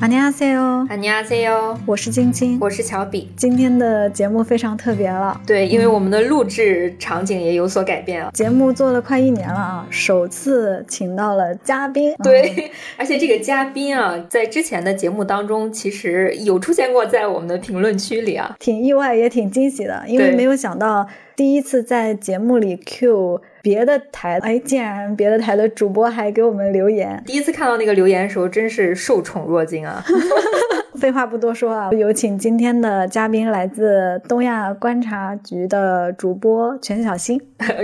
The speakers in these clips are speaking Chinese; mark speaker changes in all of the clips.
Speaker 1: 안녕하세요，
Speaker 2: 안녕하세요，
Speaker 1: 我是晶晶。
Speaker 2: 我是乔比。
Speaker 1: 今天的节目非常特别了，
Speaker 2: 对，因为我们的录制场景也有所改变啊了。
Speaker 1: 节目做了快一年了啊，首次请到了嘉宾。嗯，
Speaker 2: 对， 而且这个嘉宾啊，在之前的节目当中，其实有出现过在我们的评论区里啊。
Speaker 1: 挺意外也挺惊喜的，因为
Speaker 2: 对
Speaker 1: 没有想到第一次在节目里 Q 别的台，哎，竟然别的台的主播还给我们留言。
Speaker 2: 第一次看到那个留言的时候，真是受宠若惊啊！
Speaker 1: 废话不多说啊，有请今天的嘉宾，来自东亚观察局的主播全小 新。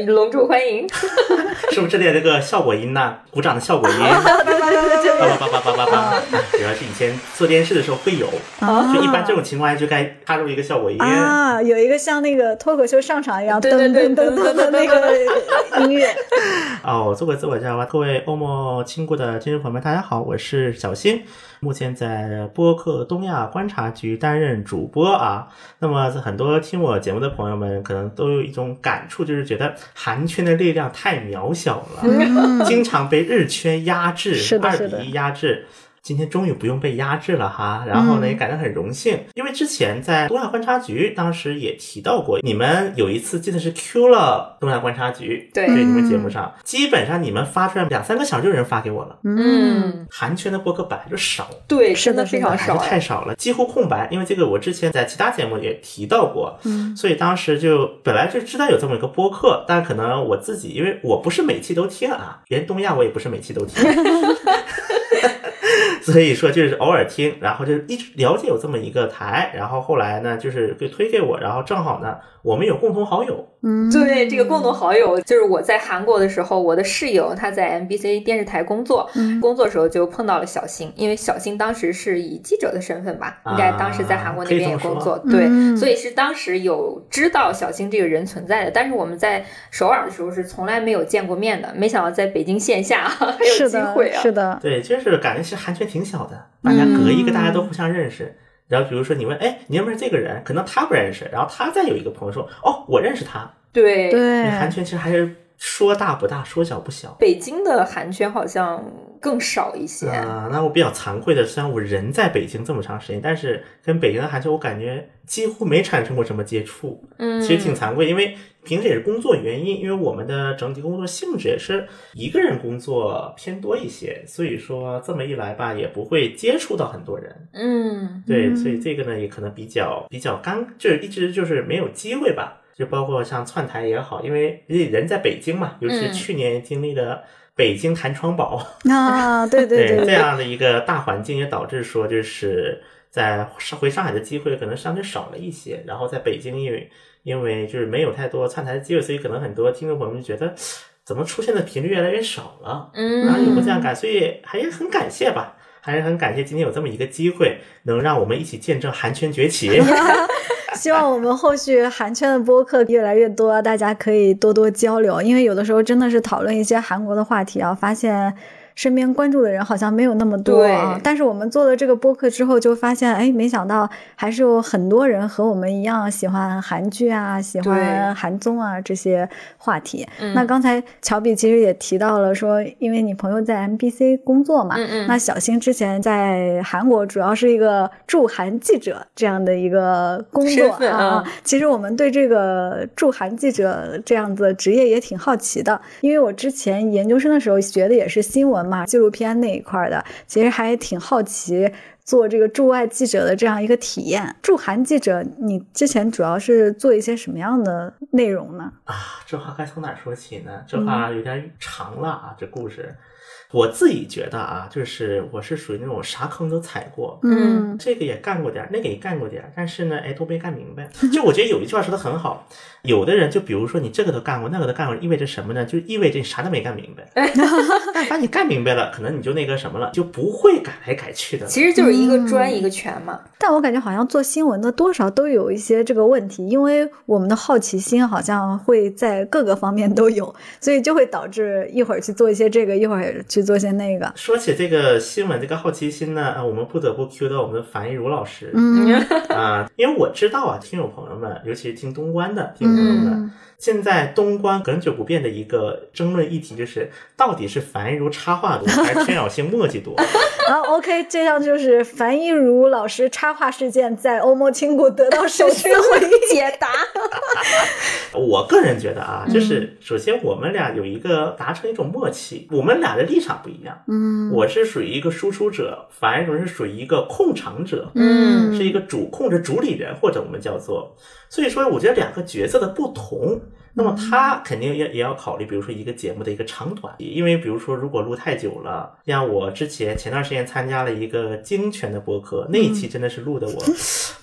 Speaker 2: 隆重欢迎！
Speaker 3: 是不是这里有那个效果音呐、鼓掌的效果音，叭叭叭叭叭叭叭，主要是以前做电视的时候会有，
Speaker 1: 啊
Speaker 3: 就一般这种情况下就该插入一个效果音。
Speaker 1: 啊，有一个像那个脱口秀上场一样噔
Speaker 2: 对对对
Speaker 1: 噔噔噔的那个音乐。
Speaker 3: 哦，做个自我介绍吧，各位欧盟亲故的听众朋友们，大家好，我是小新，目前在播客东亚观察局担任主播啊。那么很多听我节目的朋友们，可能都有一种感触，就是觉得韩圈的力量太渺小
Speaker 1: 嗯
Speaker 3: 了， 经常被日圈压制，
Speaker 1: 是的
Speaker 3: 二
Speaker 1: 是的
Speaker 3: 比一压制。今天终于不用被压制了哈，然后呢
Speaker 1: 嗯
Speaker 3: 也感到很荣幸，因为之前在东亚观察局当时也提到过，你们有一次记得是 Q 了东亚观察局，
Speaker 2: 对
Speaker 3: 对你们节目上，基本上你们发出来两三个小时就有人发给我了。
Speaker 1: 嗯，
Speaker 3: 韩圈的播客本来就少，
Speaker 2: 对，
Speaker 1: 是
Speaker 2: 真
Speaker 1: 的
Speaker 2: 的非常
Speaker 3: 本来就
Speaker 2: 少
Speaker 3: 太
Speaker 2: 哎。
Speaker 3: 少了，几乎空白。因为这个我之前在其他节目也提到过，
Speaker 1: 嗯，
Speaker 3: 所以当时就本来就知道有这么一个播客，但可能我自己因为我不是每期都 听啊，连东亚我也不是每期都听。 所以说就是偶尔听，然后就一直了解有这么一个台，然后后来呢就是给推给我，然后正好呢我们有共同好友，
Speaker 1: 嗯
Speaker 2: 对这个共同好友，就是我在韩国的时候，我的室友他在 MBC 电视台工作，
Speaker 1: 嗯
Speaker 2: 工作的时候就碰到了小新，因为小新当时是以记者的身份吧，
Speaker 3: 啊
Speaker 2: 应该当时在韩国那边也工作，
Speaker 1: 以这么说
Speaker 2: 对，
Speaker 1: 嗯
Speaker 2: 所以是当时有知道小新这个人存在的，但是我们在首尔的时候是从来没有见过面的，没想到在北京 线下还有
Speaker 1: 是
Speaker 2: 机
Speaker 1: 的，
Speaker 2: 会啊，
Speaker 1: 是的，
Speaker 3: 对，就是感觉其实韩圈挺小的，大家隔一个，大家都互相认识。然后比如说你问，哎，你认不认识这个人？可能他不认识，然后他再有一个朋友说，哦，我认识他。
Speaker 2: 对。
Speaker 1: 对，
Speaker 3: 韩圈其实还是说大不大，说小不小。
Speaker 2: 北京的韩圈好像更少一些，
Speaker 3: 啊、那我比较惭愧的，虽然我人在北京这么长时间，但是跟北京的韩圈我感觉几乎没产生过什么接触。
Speaker 2: 嗯，
Speaker 3: 其实挺惭愧，因为平时也是工作原因，因为我们的整体工作性质也是一个人工作偏多一些，所以说这么一来吧，也不会接触到很多人。
Speaker 2: 嗯，
Speaker 3: 对，
Speaker 1: 嗯
Speaker 3: 所以这个呢也可能比较比较尴，就是一直就是没有机会吧。就包括像窜台也好，因为人在北京嘛，尤其是
Speaker 2: 嗯
Speaker 3: 去年经历了北京弹窗宝，
Speaker 1: 啊，对对对
Speaker 3: 这，样的一个大环境，也导致说就是在上回上海的机会可能相对少了一些，然后在北京因为因为就是没有太多串台的机会，所以可能很多听众朋友们觉得怎么出现的频率越来越少了，
Speaker 2: 嗯，
Speaker 3: 然后有过这样感，所以还是很感谢吧。还是很感谢今天有这么一个机会，能让我们一起见证韩圈崛 起。
Speaker 1: 希望我们后续韩圈的播客越来越多，大家可以多多交流，因为有的时候真的是讨论一些韩国的话题啊，发现。身边关注的人好像没有那么多啊
Speaker 2: 对，
Speaker 1: 但是我们做了这个播客之后，就发现，哎，没想到还是有很多人和我们一样喜欢韩剧啊，喜
Speaker 2: 对
Speaker 1: 欢韩综啊这些话题。
Speaker 2: 嗯
Speaker 1: 那刚才乔比其实也提到了说，因为你朋友在 MBC 工作嘛，
Speaker 2: 嗯嗯，
Speaker 1: 那小新之前在韩国主要是一个驻韩记者这样的一个工作
Speaker 2: 身份
Speaker 1: 啊
Speaker 2: 啊
Speaker 1: 啊。其实我们对这个驻韩记者这样子的职业也挺好奇的，因为我之前研究生的时候学的也是新闻嘛，纪录片那一块儿的，其实还挺好奇。做这个驻外记者的这样一个体验，驻韩记者，你之前主要是做一些什么样的内容呢？
Speaker 3: 这话该从哪儿说起呢？这话
Speaker 2: 嗯
Speaker 3: 有点长了啊，这故事。我自己觉得啊，就是我是属于那种啥坑都踩过，
Speaker 2: 嗯
Speaker 3: 这个也干过点儿，那个也干过点儿，但是呢，哎，都没干明白。就我觉得有一句话说的很好，有的人就比如说你这个都干过，那个都干过，意味着什么呢？就意味着你啥都没 干明白。但凡你干明白了，可能你就那个什么了，就不会改来改去的了。
Speaker 2: 其实就是一个专
Speaker 1: 嗯
Speaker 2: 一个全嘛，
Speaker 1: 但我感觉好像做新闻的多少都有一些这个问题，因为我们的好奇心好像会在各个方面都有，所以就会导致一会儿去做一些这个，一会儿去做些那个。
Speaker 3: 说起这个新闻，这个好奇心呢，呃我们不得不 Q 到我们的樊一茹老师，
Speaker 1: 嗯
Speaker 3: 啊，因为我知道啊，听友朋友们，尤其是听东关的听友朋友们，
Speaker 1: 嗯
Speaker 3: 现在东关亘久不变的一个争论议题就是，到底是樊一茹插画多，还是陈小星墨迹 多？
Speaker 1: 然后 OK，这样就是樊一茹老师插画事件在欧盟青谷得 到首次回应。
Speaker 2: 解答，
Speaker 3: 我个人觉得啊，
Speaker 1: 嗯
Speaker 3: 就是首先我们俩有一个达成一种默契，我们俩的立场不一样。
Speaker 1: 嗯
Speaker 3: 我是属于一个输出者，樊一茹是属于一个控场者，
Speaker 2: 嗯
Speaker 3: 是一个主控制主理人，或者我们叫做。所以说，我觉得两个角色的不同，那么他肯定也也要考虑，比如说一个节目的一个长短，因为比如说如果录太久了，像我之前前段时间参加了一个精权的播客，那一期真的是录的我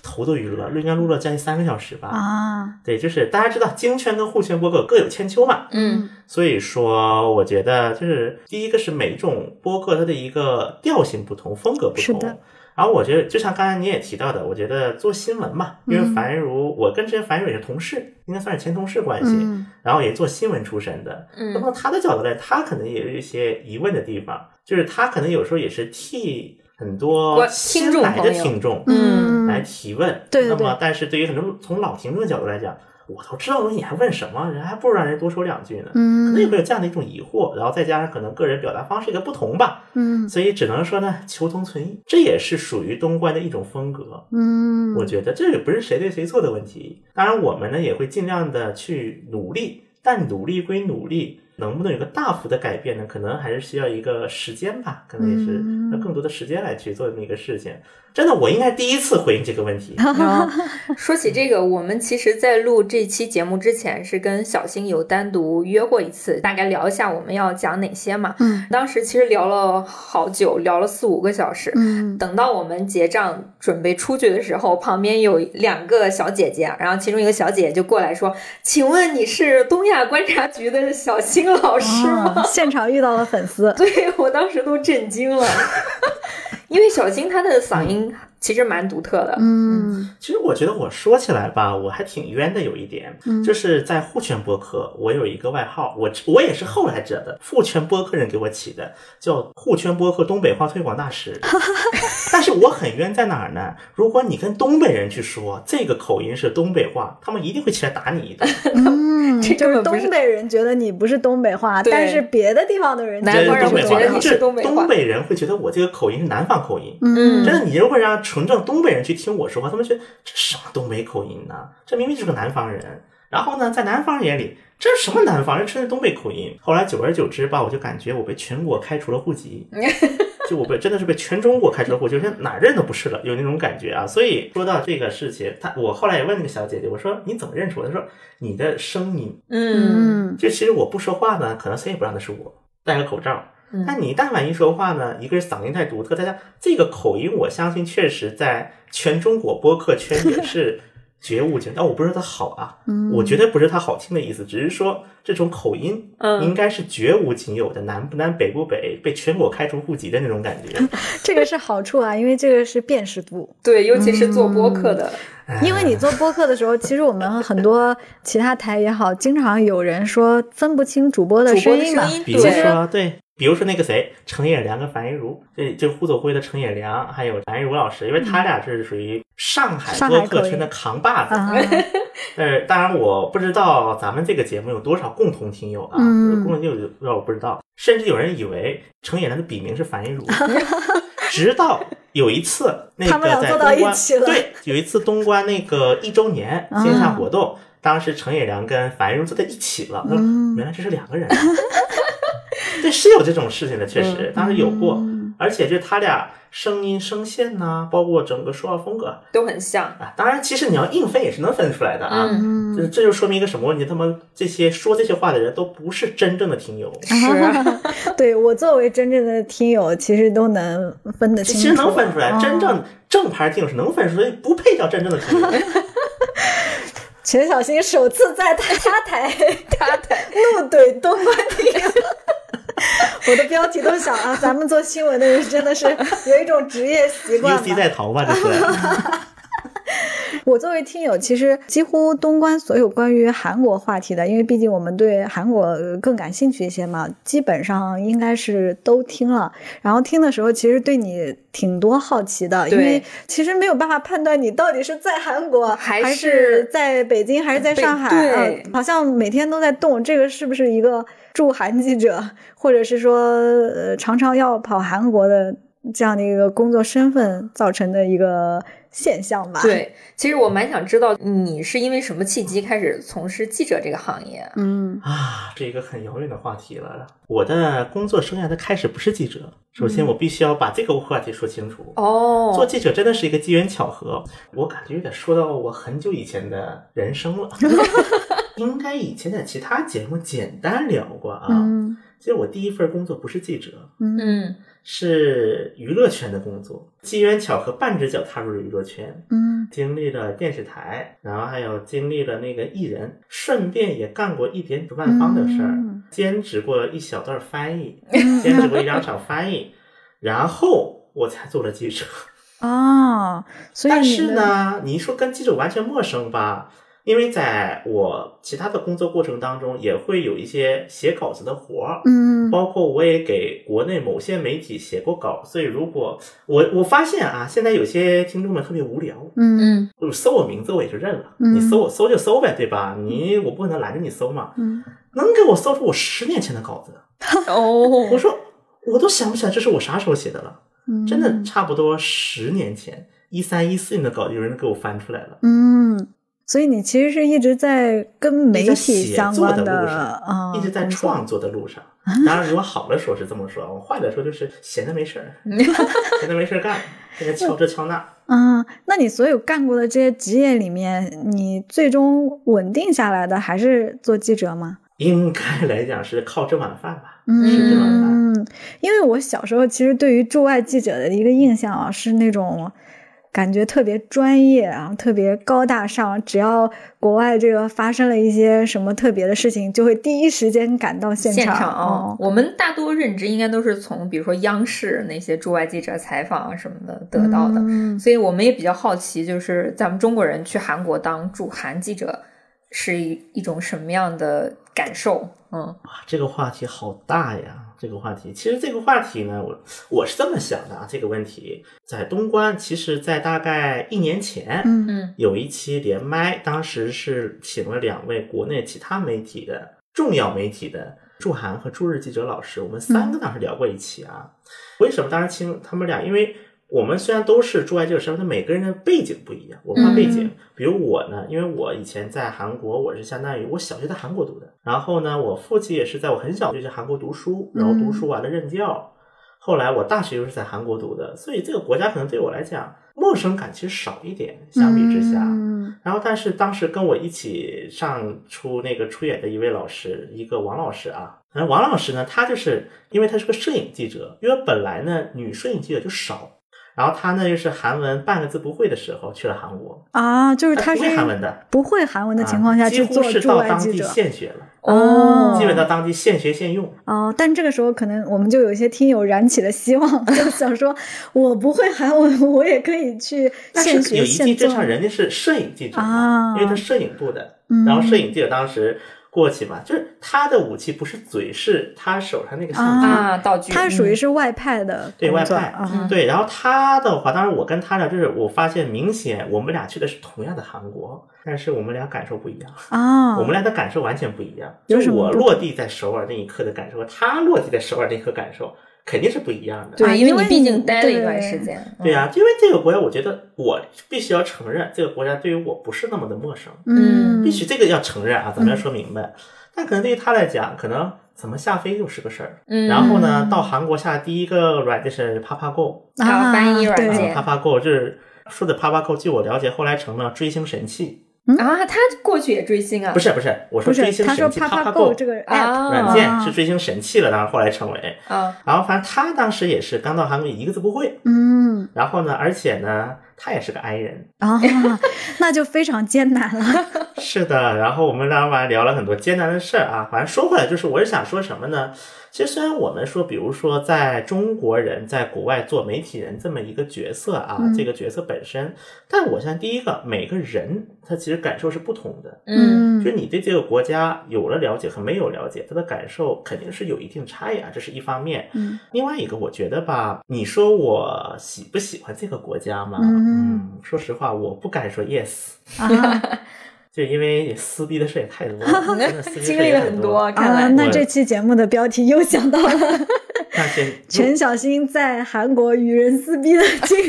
Speaker 3: 头都晕了，应该录了将近三个小时吧。
Speaker 1: 啊，
Speaker 3: 对，就是大家知道京圈跟沪圈播客各有千秋嘛，
Speaker 2: 嗯
Speaker 3: 所以说我觉得就是第一个是每一种播客它的一个调性不同，风格不同。
Speaker 1: 是的
Speaker 3: 然后我觉得，就像刚才你也提到的，我觉得做新闻嘛，因为
Speaker 1: 嗯
Speaker 3: 樊如，我跟之前樊如也是同事，应该算是前同事关系，
Speaker 1: 嗯
Speaker 3: 然后也做新闻出身的。那么
Speaker 2: 嗯
Speaker 3: 他的角度来，他可能也有一些疑问的地方，就是他可能有时候也是替很多
Speaker 2: 我
Speaker 3: 新
Speaker 2: 听众
Speaker 3: 来的
Speaker 2: 朋友
Speaker 3: 听众，
Speaker 2: 嗯
Speaker 3: 来提问。
Speaker 1: 对对
Speaker 3: 那么，但是对于很多从老听众的角度来讲，我都知道了，你还问什么？人还不如让人多说两句呢。可能也
Speaker 1: 嗯
Speaker 3: 会有这样的一种疑惑，然后再加上可能个人表达方式一个不同吧，
Speaker 1: 嗯
Speaker 3: 所以只能说呢，求同存异，这也是属于东关的一种风格。
Speaker 1: 嗯，
Speaker 3: 我觉得这也不是谁对谁错的问题，当然我们呢也会尽量的去努力，但努力归努力，能不能有个大幅的改变呢？可能还是需要一个时间吧，可能也是
Speaker 1: 嗯
Speaker 3: 要更多的时间来去做这么一个事情。真的，我应该第一次回应这个问题，
Speaker 2: 啊，说起这个，我们其实，在录这期节目之前，是跟小新有单独约过一次，大概聊一下我们要讲哪些嘛。
Speaker 1: 嗯
Speaker 2: 当时其实聊了好久，聊了四五个小时。
Speaker 1: 嗯
Speaker 2: 等到我们结账准备出去的时候，旁边有两个小姐姐，然后其中一个小姐姐就过来说：“请问你是东亚观察局的小新老师吗？”
Speaker 1: 啊现场遇到了粉 丝，
Speaker 2: 对我当时都震惊 了，因为小新她的嗓音其实蛮独特的。
Speaker 1: 嗯
Speaker 3: 其实我觉得我说起来吧，我还挺冤的，有一点，
Speaker 2: 嗯
Speaker 3: 就是在互圈播客，我有一个外号，我我也是后来者的互圈播客人给我起的，叫互圈播客东北话推广大 使。但是我很冤在哪儿呢？如果你跟东北人去说这个口音是东北话，他们一定会起来打你 的。
Speaker 1: 嗯，
Speaker 2: 这
Speaker 1: 就
Speaker 2: 根
Speaker 1: 是
Speaker 2: 本不是
Speaker 1: 东北人觉得你不是东北话，
Speaker 2: 对
Speaker 1: 但是别的地方的人觉
Speaker 2: 南
Speaker 1: 得
Speaker 2: 方人
Speaker 1: 你
Speaker 3: 东
Speaker 1: 是
Speaker 3: 北
Speaker 2: 会
Speaker 3: 话
Speaker 2: 觉得
Speaker 1: 东
Speaker 2: 你
Speaker 1: 北
Speaker 2: 是
Speaker 1: 话。
Speaker 2: 东北话
Speaker 3: 东北人会觉得我这个口音是南方口音。
Speaker 1: 嗯
Speaker 3: 真的，你如果让纯正东北人去听我说话，他们觉得这什么东北口音呢、这明明就是个南方人。然后呢，在南方人眼里，这是什么南方人？这纯是东北口音。后来久而久之吧，我就感觉我被全国开除了户籍，就我被真的是被全中国开除了户籍，就是哪儿认都不是了，有那种感觉啊。所以说到这个事情，他我后来也问那个小姐姐，我说你怎么认出我？她说你的声音。
Speaker 2: 嗯，
Speaker 1: 嗯
Speaker 3: 就其实我不说话呢，可能谁也不让她是我，戴个口罩。
Speaker 2: 嗯
Speaker 3: 但你一旦万一说话呢，一个是嗓音太独特，大家这个口音，我相信确实在全中国播客圈也 是绝无仅但我不是说它好啊，
Speaker 1: 嗯，
Speaker 3: 我绝对不是它好听的意思，只是说这种口音
Speaker 2: 嗯
Speaker 3: 应该是绝无仅有的，南不南北不北，被全国开除户籍的那种感觉。
Speaker 1: 这个是好处啊，因为这个是辨识度。
Speaker 2: 对，尤其是做播
Speaker 1: 嗯
Speaker 2: 客的，
Speaker 1: 因为你做播客的时候，其实我们很多其他台也好，经常有人说分不清主播的
Speaker 2: 主播
Speaker 1: 声
Speaker 2: 的
Speaker 1: 音嘛
Speaker 2: 声。音，
Speaker 3: 比如
Speaker 2: 对，
Speaker 3: 说对。比如说那个谁，程野良跟樊一茹，这就互走会的程野良，还有樊一茹老师，因为他俩是属于上海
Speaker 1: 嗯上
Speaker 3: 播
Speaker 1: 海
Speaker 3: 客
Speaker 1: 口
Speaker 3: 圈的
Speaker 1: 音
Speaker 3: 扛把子，
Speaker 1: 啊，
Speaker 3: 呃，当然我不知道咱们这个节目有多少共同听友啊，
Speaker 1: 嗯
Speaker 3: 共同听友让我不知道，甚至有人以为程野良的笔名是樊 一茹，直到有一次那
Speaker 1: 他们俩
Speaker 3: 个在
Speaker 1: 坐到
Speaker 3: 东
Speaker 1: 一
Speaker 3: 关
Speaker 1: 起了嗯
Speaker 3: 对，有一次东关那个一周年线下活动，当时程野良跟樊一茹坐在一起了，我说
Speaker 1: 嗯
Speaker 3: 原来这是两个人啊， 对，是有这种事情的，确
Speaker 1: 嗯
Speaker 3: 实当时有过，而且就他俩声音声线呐、包括整个说话风格，
Speaker 2: 都很像。
Speaker 3: 啊，当然，其实你要硬分也是能分出来的啊。
Speaker 2: 嗯，
Speaker 1: 嗯
Speaker 3: 这这就说明一个什么问题？他们这些说这些话的人都不是真正的听友，
Speaker 2: 是，
Speaker 1: 对我作为真正的听友，其实都能分得
Speaker 3: 其
Speaker 1: 清楚。
Speaker 3: 实能分出来，真
Speaker 1: 哦
Speaker 3: 正正牌听友是能分出来，不配叫真正的 听友。
Speaker 1: 陈小新首次在他台
Speaker 2: 他的
Speaker 1: 怒怼东关听友。 我的标题都想啊，咱们做新闻的人真的是有一种职业习惯
Speaker 3: U C
Speaker 1: 吧。
Speaker 3: 在逃吧，这是。
Speaker 1: 我作为听友，其实几乎东关所有关于韩国话题的，因为毕竟我们对韩国更感兴趣一些嘛，基本上应该是都听了。然后听的时候，其实对你挺多好奇的，因
Speaker 2: 对
Speaker 1: 为其实没有办法判断你到底是在韩国
Speaker 2: 还
Speaker 1: 还
Speaker 2: 是
Speaker 1: 在北京还是在
Speaker 2: 北
Speaker 1: 上海，
Speaker 2: 对
Speaker 1: 嗯好像每天都在动。这个是不是一个驻韩记者，或者是说呃常常要跑韩国的这样的一个工作身份造成的一个现象吧？。
Speaker 2: 对，其实我蛮想知道你是因为什么契机开始从事记者这个行业？
Speaker 1: 嗯
Speaker 3: 啊，这一个很遥远的话题了。我的工作生涯的开始不是记者，首
Speaker 1: 嗯
Speaker 3: 先我必须要把这个话题说清楚。
Speaker 2: 哦，
Speaker 3: 做记者真的是一个机缘巧合，我感觉有点说到我很久以前的人生 了，应该以前在其他节目简单聊过啊。
Speaker 1: 嗯
Speaker 3: 其实我第一份工作不是记者，
Speaker 1: 嗯
Speaker 2: 嗯
Speaker 3: 是娱乐圈的工作，机缘巧合半只脚踏入了娱乐圈，
Speaker 1: 嗯
Speaker 3: 经历了电视台，然后还有经历了那个艺人，顺便也干过一点主办方的事儿，
Speaker 1: 嗯
Speaker 3: 兼职过一小段翻译，
Speaker 1: 嗯
Speaker 3: 兼职过一两场翻译，然后我才做了记 者。
Speaker 1: 哦，所以
Speaker 3: 但
Speaker 1: 你
Speaker 3: 是
Speaker 1: 的，
Speaker 3: 呢，你一说跟记者完全陌生吧？因为在我其他的工作过程当中，也会有一些写稿子的活儿，
Speaker 1: 嗯
Speaker 3: 包括我也给国内某些媒体写过稿，所以如果我我发现啊，现在有些听众们特别无聊，
Speaker 1: 嗯
Speaker 2: 嗯
Speaker 3: 我搜我名字我也就认了，
Speaker 1: 嗯
Speaker 3: 你搜我搜就搜呗，对吧？你我不可能拦着你搜嘛，
Speaker 1: 嗯
Speaker 3: 能给我搜出我十年前的稿子，我
Speaker 2: 哦，
Speaker 3: 说我都想不起来这是我啥时候写的了，
Speaker 1: 嗯，
Speaker 3: 真的差不多十年前，一三一四年的稿子有人给我翻出来了。
Speaker 1: 嗯，所以你其实是一直在跟媒
Speaker 3: 一直在
Speaker 1: 体
Speaker 3: 写
Speaker 1: 相
Speaker 3: 作
Speaker 1: 关
Speaker 3: 的路
Speaker 1: 啊
Speaker 3: 上，，一直在
Speaker 1: 工作，
Speaker 3: 创作的路上。当然，如果好的说是这么说，我坏的说就是闲着没事 儿，闲着没事儿干，天天敲这敲那。
Speaker 1: 嗯，那你所有干过的这些职业里面，你最终稳定下来的还是做记者吗？
Speaker 3: 应该来讲是靠这碗饭吧。
Speaker 2: 是这
Speaker 3: 样的
Speaker 1: 嗯，因为我小时候其实对于驻外记者的一个印象啊，是那种感觉特别专业啊，特别高大上。只要国外这个发生了一些什么特别的事情，就会第一时间赶到现
Speaker 2: 现
Speaker 1: 场。
Speaker 2: 场
Speaker 1: 哦
Speaker 2: 哦，，我们大多认知应该都是从比如说央视那些驻外记者采访啊什么的得到的，
Speaker 1: 嗯
Speaker 2: 所以我们也比较好奇，就是咱们中国人去韩国当驻韩记者是一一种什么样的感受？嗯
Speaker 3: 哇，啊这个话题好大呀！这个话题，其实这个话题呢，我我是这么想的啊。这个问题在东关，其实在大概一年前，
Speaker 1: 嗯
Speaker 2: 嗯
Speaker 3: 有一期连麦，当时是请了两位国内其他媒体的重要媒体的驻韩和驻日记者老师，我们三个当时聊过一期啊。为什么当时请他们俩？因为我们虽然都是驻外记者身份，但每个人的背景不一样，文化背景。比如我呢，因为我以前在韩国，我是相当于我小学在韩国读的，然后呢，我父亲也是在我很小就去韩国读书，然后读书完了任教。后来我大学又是在韩国读的，所以这个国家可能对我来讲陌生感其实少一点，相比之下。
Speaker 1: 嗯
Speaker 3: 然后，但是当时跟我一起上出那个出演的一位老师，一个王老师啊，然后王老师呢，他就是因为他是个摄影记者，因为本来呢女摄影记者就少，然后他呢又是韩文半个字不会的时候去了韩国，
Speaker 1: 啊，就是
Speaker 3: 他
Speaker 1: 他
Speaker 3: 呃
Speaker 1: 是
Speaker 3: 不会韩文的
Speaker 1: 不会韩文的情况
Speaker 3: 啊
Speaker 1: 下
Speaker 3: 几
Speaker 1: 去
Speaker 3: 乎
Speaker 1: 做
Speaker 3: 是
Speaker 1: 驻
Speaker 3: 到
Speaker 1: 外
Speaker 3: 当
Speaker 1: 记
Speaker 3: 地
Speaker 1: 者。
Speaker 3: 现学了，
Speaker 1: 哦
Speaker 3: 基本到当地现学现用。
Speaker 1: 哦，但这个时候可能我们就有一些听友燃起了希望，就想 说，我不会韩文，我也可以去
Speaker 3: 但
Speaker 1: 现
Speaker 3: 是
Speaker 1: 学
Speaker 3: 有一技
Speaker 1: 现
Speaker 3: 之
Speaker 1: 做。
Speaker 3: 长，人家是摄影记者
Speaker 1: 啊
Speaker 3: 嘛因为他摄影部的，
Speaker 1: 嗯
Speaker 3: 然后摄影记者当时过去嘛，就是他的武器不是嘴，是他手上那个相机。
Speaker 2: 啊，道具
Speaker 1: 他属于
Speaker 2: 嗯
Speaker 1: 是外派的
Speaker 3: 对
Speaker 1: 工
Speaker 3: 外
Speaker 1: 作
Speaker 3: 派
Speaker 1: 啊，
Speaker 3: 对，然后他的话，当然我跟他俩就是，我发现明显我们俩去的是同样的韩国，但是我们俩感受不一样，
Speaker 1: 啊，
Speaker 3: 我们俩的感受完全不一样。
Speaker 1: 有
Speaker 3: 就
Speaker 1: 什
Speaker 3: 是
Speaker 1: 么
Speaker 3: 我
Speaker 1: 不
Speaker 3: 落地在首尔那一刻的感受，和他落地在首尔那一刻感受肯定是不一样的。
Speaker 1: 对
Speaker 2: 啊，
Speaker 1: 因
Speaker 2: 因
Speaker 1: 为
Speaker 2: 为你毕
Speaker 1: 你
Speaker 2: 竟待了一段
Speaker 1: 对
Speaker 2: 时间，嗯
Speaker 3: 对呀、因为这个国家，我觉得我必须要承认，这个国家对于我不是那么的陌生，
Speaker 1: 嗯，
Speaker 3: 必须这个要承认啊，咱们要说明白。但可能对于他来讲，可能怎么下飞就是个事儿。
Speaker 2: 嗯，
Speaker 3: 然后呢，到韩国下第一个软件是 PapaGo，
Speaker 2: 还
Speaker 1: 啊
Speaker 2: 有翻译软
Speaker 1: 对
Speaker 2: 件
Speaker 3: 啊，PapaGo 就是说的 PapaGo，据我了解，后来成了追星神器。
Speaker 2: 啊，他过去也追星啊，
Speaker 3: 不是不是，我
Speaker 1: 不
Speaker 3: 说
Speaker 1: 是
Speaker 3: 追星
Speaker 1: 他说
Speaker 3: 神器
Speaker 1: PapaGo 这个 app
Speaker 2: 啊，
Speaker 3: 软
Speaker 1: 啊
Speaker 3: 件是追星神器了，然后后来成为。
Speaker 2: 啊，
Speaker 3: 然后反正他当时也是刚到韩国，一个字不会。
Speaker 1: 嗯
Speaker 3: 然后呢，而且呢，他也是个 i 人。
Speaker 1: 啊， 那就非常艰难了，
Speaker 3: 是的，然后我们当晚聊了很多艰难的事儿啊。反正说回来，就是我是想说什么呢？其实虽然我们说，比如说在中国人在国外做媒体人这么一个角色啊，
Speaker 1: 嗯
Speaker 3: 这个角色本身，但我想第一个，每个人他其实感受是不同的。
Speaker 2: 嗯
Speaker 3: 就 你对这个国家有了了解和没有了解，他的感受肯定是有一定差异啊，这是一方面。
Speaker 1: 嗯
Speaker 3: 另外一个，我觉得吧，你说我喜不喜欢这个国家嘛？
Speaker 1: 嗯
Speaker 3: 嗯，说实话，我不敢说 yes，
Speaker 1: 啊
Speaker 3: 就因为撕逼的事也太多了，真的撕逼
Speaker 2: 经
Speaker 3: 事
Speaker 2: 历
Speaker 3: 也
Speaker 2: 了
Speaker 3: 很
Speaker 2: 很多，看
Speaker 1: 啊！
Speaker 2: 来。
Speaker 1: 那这期节目的标题又想到 了
Speaker 3: 但是
Speaker 1: 陈小新在韩国与人撕逼的经 历。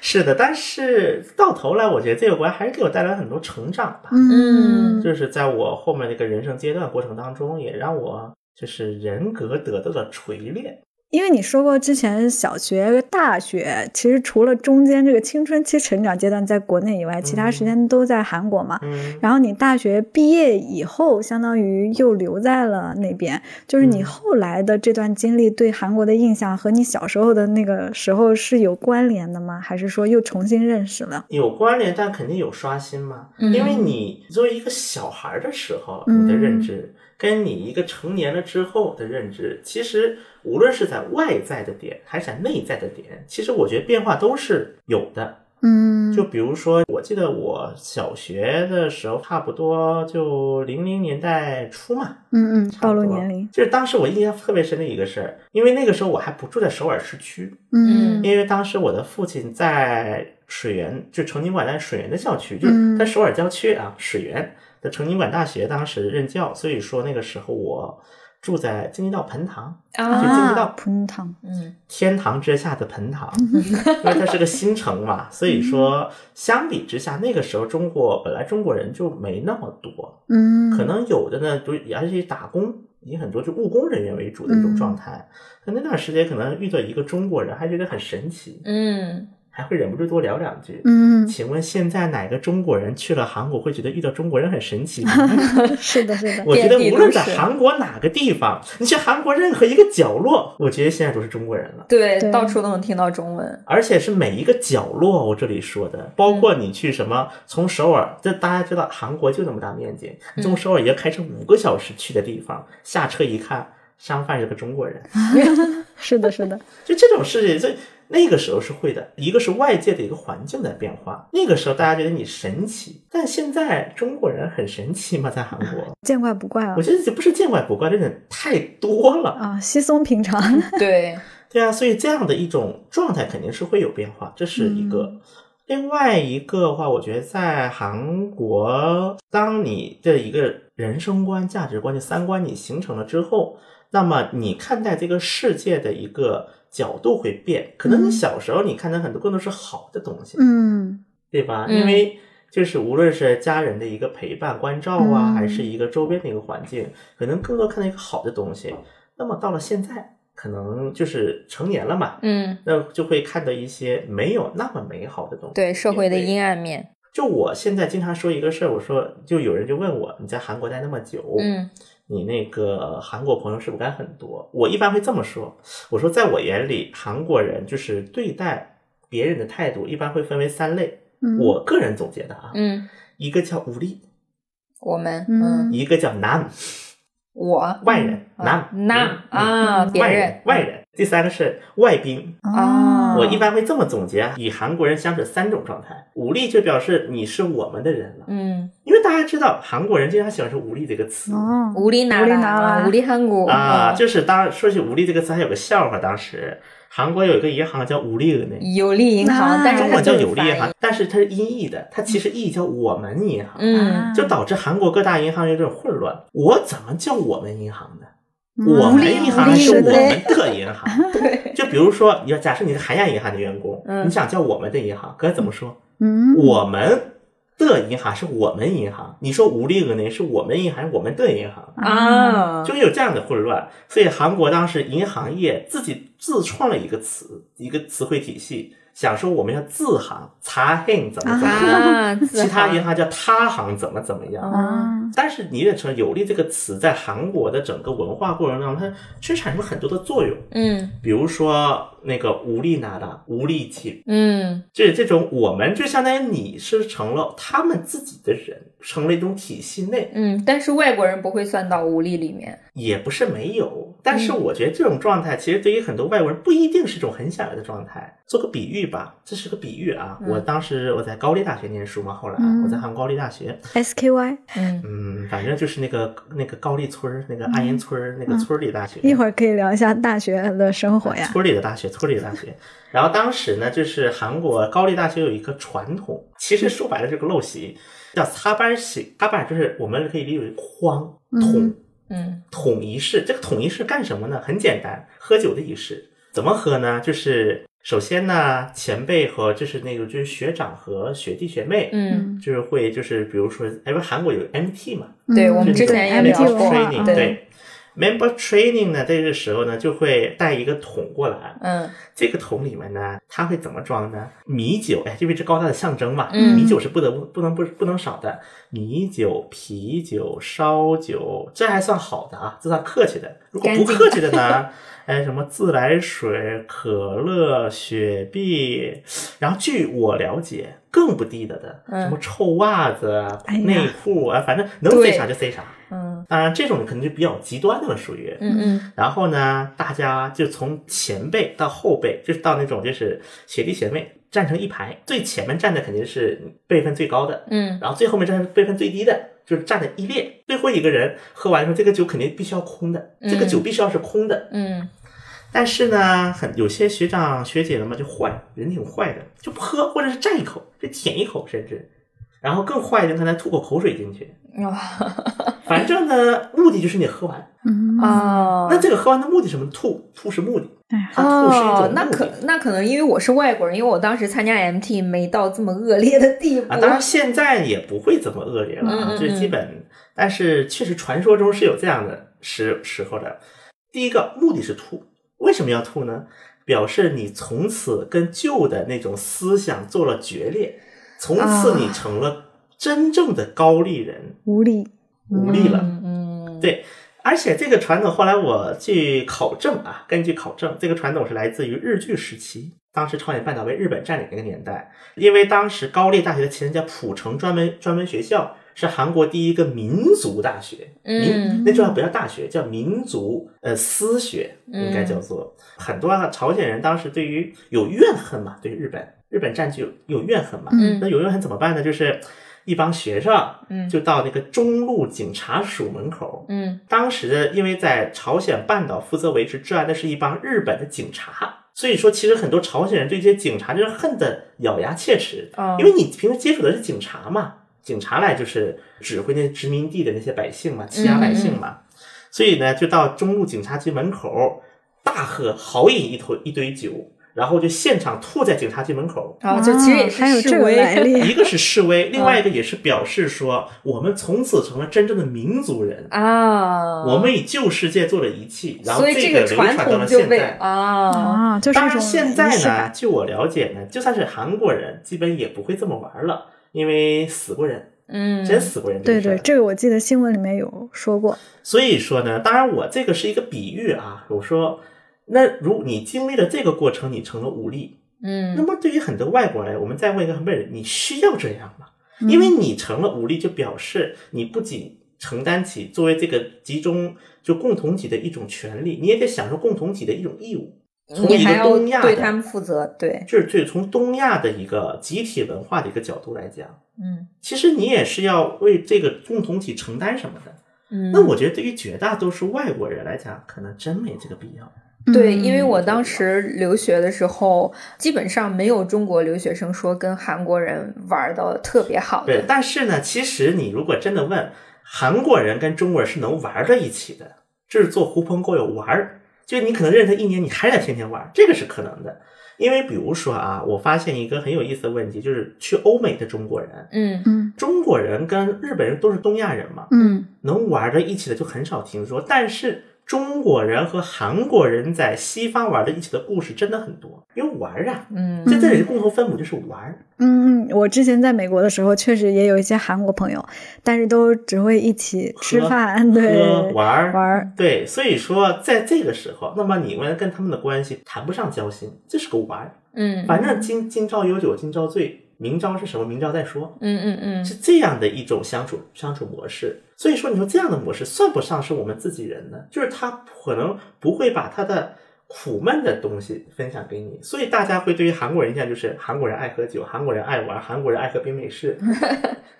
Speaker 3: 是的，但是到头来，我觉得这个国家还是给我带来很多成长吧。
Speaker 1: 嗯，
Speaker 3: 就是在我后面的一个人生阶段过程当中，也让我就是人格得到了锤炼。
Speaker 1: 因为你说过，之前小学、大学，其实除了中间这个青春期成长阶段在国内以外，其他时间都在韩国嘛。
Speaker 3: 嗯，
Speaker 1: 然后你大学毕业以后，相当于又留在了那边，就是你
Speaker 3: 嗯
Speaker 1: 后来的这段经历对韩国的印象和你小时候的那个时候是有关联的吗？还是说又重新认识了？
Speaker 3: 有关联，但肯定有刷新嘛。
Speaker 2: 嗯
Speaker 3: 因为你作为一个小孩儿的时候，
Speaker 1: 嗯
Speaker 3: 你的认知跟你一个成年了之后的认知，其实无论是在外在的点还是在内在的点，其实我觉得变化都是有的。
Speaker 1: 嗯，
Speaker 3: 就比如说，我记得我小学的时候，差不多就零零年代初嘛，
Speaker 1: 嗯嗯，
Speaker 3: 差
Speaker 1: 暴
Speaker 3: 不多
Speaker 1: 露年龄，
Speaker 3: 就是当时我印象特别深的一个事儿，因为那个时候我还不住在首尔市区，
Speaker 1: 嗯
Speaker 3: 因为当时我的父亲在水源，就成均馆在水源的校区，就是
Speaker 1: 嗯
Speaker 3: 在首尔郊区啊，水源的成均馆大学当时任教，所以说那个时候我住在京畿道盆塘，就京畿道
Speaker 2: 啊，
Speaker 1: 盆塘，
Speaker 2: 嗯
Speaker 3: 天堂之下 的盆塘，因为它是个新城嘛，所以说相比之下，那个时候中国本来中国人就没那么多，
Speaker 1: 嗯，
Speaker 3: 可能有的呢，就而且打工以很多就务工人员为主的
Speaker 2: 嗯
Speaker 3: 一种状态。那那段时间可能遇到一个中国人，还觉得很神奇，
Speaker 2: 嗯
Speaker 3: 还会忍不住多聊两句。
Speaker 1: 嗯，
Speaker 3: 请问现在哪个中国人去了韩国会觉得遇到中国人很 神奇吗？
Speaker 1: 嗯是的，是的，
Speaker 3: 我觉得
Speaker 2: 遍地
Speaker 3: 无论
Speaker 2: 都
Speaker 3: 在
Speaker 2: 是
Speaker 3: 韩国哪个地方，你去韩国任何一个角落，我觉得现在都是中国人了。
Speaker 2: 对，
Speaker 1: 对
Speaker 2: 到处都能听到中文。
Speaker 3: 而且是每一个角落，我这里说的，包括你去什么，从首尔，这大家知道韩国就那么大面积，你从首尔要开车五个小时去的地方，下车一看，商贩是个中国人，
Speaker 1: 是的，是的，
Speaker 3: 就这种事情，这那个时候是会的。一个是外界的一个环境的变化，那个时候大家觉得你神奇，但现在中国人很神奇吗？在韩国，
Speaker 1: 见怪不怪啊
Speaker 3: 我，觉得这不是见怪不怪，这点太多了。
Speaker 1: 啊，稀松平常，
Speaker 2: 对，
Speaker 3: 对啊，所以这样的一种状态肯定是会有变化，这是一个。另外一个的话，我觉得在韩国，当你的一个人生观、价值观、这三观你形成了之后，那么你看待这个世界的一个角度会变。可能
Speaker 1: 嗯
Speaker 3: 你小时候你看待很多更多是好的东西，
Speaker 1: 嗯
Speaker 3: 对吧？
Speaker 2: 嗯
Speaker 3: 因为就是无论是家人的一个陪伴、关照啊，
Speaker 1: 嗯
Speaker 3: 还是一个周边的一个环境，可能更多看到一个好的东西。那么到了现在，可能就是成年了嘛，
Speaker 2: 嗯，
Speaker 3: 那就会看到一些没有那么美好的东西。
Speaker 2: 对，社会的
Speaker 3: 也会
Speaker 2: 阴暗面。
Speaker 3: 就我现在经常说一个事儿，我说就有人就问我，你在韩国待那么久，
Speaker 2: 嗯
Speaker 3: 你那个韩国朋友是不是该很多？我一般会这么说，我说在我眼里，韩国人就是对待别人的态度一般会分为三类。
Speaker 1: 嗯，
Speaker 3: 我个人总结的啊，
Speaker 2: 嗯，
Speaker 3: 一个叫武力，
Speaker 2: 我们
Speaker 1: 嗯
Speaker 2: 嗯，
Speaker 3: 一个叫男
Speaker 2: 我
Speaker 3: 外人，
Speaker 2: 啊
Speaker 3: 男
Speaker 2: 那
Speaker 3: 嗯
Speaker 2: 啊，
Speaker 3: 嗯
Speaker 2: 别
Speaker 3: 外人
Speaker 2: 人
Speaker 3: 外人，第三个是外宾。
Speaker 2: 嗯
Speaker 1: 啊，
Speaker 3: 我一般会这么总结，与韩国人相处三种状态。武力就表示你是我们的人了，
Speaker 2: 嗯，
Speaker 3: 因为大家知道韩国人经常喜欢说“武力”这个词。
Speaker 1: 哦，
Speaker 2: 无理拿
Speaker 1: 无理拿
Speaker 2: 拉，
Speaker 1: 拉
Speaker 2: 无理嗯韩国
Speaker 3: 啊，就是当说起“武力”这个词，还有个笑话。当时韩国有一个银行叫“武力呢，
Speaker 2: 有利银行
Speaker 1: 啊，
Speaker 2: 但是
Speaker 3: 中
Speaker 2: 它
Speaker 3: 文叫
Speaker 2: 嗯就
Speaker 3: “
Speaker 2: 是
Speaker 3: 有利银
Speaker 2: 反
Speaker 3: 行”，但是它是音译的，它其实意译叫“我们银行”，
Speaker 2: 义嗯，
Speaker 3: 就导致韩国各大银行有种混乱。我怎么叫我们银行呢？
Speaker 1: 嗯
Speaker 3: 我们
Speaker 2: 利
Speaker 3: 银
Speaker 2: 无
Speaker 3: 行
Speaker 2: 利
Speaker 3: 是
Speaker 2: 是
Speaker 3: 我
Speaker 2: 对
Speaker 3: 们的银行。
Speaker 2: 对，
Speaker 3: 就比如说，你要假设你是韩亚银行的员工，
Speaker 2: 嗯
Speaker 3: 你想叫我们的银行，该怎么说？
Speaker 1: 嗯，
Speaker 3: 我们的银行是我们银行，你说无利额呢？是我们银行，我们的银行，
Speaker 2: 啊，
Speaker 3: 就会有这样的混乱。所以韩国当时银行业自己自创了一个词，一个词汇体系，想说我们要自行查 hen 怎么怎么样，
Speaker 2: 啊，自
Speaker 3: 其他银
Speaker 2: 行
Speaker 3: 行叫他行怎么怎么样。
Speaker 1: 啊，
Speaker 3: 但是你也承认“有利”这个词在韩国的整个文化过程当中，它确实产生了很多的作用。
Speaker 2: 嗯
Speaker 3: 比如说那个无力拿的无力气，
Speaker 2: 嗯
Speaker 3: 这这种我们就相当于你是成了他们自己的人，成了一种体系内，
Speaker 2: 嗯，但是外国人不会算到无理里面，
Speaker 3: 也不是没有，但是我觉得这种状态其实对于很多外国人不一定是一种很想要的状态。做个比喻吧，这是个比喻啊。我当时我在高丽大学念书嘛，后来啊
Speaker 1: 嗯
Speaker 3: 我在韩国高丽大学，
Speaker 1: SKY，
Speaker 2: 嗯，
Speaker 3: 嗯，反正就是那个那个高丽村儿，那个安岩村儿，那个村里大学。
Speaker 1: 一会儿可嗯以聊一下大学的生
Speaker 2: 哎
Speaker 1: 活呀。
Speaker 3: 村里的大学，村里的大学。然后当时呢，就是韩国高丽大学有一个传统，其实说白了这个陋习叫擦班洗，擦班就是我们可以理解为框统
Speaker 1: 嗯
Speaker 2: 嗯
Speaker 3: 统一式。这个统一式干什么呢？很简单，喝酒的仪式。怎么喝呢？就是首先呢，前辈和就是那个就是学长和学弟学妹，
Speaker 2: 嗯，
Speaker 3: 就是会就是比如说，哎，不是韩国有 MT 嘛，
Speaker 1: 嗯
Speaker 2: 对我们
Speaker 3: 这
Speaker 2: 嗯之
Speaker 3: 种
Speaker 2: 前也
Speaker 1: MT
Speaker 2: 聊过
Speaker 1: 文化
Speaker 3: training
Speaker 1: 嗯
Speaker 2: 对
Speaker 3: 对。Member training 呢，在这时候呢，就会带一个桶过来，
Speaker 2: 嗯
Speaker 3: 这个桶里面呢，它会怎么装呢？米酒，哎，因为这高大的象征嘛，
Speaker 2: 嗯
Speaker 3: 米酒是不得不不能不不能少的，米酒、啤酒、烧酒，这还算好的啊，这算客气的。如果
Speaker 2: 干
Speaker 3: 不
Speaker 2: 净
Speaker 3: 客气的呢， 哎，什么自来水、可乐、雪碧，然后据我了解，更不地道的，
Speaker 2: 嗯
Speaker 3: 什么臭袜子、
Speaker 1: 哎呀
Speaker 3: 内裤，啊，反正能
Speaker 2: 对
Speaker 3: 塞啥就塞啥。
Speaker 2: 嗯
Speaker 3: 当然，这种可能就比较极端的了，属于。
Speaker 2: 嗯嗯
Speaker 3: 然后呢，大家就从前辈到后辈，就是到那种就是学弟学妹站成一排，最前面站的肯定是辈分最高的，
Speaker 2: 嗯
Speaker 3: 然后最后面站的是辈分最低的，就是站的一列。最后一个人喝完之后，这个酒肯定必须要空的，
Speaker 2: 嗯
Speaker 3: 这个酒必须要是空的。
Speaker 2: 嗯
Speaker 3: 但是呢，很有些学长学姐们嘛就坏，人挺坏的，就不喝，或者是蘸一口，就舔一口，甚至。然后更坏的，可能还吐口口水进去。
Speaker 2: 嗯，哇
Speaker 3: 反正呢，目的就是你喝完。
Speaker 1: 嗯，
Speaker 2: 啊
Speaker 3: 那这个喝完的目的是什么？吐，吐是目的。
Speaker 1: 哎呀
Speaker 3: 它吐是一种目的。
Speaker 2: 哦那可那可能因为我是外国人，因为我当时参加 MT 没到这么恶劣的地步。
Speaker 3: 啊，当然现在也不会这么恶劣了
Speaker 2: 嗯
Speaker 3: 啊，
Speaker 2: 嗯
Speaker 3: 就是基本，但是确实传说中是有这样的时时候的。第一个目的是吐，为什么要吐呢？表示你从此跟旧的那种思想做了决裂，从此
Speaker 2: 啊
Speaker 3: 你成了真正的高丽人，
Speaker 1: 无力，
Speaker 3: 无力了。
Speaker 2: 嗯，
Speaker 3: 对，而且这个传统后来我去考证啊，根据考证，这个传统是来自于日据时期，当时朝鲜半岛被日本占领那个年代。因为当时高丽大学的前身叫浦城专门专门学校，是韩国第一个民族大学，民
Speaker 2: 嗯
Speaker 3: 那时候还不叫大学，叫民族呃私学，应该叫做。很多啊朝鲜人当时对于有怨恨嘛，对日本日本占据有有怨恨嘛，
Speaker 1: 嗯
Speaker 3: 那有怨恨怎么办呢？就是一帮学生
Speaker 2: 嗯
Speaker 3: 就到那个中路警察署门口。
Speaker 2: 嗯
Speaker 3: 当时的，因为在朝鲜半岛负责维持治安的是一帮日本的警察，所以说其实很多朝鲜人对这些警察就是恨得咬牙切齿，
Speaker 2: 哦
Speaker 3: 因为你平时接触的是警察嘛，警察来就是指挥那些殖民地的那些百姓嘛，欺压百姓嘛，所以呢，就到中路警察局门口大喝豪饮一坨一堆酒，然后就现场吐在警察局门口，
Speaker 2: 啊，就其实也
Speaker 1: 啊还有
Speaker 2: 是
Speaker 1: 这
Speaker 2: 示
Speaker 1: 个来
Speaker 2: 威
Speaker 1: 历
Speaker 3: 一个是示威，另外一个也是表示说我们从此成了真正的民族人。
Speaker 2: 啊。
Speaker 3: 我们以旧世界做了遗弃，然后
Speaker 2: 所以
Speaker 3: 这
Speaker 2: 个
Speaker 3: 流传
Speaker 2: 传
Speaker 3: 到了
Speaker 2: 统就
Speaker 3: 现
Speaker 2: 被
Speaker 3: 在。
Speaker 2: 啊，
Speaker 1: 啊，呃就是
Speaker 3: 当
Speaker 1: 一
Speaker 3: 然，
Speaker 1: 种
Speaker 3: 现在
Speaker 1: 仪式
Speaker 3: 呢，
Speaker 1: 感。
Speaker 3: 据我了解呢，就算是韩国人，基本也不会这么玩了，因为死过人，
Speaker 2: 嗯，
Speaker 3: 真死过人这
Speaker 1: 对
Speaker 3: 个事儿。
Speaker 1: 对，这个我记得新闻里面有说过。
Speaker 3: 所以说呢，当然我这个是一个比喻啊，我说，那如你经历了这个过程，你成了武力，那
Speaker 2: 嗯
Speaker 3: 么对于很多外国人，我们再问一个外人，你需要这样吗？
Speaker 2: 嗯
Speaker 3: 因为你成了武力，就表示你不仅承担起作为这个集中就共同体的一种权利，你也得享受共同体的一种义务。从一
Speaker 2: 你
Speaker 3: 个
Speaker 2: 还要
Speaker 3: 东亚
Speaker 2: 对
Speaker 3: 的
Speaker 2: 他们负责，对，
Speaker 3: 就是对从东亚的一个集体文化的一个角度来讲，
Speaker 2: 嗯
Speaker 3: 其实你也是要为这个共同体承担什么的。
Speaker 2: 嗯。
Speaker 3: 那我觉得对于绝大多数外国人来讲，可能真没这个必要。
Speaker 2: 对，
Speaker 1: 嗯
Speaker 2: 因为我当时留学的时候，基本上没有中国留学生说跟韩国人玩的特别好
Speaker 3: 对
Speaker 2: 的，。
Speaker 3: 但是呢，其实你如果真的问韩国人跟中国人是能玩在一起的，这是做狐朋狗友玩儿，就你可能认识他一年，你还得天天玩儿，这个是可能的。因为比如说啊，我发现一个很有意思的问题，就是去欧美的中国人，
Speaker 2: 嗯
Speaker 1: 嗯
Speaker 3: 中国人跟日本人都是东亚人嘛，
Speaker 1: 嗯
Speaker 3: 能玩在一起的就很少听说，但是。中国人和韩国人在西方玩在一起的故事真的很多，因为玩儿啊，
Speaker 2: 嗯
Speaker 3: 在这里的共同分母就是玩儿。
Speaker 1: 嗯嗯，我之前在美国的时候，确实也有一些韩国朋友，但是都只会一起吃
Speaker 3: 喝
Speaker 1: 饭，
Speaker 3: 喝
Speaker 1: 对，
Speaker 3: 玩儿
Speaker 1: 玩儿，
Speaker 3: 对，所以说在这个时候，那么你们跟他们的关系谈不上交心，这是个玩儿，
Speaker 2: 嗯
Speaker 3: 反正今今朝有酒今朝醉，明朝是什么，明朝再说，
Speaker 2: 嗯嗯嗯，
Speaker 3: 是这样的一种相处相处模式。所以说，你说这样的模式算不上是我们自己人呢，就是他可能不会把他的苦闷的东西分享给你，所以大家会对于韩国人印象就是韩国人爱喝酒，韩国人爱玩，韩国人爱喝冰 美式，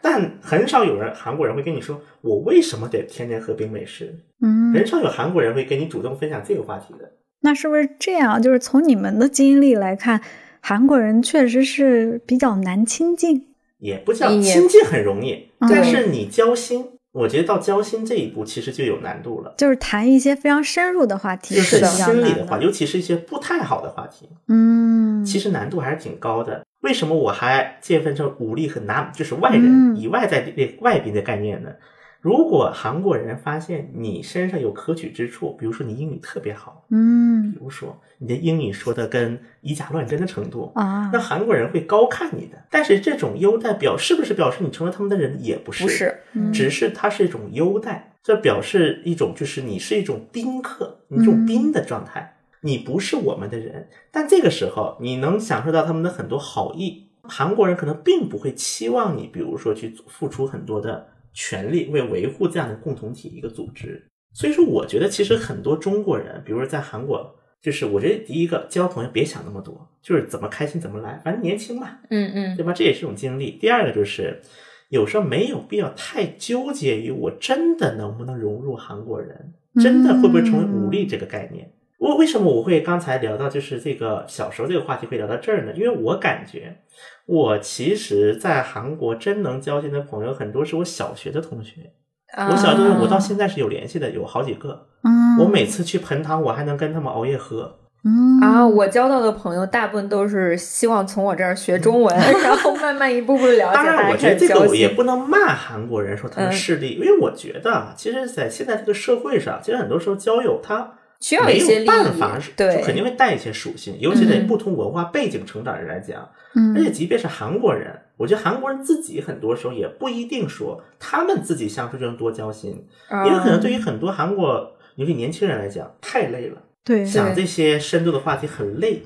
Speaker 3: 但很少有人韩国人会跟你说我为什么得天天喝冰美式，
Speaker 1: 嗯，
Speaker 3: 很少有韩国人会跟你主动分享这个话题的。
Speaker 1: 那是不是这样？就是从你们的经历来看，韩国人确实是比较难亲近。
Speaker 3: 也不叫
Speaker 2: 也
Speaker 3: 亲近很容易，
Speaker 1: 嗯
Speaker 3: 但是你交心，我觉得到交心这一步其实就有难度了，
Speaker 1: 就是谈一些非常深入的话题
Speaker 3: 就是是
Speaker 1: 比较
Speaker 3: 心里
Speaker 1: 难
Speaker 3: 的话，
Speaker 1: 的。
Speaker 3: 尤其是一些不太好的话题，
Speaker 1: 嗯，
Speaker 3: 其实难度还是挺高的。为什么我还界分成武力和南，就是外
Speaker 1: 嗯
Speaker 3: 人以外在这外宾的概念呢？如果韩国人发现你身上有可取之处，比如说你英语特别好，
Speaker 1: 嗯
Speaker 3: 比如说你的英语说的跟以假乱真的程度，
Speaker 1: 啊
Speaker 3: 那，韩国人会高看你的。但是这种优待表是不是表示你成了他们的人？也不是，
Speaker 2: 不是，
Speaker 1: 嗯
Speaker 3: 只是它是一种优待，这表示一种就是你是一种宾客，你一种宾的状态，你不是我们的人。但这个时候你能享受到他们的很多好意。韩国人可能并不会期望你，比如说去付出很多的权利为维护这样的共同体一个组织。所以说，我觉得其实很多中国人，比如说在韩国，就是我觉得第一个交朋友别想那么多，就是怎么开心怎么来，反正年轻嘛，
Speaker 2: 嗯嗯
Speaker 3: 对吧？这也是一种经历。第二个就是，有时候没有必要太纠结于我真的能不能融入韩国人，真的会不会成为武力这个概念。我为什么我会刚才聊到就是这个小时候这个话题会聊到这儿呢？因为我感觉我其实在韩国真能交心的朋友很多是我小学的同学，
Speaker 2: 啊，
Speaker 3: 我小学同学我到现在是有联系的，有好几个。
Speaker 1: 嗯，
Speaker 3: 我每次去盆塘，我还能跟他们熬夜喝。
Speaker 1: 嗯
Speaker 2: 啊，我交到的朋友大部分都是希望从我这儿学中文， 然后慢慢一步步了解，
Speaker 3: 当然，
Speaker 2: 大
Speaker 3: 我
Speaker 2: 家
Speaker 3: 觉得
Speaker 2: 开始
Speaker 3: 这
Speaker 2: 嗯
Speaker 3: 个
Speaker 2: 交
Speaker 3: 我也
Speaker 2: 心。
Speaker 3: 不能骂韩国人说他们势利，因为我觉得，啊，其实，在现在这个社会上，其实很多时候交友它
Speaker 2: 需要
Speaker 3: 没
Speaker 2: 一些
Speaker 3: 有
Speaker 2: 利
Speaker 3: 办
Speaker 2: 益
Speaker 3: 法是，，
Speaker 2: 对，
Speaker 3: 就肯定会带一些属性，尤其在
Speaker 2: 嗯
Speaker 3: 不同文化背景成长人来讲，而且
Speaker 1: 嗯
Speaker 3: 即便是韩国人，我觉得韩国人自己很多时候也不一定说他们自己相处就能多交心，
Speaker 2: 啊嗯
Speaker 3: 因为可能对于很多韩国尤其年轻人来讲太累了，
Speaker 1: 对，
Speaker 3: 想这些深度的话题很累，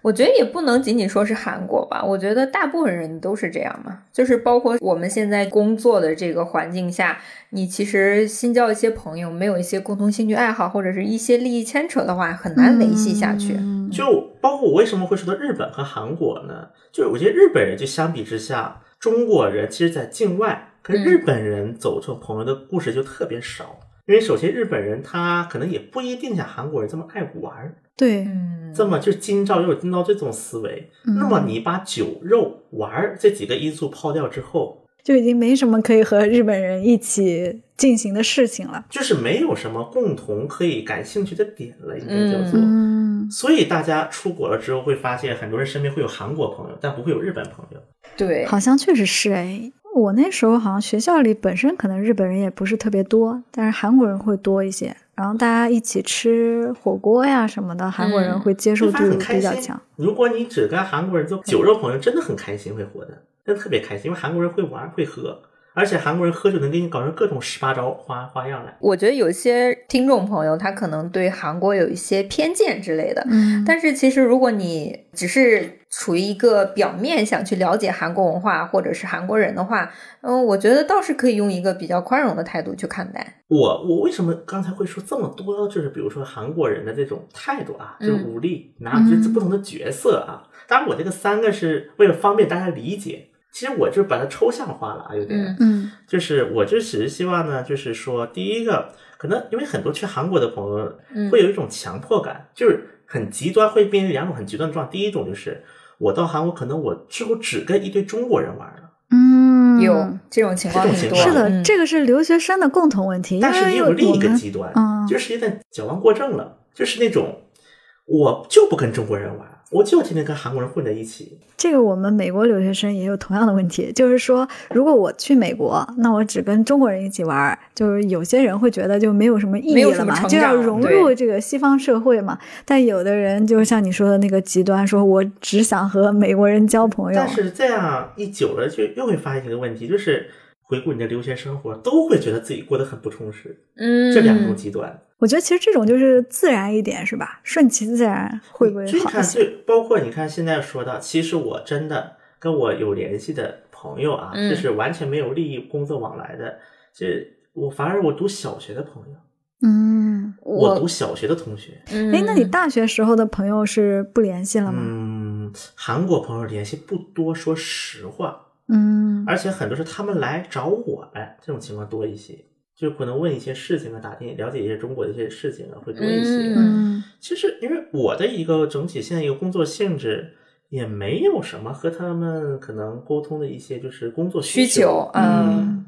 Speaker 2: 我觉得也不能仅仅说是韩国吧，我觉得大部分人都是这样嘛，就是包括我们现在工作的这个环境下，你其实新交一些朋友，没有一些共同兴趣爱好或者是一些利益牵扯的话，很难维系下去。
Speaker 1: 嗯
Speaker 3: 就包括我为什么会说到日本和韩国呢？就是我觉得日本人就相比之下，中国人其实在境外跟
Speaker 2: 嗯
Speaker 3: 日本人走成朋友的故事就特别少。因为首先日本人他可能也不一定像韩国人这么爱玩儿，
Speaker 1: 对，
Speaker 2: 嗯，
Speaker 3: 这么就是今朝又有今朝这种思维。那
Speaker 1: 嗯
Speaker 3: 么你把酒肉玩儿这几个因素抛掉之后，
Speaker 1: 就已经没什么可以和日本人一起进行的事情了。
Speaker 3: 就是没有什么共同可以感兴趣的点了，应该
Speaker 2: 嗯
Speaker 3: 叫做。
Speaker 1: 嗯，
Speaker 3: 所以大家出国了之后会发现，很多人身边会有韩国朋友，但不会有日本朋友。
Speaker 2: 对，
Speaker 1: 好像确实是哎。我那时候好像学校里本身可能日本人也不是特别多，但是韩国人会多一些。然后大家一起吃火锅呀什么的，韩国人会接受
Speaker 3: 就
Speaker 1: 度
Speaker 3: 发现很开
Speaker 1: 比
Speaker 3: 心
Speaker 1: 较强。。
Speaker 3: 如果你只跟韩国人做酒肉朋友，真的很开心，会活的，真的特别开心，因为韩国人会玩会喝，而且韩国人喝酒能给你搞成各种十八招花花样来。
Speaker 2: 我觉得有些听众朋友他可能对韩国有一些偏见之类的，
Speaker 1: 嗯，
Speaker 2: 但是其实，如果你只是处于一个表面想去了解韩国文化或者是韩国人的话，嗯，我觉得倒是可以用一个比较宽容的态度去看待。
Speaker 3: 我我为什么刚才会说这么多？就是比如说韩国人的这种态度啊，就是
Speaker 2: 嗯
Speaker 3: 武力，拿就是
Speaker 1: 嗯
Speaker 3: 不同的角色啊。当然，我这个三个是为了方便大家理解。其实我就把它抽象化了啊，有点。
Speaker 2: 嗯
Speaker 1: 嗯
Speaker 3: 就是我就只是希望呢，就是说，第一个可能因为很多去韩国的朋友
Speaker 2: 嗯
Speaker 3: 会有一种强迫感，就是很极端，会面临两种很极端的状态。第一种就是我到韩国，可能我之后只跟一堆中国人玩了，
Speaker 1: 嗯，
Speaker 2: 有这种情况
Speaker 3: 这种
Speaker 2: 挺
Speaker 3: 情
Speaker 2: 多，
Speaker 3: 况
Speaker 1: 是的，
Speaker 2: 嗯
Speaker 1: 这个是留学生的共同问题。
Speaker 3: 但是也
Speaker 1: 因
Speaker 3: 有
Speaker 1: 为
Speaker 3: 另一
Speaker 1: 我
Speaker 3: 个
Speaker 1: 们
Speaker 3: 极端，
Speaker 1: 嗯
Speaker 3: 就是有点矫枉过正了，就是那种我就不跟中国人玩，我就天天跟韩国人混在一起。
Speaker 1: 这个我们美国留学生也有同样的问题，就是说，如果我去美国，那我只跟中国人一起玩儿，就是有些人会觉得就没有什么意
Speaker 2: 没
Speaker 1: 义
Speaker 2: 有
Speaker 1: 了
Speaker 2: 什么
Speaker 1: 嘛，
Speaker 2: 成
Speaker 1: 就要
Speaker 2: 长
Speaker 1: 融
Speaker 2: 对
Speaker 1: 入这个西方社会嘛。但有的人就像你说的那个极端，说我只想和美国人交朋友
Speaker 3: 但，是这样一久了，就又会发现一个问题，就是回顾你的留学生活，都会觉得自己过得很不充实。
Speaker 2: 嗯，
Speaker 3: 这两种极端。
Speaker 1: 我觉得其实这种就是自然一点，是吧？顺其自然会不会
Speaker 3: 所以你
Speaker 1: 好一
Speaker 3: 看，
Speaker 1: 些？
Speaker 3: 最包括你看现在说到，其实我真的跟我有联系的朋友啊，
Speaker 2: 嗯
Speaker 3: 就是完全没有利益工作往来的，这我反而我读小学的朋友，
Speaker 1: 嗯，
Speaker 3: 我
Speaker 2: 我
Speaker 3: 读小学的同学，
Speaker 2: 嗯，
Speaker 1: 哎，那你大学时候的朋友是不联系了吗？
Speaker 3: 嗯，韩国朋友联系不多，说实话，
Speaker 1: 嗯
Speaker 3: 而且很多是他们来找我来，这种情况多一些，就可能问一些事情啊，打听了解一些中国的一些事情啊，会多一些。
Speaker 1: 嗯
Speaker 3: 其实因为我的一个整体现在一个工作性质，也没有什么和他们可能沟通的一些就是工作
Speaker 2: 需
Speaker 3: 求
Speaker 2: 求，，嗯，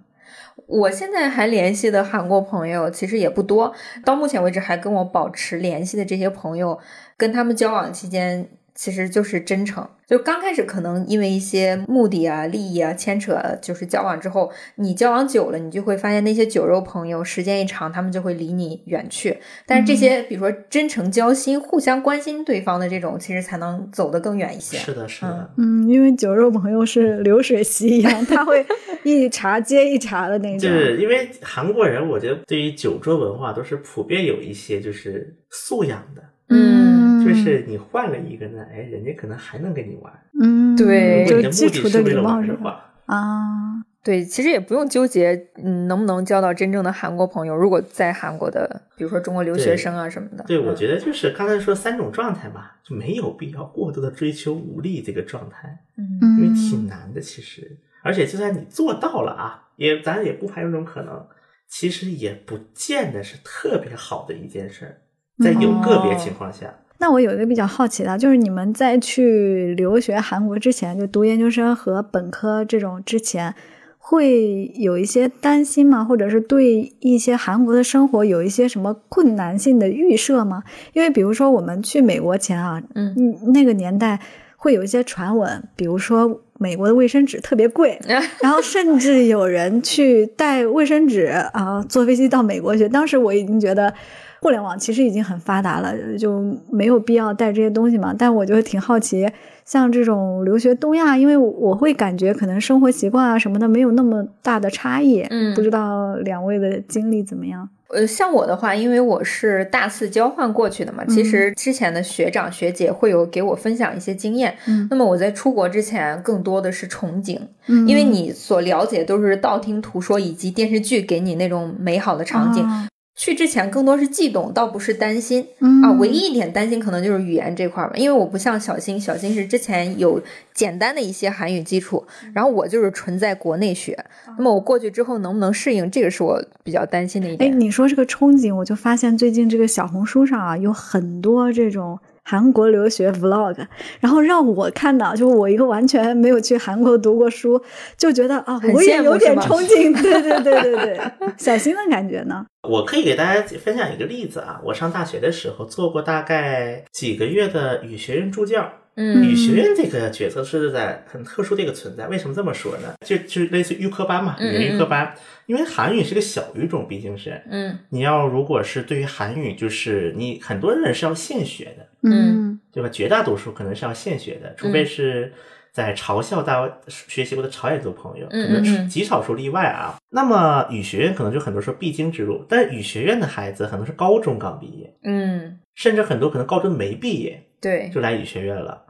Speaker 2: 我现在还联系的韩国朋友其实也不多，到目前为止还跟我保持联系的这些朋友，跟他们交往期间。其实就是真诚，就刚开始可能因为一些目的啊、利益啊牵扯，就是交往之后，你交往久了，你就会发现那些酒肉朋友，时间一长，他们就会离你远去。但是这些，比如说真诚交心、互相关心对方的这种，其实才能走得更远一些。
Speaker 3: 是的，是的。
Speaker 1: 嗯，因为酒肉朋友是流水席一样，他会一茬接一茬的那
Speaker 3: 就
Speaker 1: 种。
Speaker 3: 是因为韩国人，我觉得对于酒桌文化都是普遍有一些就是素养的，
Speaker 2: 嗯
Speaker 3: 就是你换了一个呢，哎，人家可能还能跟你玩。
Speaker 1: 嗯，
Speaker 2: 对
Speaker 3: 如果
Speaker 1: 就是
Speaker 3: 你的
Speaker 1: 基
Speaker 3: 目
Speaker 1: 础
Speaker 3: 的
Speaker 1: 的
Speaker 3: 是为
Speaker 1: 礼
Speaker 3: 了
Speaker 1: 貌
Speaker 3: 玩
Speaker 1: 是
Speaker 3: 的
Speaker 1: 吧？啊，
Speaker 3: 话，
Speaker 2: 对，其实也不用纠结，嗯，能不能交到真正的韩国朋友。如果在韩国的，比如说中国留学
Speaker 3: 对
Speaker 2: 生啊什么的，
Speaker 3: 对，我
Speaker 2: 嗯
Speaker 3: 觉得就是刚才说三种状态嘛，就没有必要过多的追求武力这个状态，
Speaker 2: 嗯
Speaker 1: 嗯，
Speaker 3: 因为挺难的其实。而且就算你做到了啊，也咱也不排除一种可能，其实也不见得是特别好的一件事儿，在有个别
Speaker 2: 哦
Speaker 3: 情况下，
Speaker 1: 那我有一个比较好奇的，就是你们在去留学韩国之前，就读研究生和本科这种之前，会有一些担心吗？或者是对一些韩国的生活有一些什么困难性的预设吗？因为比如说我们去美国前啊，
Speaker 2: 嗯
Speaker 1: 嗯，那个年代会有一些传闻，比如说美国的卫生纸特别 贵，然后甚至有人去带卫生纸啊、坐飞机到美国去。当时我已经觉得互联网其实已经很发达了，就没有必要带这些东西嘛。但我就挺好奇，像这种留学东亚，因为我会感觉可能生活习惯啊什么的没有那么大的差异。
Speaker 2: 嗯
Speaker 1: 不知道两位的经历怎么样？
Speaker 2: 呃，像我的话，因为我是大四交换过去的嘛，其实
Speaker 1: 嗯
Speaker 2: 之前的学长学姐会有给我分享一些经验。
Speaker 1: 嗯
Speaker 2: 那么我在出国之前，更多的是憧憬，
Speaker 1: 嗯
Speaker 2: 因为你所了解都是道听途说以及电视剧给你那种美好的场景。
Speaker 1: 啊
Speaker 2: 去之前更多是悸动，倒不是担心。
Speaker 1: 嗯
Speaker 2: 啊，唯一一点担心可能就是语言这块儿吧，因为我不像小新，小新是之前有简单的一些韩语基础，
Speaker 1: 嗯
Speaker 2: 然后我就是纯在国内学，
Speaker 1: 啊
Speaker 2: 那么我过去之后能不能适应，这个是我比较担心的一
Speaker 1: 哎，
Speaker 2: 点。
Speaker 1: 你说这个憧憬，我就发现最近这个小红书上啊，有很多这种韩国留学 vlog，然后让我看到，就我一个完全没有去韩国读过书，就觉得啊，
Speaker 2: 很
Speaker 1: 我
Speaker 2: 羡
Speaker 1: 也
Speaker 2: 慕
Speaker 1: 有点
Speaker 2: 是吗
Speaker 1: 憧憬。 对对对对对，小新的感觉呢？
Speaker 3: 我可以给大家分享一个例子啊，我上大学的时候做过大概几个月的语学院助教。
Speaker 2: 嗯
Speaker 3: 语学院这个角色是在很特殊的一个存在，为什么这么说呢？就就是类似于预科班嘛，语
Speaker 2: 嗯
Speaker 3: 言预科班，因为韩语是个小语种，毕竟是
Speaker 2: 嗯
Speaker 3: 你要如果是对于韩语，就是你很多人是要现学的，
Speaker 2: 嗯
Speaker 3: 对吧？绝大多数可能是要现学的，除
Speaker 2: 嗯
Speaker 3: 非是在嘲笑大家学习过的朝鲜族朋友，
Speaker 2: 嗯
Speaker 3: 可
Speaker 2: 嗯嗯
Speaker 3: 能极少数例外啊。那么语学院可能就很多是必经之路，但语学院的孩子很多是高中刚毕业，
Speaker 2: 嗯，
Speaker 3: 甚至很多可能高中没毕业
Speaker 2: 对，
Speaker 3: 就来语学院了。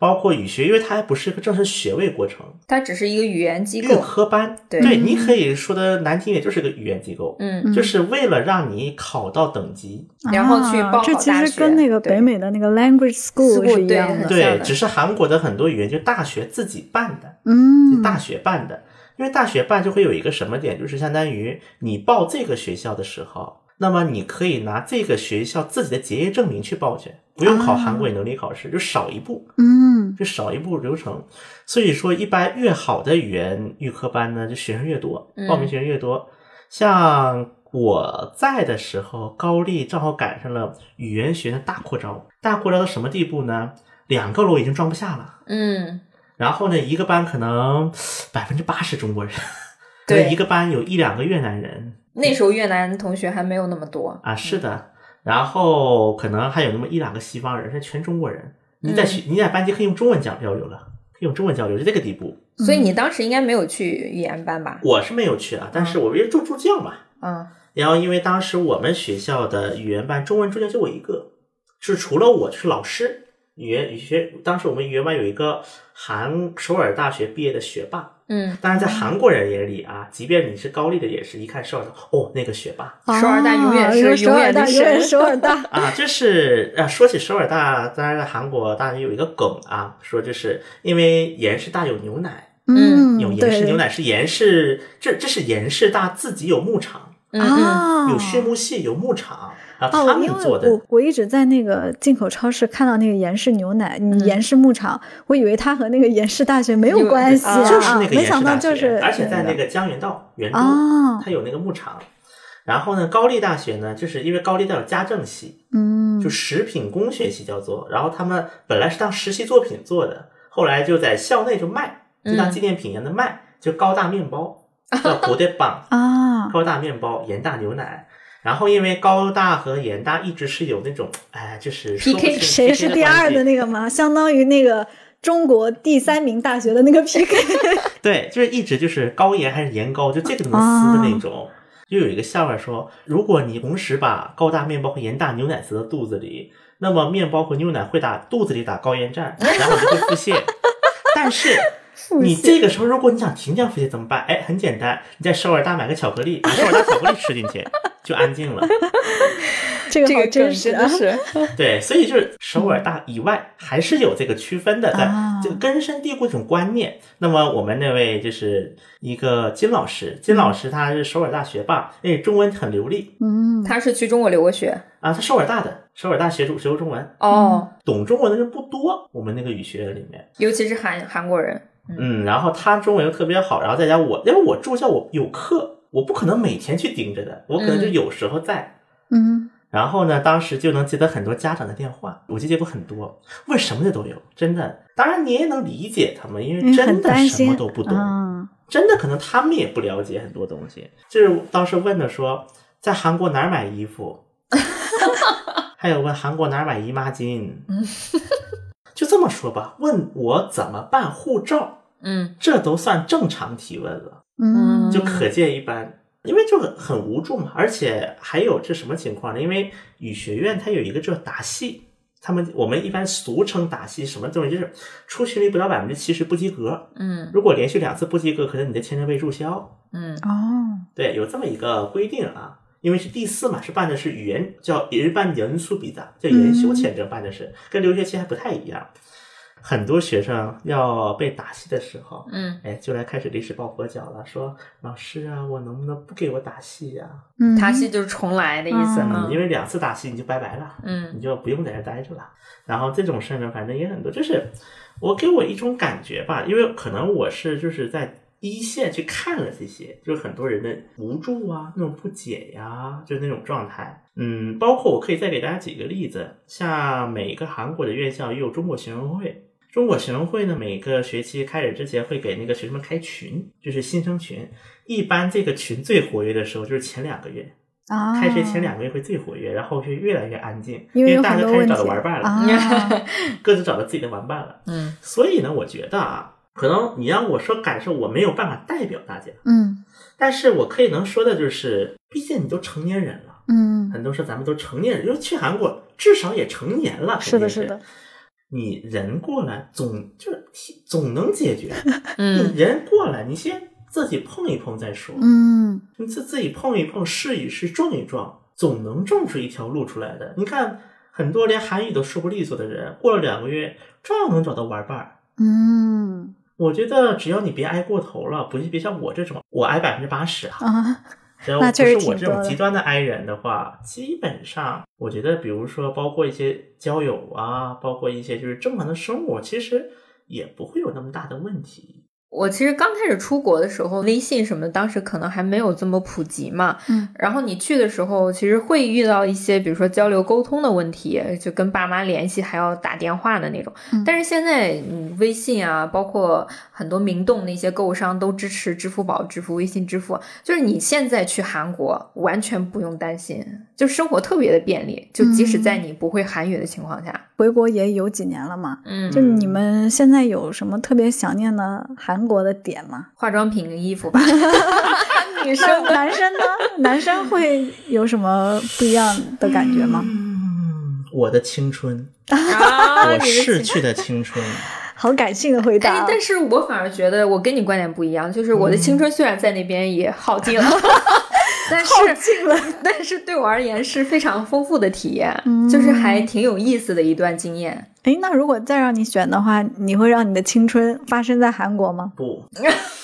Speaker 3: 包括语学，因为它还不是一个正式学位过程，
Speaker 2: 它只是一个语言机
Speaker 3: 预
Speaker 2: 构。
Speaker 3: 科班，
Speaker 2: 对
Speaker 3: 你可以说的难听一点，就是个语言机构，
Speaker 2: 嗯，
Speaker 3: 就是为了让你考到等级，
Speaker 2: 然后去
Speaker 1: 啊
Speaker 2: 报
Speaker 1: 这
Speaker 2: 好
Speaker 1: 其
Speaker 2: 大
Speaker 1: 实
Speaker 2: 学
Speaker 1: 跟那个北
Speaker 2: 对
Speaker 1: 美的那个 language school
Speaker 2: School，
Speaker 1: 是一
Speaker 2: 对
Speaker 1: 样的。
Speaker 2: 很像
Speaker 3: 对，
Speaker 2: 的
Speaker 3: 只是韩国的很多语言就大学自己办的，
Speaker 1: 嗯
Speaker 3: 就，大学办的，因为大学办就会有一个什么点，就是相当于你报这个学校的时候，那么你可以拿这个学校自己的结业证明去报去，不用考韩国语能力考试，就少一步，
Speaker 1: 嗯
Speaker 3: 就少一步流程。所以说，一般越好的语言预科班呢，就学生越多，报名学生越多。像我在的时候，高丽正好赶上了语言学的大扩招，大扩招到什么地步呢？两个楼已经装不下了。
Speaker 2: 嗯
Speaker 3: 然后呢，一个班可能百分之八十中国人，
Speaker 2: 对
Speaker 3: 那一个班有一两个越南人
Speaker 2: 那时候越南同学还没有那么多。
Speaker 3: 啊，是的，然后可能还有那么一两个西方人，是全中国人。你在学，你在班级可以用中文讲交流了，可以用中文交流，就这个地步。
Speaker 1: 嗯
Speaker 2: 所以你当时应该没有去语言班吧？
Speaker 3: 我是没有去啊，但是我因为做助教嘛，
Speaker 2: 啊，
Speaker 3: 然后因为当时我们学校的语言班中文助教就我一个，是除了我是老师，语言语学，当时我们语言班有一个韩首尔大学毕业的学霸，
Speaker 2: 嗯，
Speaker 3: 当然在韩国人眼里啊，即便你是高丽的，也是一看首尔的哦，那个学霸
Speaker 1: 嗯
Speaker 2: 首尔大永远是
Speaker 1: 啊首
Speaker 2: 永远
Speaker 1: 尔
Speaker 2: 的
Speaker 1: 大，
Speaker 2: 神
Speaker 1: 永远首尔 大。
Speaker 3: 啊。这是啊，说起首尔大，当然在韩国大家有一个梗啊，说就是因为延世大有牛奶，
Speaker 2: 嗯
Speaker 1: 嗯，
Speaker 3: 有延
Speaker 1: 对
Speaker 3: 世牛奶是延世，这这是延世大自己有牧场，
Speaker 2: 嗯嗯
Speaker 1: 啊，
Speaker 3: 有畜牧系，有牧场，然后
Speaker 1: 哦，
Speaker 3: 他
Speaker 1: 因
Speaker 3: 们
Speaker 1: 为
Speaker 3: 做的
Speaker 1: 我我一直在那个进口超市看到那个严氏牛奶、
Speaker 2: 嗯
Speaker 1: 严氏牧场，我以为它和那个严氏大学没有
Speaker 2: 有
Speaker 1: 关系
Speaker 2: 啊
Speaker 3: 就是那个
Speaker 1: 没
Speaker 3: 延世
Speaker 1: 想到
Speaker 3: 大
Speaker 1: 就
Speaker 3: 学
Speaker 1: 是，
Speaker 3: 而且在那
Speaker 1: 个
Speaker 3: 个江原道原都，
Speaker 1: 哦，
Speaker 3: 它有那个牧场。然后呢，高丽大学呢，就是因为高丽大有家政系，
Speaker 1: 嗯
Speaker 3: 就，食品工学系叫做，然后他们本来是当实习作品做的，后来就在校内就卖，就
Speaker 1: 嗯
Speaker 3: 当纪念品一样的卖，就高大面包叫 国的棒，
Speaker 1: 啊，
Speaker 3: 高大面包、盐大牛奶。然后因为高大和盐大一直是有那种，哎，就是说不
Speaker 2: PK
Speaker 3: 清
Speaker 1: 谁是
Speaker 3: PK
Speaker 1: 第二的
Speaker 3: 关系
Speaker 1: 那个吗？相当于那个中国第三名大学的那个 PK，
Speaker 3: 对，就是一直就是高盐还是盐高，就这个能撕的那种。就有一个笑话说，如果你同时把高大面包和盐大牛奶撕到肚子里，那么面包和牛奶会打肚子里打高盐战，然后你就会腹泻。 但是你这个时候，如果你想停降腹泻怎么办？哎，很简单，你在首尔大买个巧克力，把首尔大巧克力吃进去，就安静了。
Speaker 1: 这个
Speaker 2: 嗯这
Speaker 1: 好
Speaker 2: 个
Speaker 1: 真
Speaker 2: 梗
Speaker 1: 实
Speaker 2: 真
Speaker 1: 啊
Speaker 2: 的！是，
Speaker 3: 对，所以就是首尔大以外还是有这个区分的，在
Speaker 1: 啊
Speaker 3: 这个根深蒂固一种观念。那么我们那位就是一个金老师，金老师他是首尔大学霸，那中文很流利
Speaker 1: 嗯，
Speaker 2: 他是去中国留过学
Speaker 3: 啊，他首尔大的，首尔大学主修中文，
Speaker 2: 哦，
Speaker 1: 嗯
Speaker 3: 懂中文的人不多，我们那个语学里面，
Speaker 2: 尤其是韩韩国人，
Speaker 3: 嗯，然后他中文又特别好，然后再加我，因为我助教我有课，我不可能每天去盯着的，我可能就
Speaker 2: 嗯
Speaker 3: 有时候在。
Speaker 1: 嗯，
Speaker 3: 然后呢，当时就能接到很多家长的电话，我就接过很多，问什么的都有，真的。当然你也能理解他们，因为
Speaker 1: 因为
Speaker 3: 真
Speaker 1: 嗯很
Speaker 3: 的
Speaker 1: 担
Speaker 3: 什
Speaker 1: 心
Speaker 3: 么都不懂，
Speaker 1: 啊，
Speaker 3: 真的可能他们也不了解很多东西。就是当时问的说，在韩国哪儿买衣服， 还有问韩国哪儿买姨妈巾，
Speaker 1: 嗯
Speaker 3: 就这么说吧，问我怎么办护照，
Speaker 2: 嗯
Speaker 3: 这都算正常提问了。
Speaker 1: 嗯，
Speaker 3: 就可见一斑，因为就很很无助嘛。而且还有这什么情况呢？因为语学院它有一个叫答系，他们我们一般俗称答系，什么东西就是出勤率不到百分之七十不及格，
Speaker 2: 嗯
Speaker 3: 如果连续两次不及格，可能你的签证被注销。
Speaker 2: 嗯
Speaker 1: 哦，
Speaker 3: 对，有这么一个规定啊。因为是第四嘛，是办的是语言叫也是办研修比的，叫研修签证办的是，跟留学期还不太一样。很多学生要被打系的时候，
Speaker 2: 嗯，
Speaker 3: 哎，就来开始历史抱佛脚了，说老师啊，我能不能不给我打戏呀、
Speaker 1: 嗯，
Speaker 2: 塔西就是重来的意思
Speaker 1: 嗯
Speaker 2: 啊
Speaker 3: 嗯，因，为两次打戏你就拜拜了，
Speaker 2: 嗯
Speaker 3: 你就不用在这待着了。然后这种事儿呢，反正也很多，就是我给我一种感觉吧，因为可能我是就是在一线去看了这些，就是很多人的无助啊，那种不解呀、就是那种状态。嗯，包括我可以再给大家举个例子，像每个韩国的院校也有中国学生会。中国学生会呢，每个学期开始之前会给那个学生们开群，就是新生群。一般这个群最活跃的时候就是前两个月，
Speaker 1: 啊，
Speaker 3: 开学前两个月会最活跃，然后就越来越安静，
Speaker 1: 因为
Speaker 3: 为
Speaker 1: 有
Speaker 3: 大
Speaker 1: 很
Speaker 3: 家
Speaker 1: 多
Speaker 3: 开始
Speaker 1: 问
Speaker 3: 找
Speaker 1: 题
Speaker 3: 到玩伴了，
Speaker 1: 啊，
Speaker 3: 各自找到自己的玩伴了。
Speaker 2: 嗯
Speaker 3: 所以呢，我觉得啊，可能你让我说感受，我没有办法代表大家，
Speaker 1: 嗯
Speaker 3: 但是我可以能说的就是，毕竟你都成年人了，
Speaker 1: 嗯，
Speaker 3: 很多时候咱们都成年人，因为去韩国至少也成年了，
Speaker 1: 是的，
Speaker 3: 肯定
Speaker 1: 是
Speaker 3: 是
Speaker 1: 的，，
Speaker 3: 你人过来总就是总能解决，
Speaker 2: 嗯
Speaker 3: 你人过来，你先自己碰一碰再说，
Speaker 1: 嗯
Speaker 3: 你自自己碰一碰，试一试，撞一撞，总能撞出一条路出来的。你看，很多连韩语都说不利索的人，过了两个月照样能找到玩伴儿。
Speaker 1: 嗯
Speaker 3: 我觉得只要你别挨过头了，不是别像我这种，我挨百分之八十啊。
Speaker 1: 啊，
Speaker 3: 只要
Speaker 1: 那
Speaker 3: 不
Speaker 1: 确实
Speaker 3: 是
Speaker 1: 挺
Speaker 3: 我这
Speaker 1: 多
Speaker 3: 种
Speaker 1: 的
Speaker 3: 极端的 i 人的话，基本上我觉得，比如说包括一些交友啊，包括一些就是正常的生活，其实也不会有那么大的问题。
Speaker 2: 我其实刚开始出国的时候，微信什么的，当时可能还没有这么普及嘛。
Speaker 1: 嗯，
Speaker 2: 然后你去的时候，其实会遇到一些，比如说交流沟通的问题，就跟爸妈联系还要打电话的那种。
Speaker 1: 嗯
Speaker 2: 但是现在，嗯，微信啊，包括很多明洞的一些购物商都支持支付宝支付、微信支付，就是你现在去韩国完全不用担心，就生活特别的便利，就即使在你不会韩语的情况下，
Speaker 1: 回国也有几年了嘛。
Speaker 2: 嗯，
Speaker 1: 就你们现在有什么特别想念的韩国的点吗？
Speaker 2: 化妆品、衣服吧， 女生
Speaker 1: 那男生呢？男生会有什么不一样的感觉吗？
Speaker 3: 嗯，我的青春，
Speaker 2: 啊，
Speaker 3: 我
Speaker 2: 你的
Speaker 3: 逝
Speaker 2: 情
Speaker 3: 去的青春。
Speaker 1: 好感性的回答
Speaker 2: 哎
Speaker 1: 啊。，
Speaker 2: 但是我反而觉得我跟你观点不一样，就是我的青春虽然在那边也耗 尽了，但是
Speaker 1: 耗尽了。
Speaker 2: 但是对我而言是非常丰富的体验，
Speaker 1: 嗯
Speaker 2: 就是还挺有意思的一段经验。
Speaker 1: 哎，那如果再让你选的话，你会让你的青春发生在韩国吗？
Speaker 3: 不，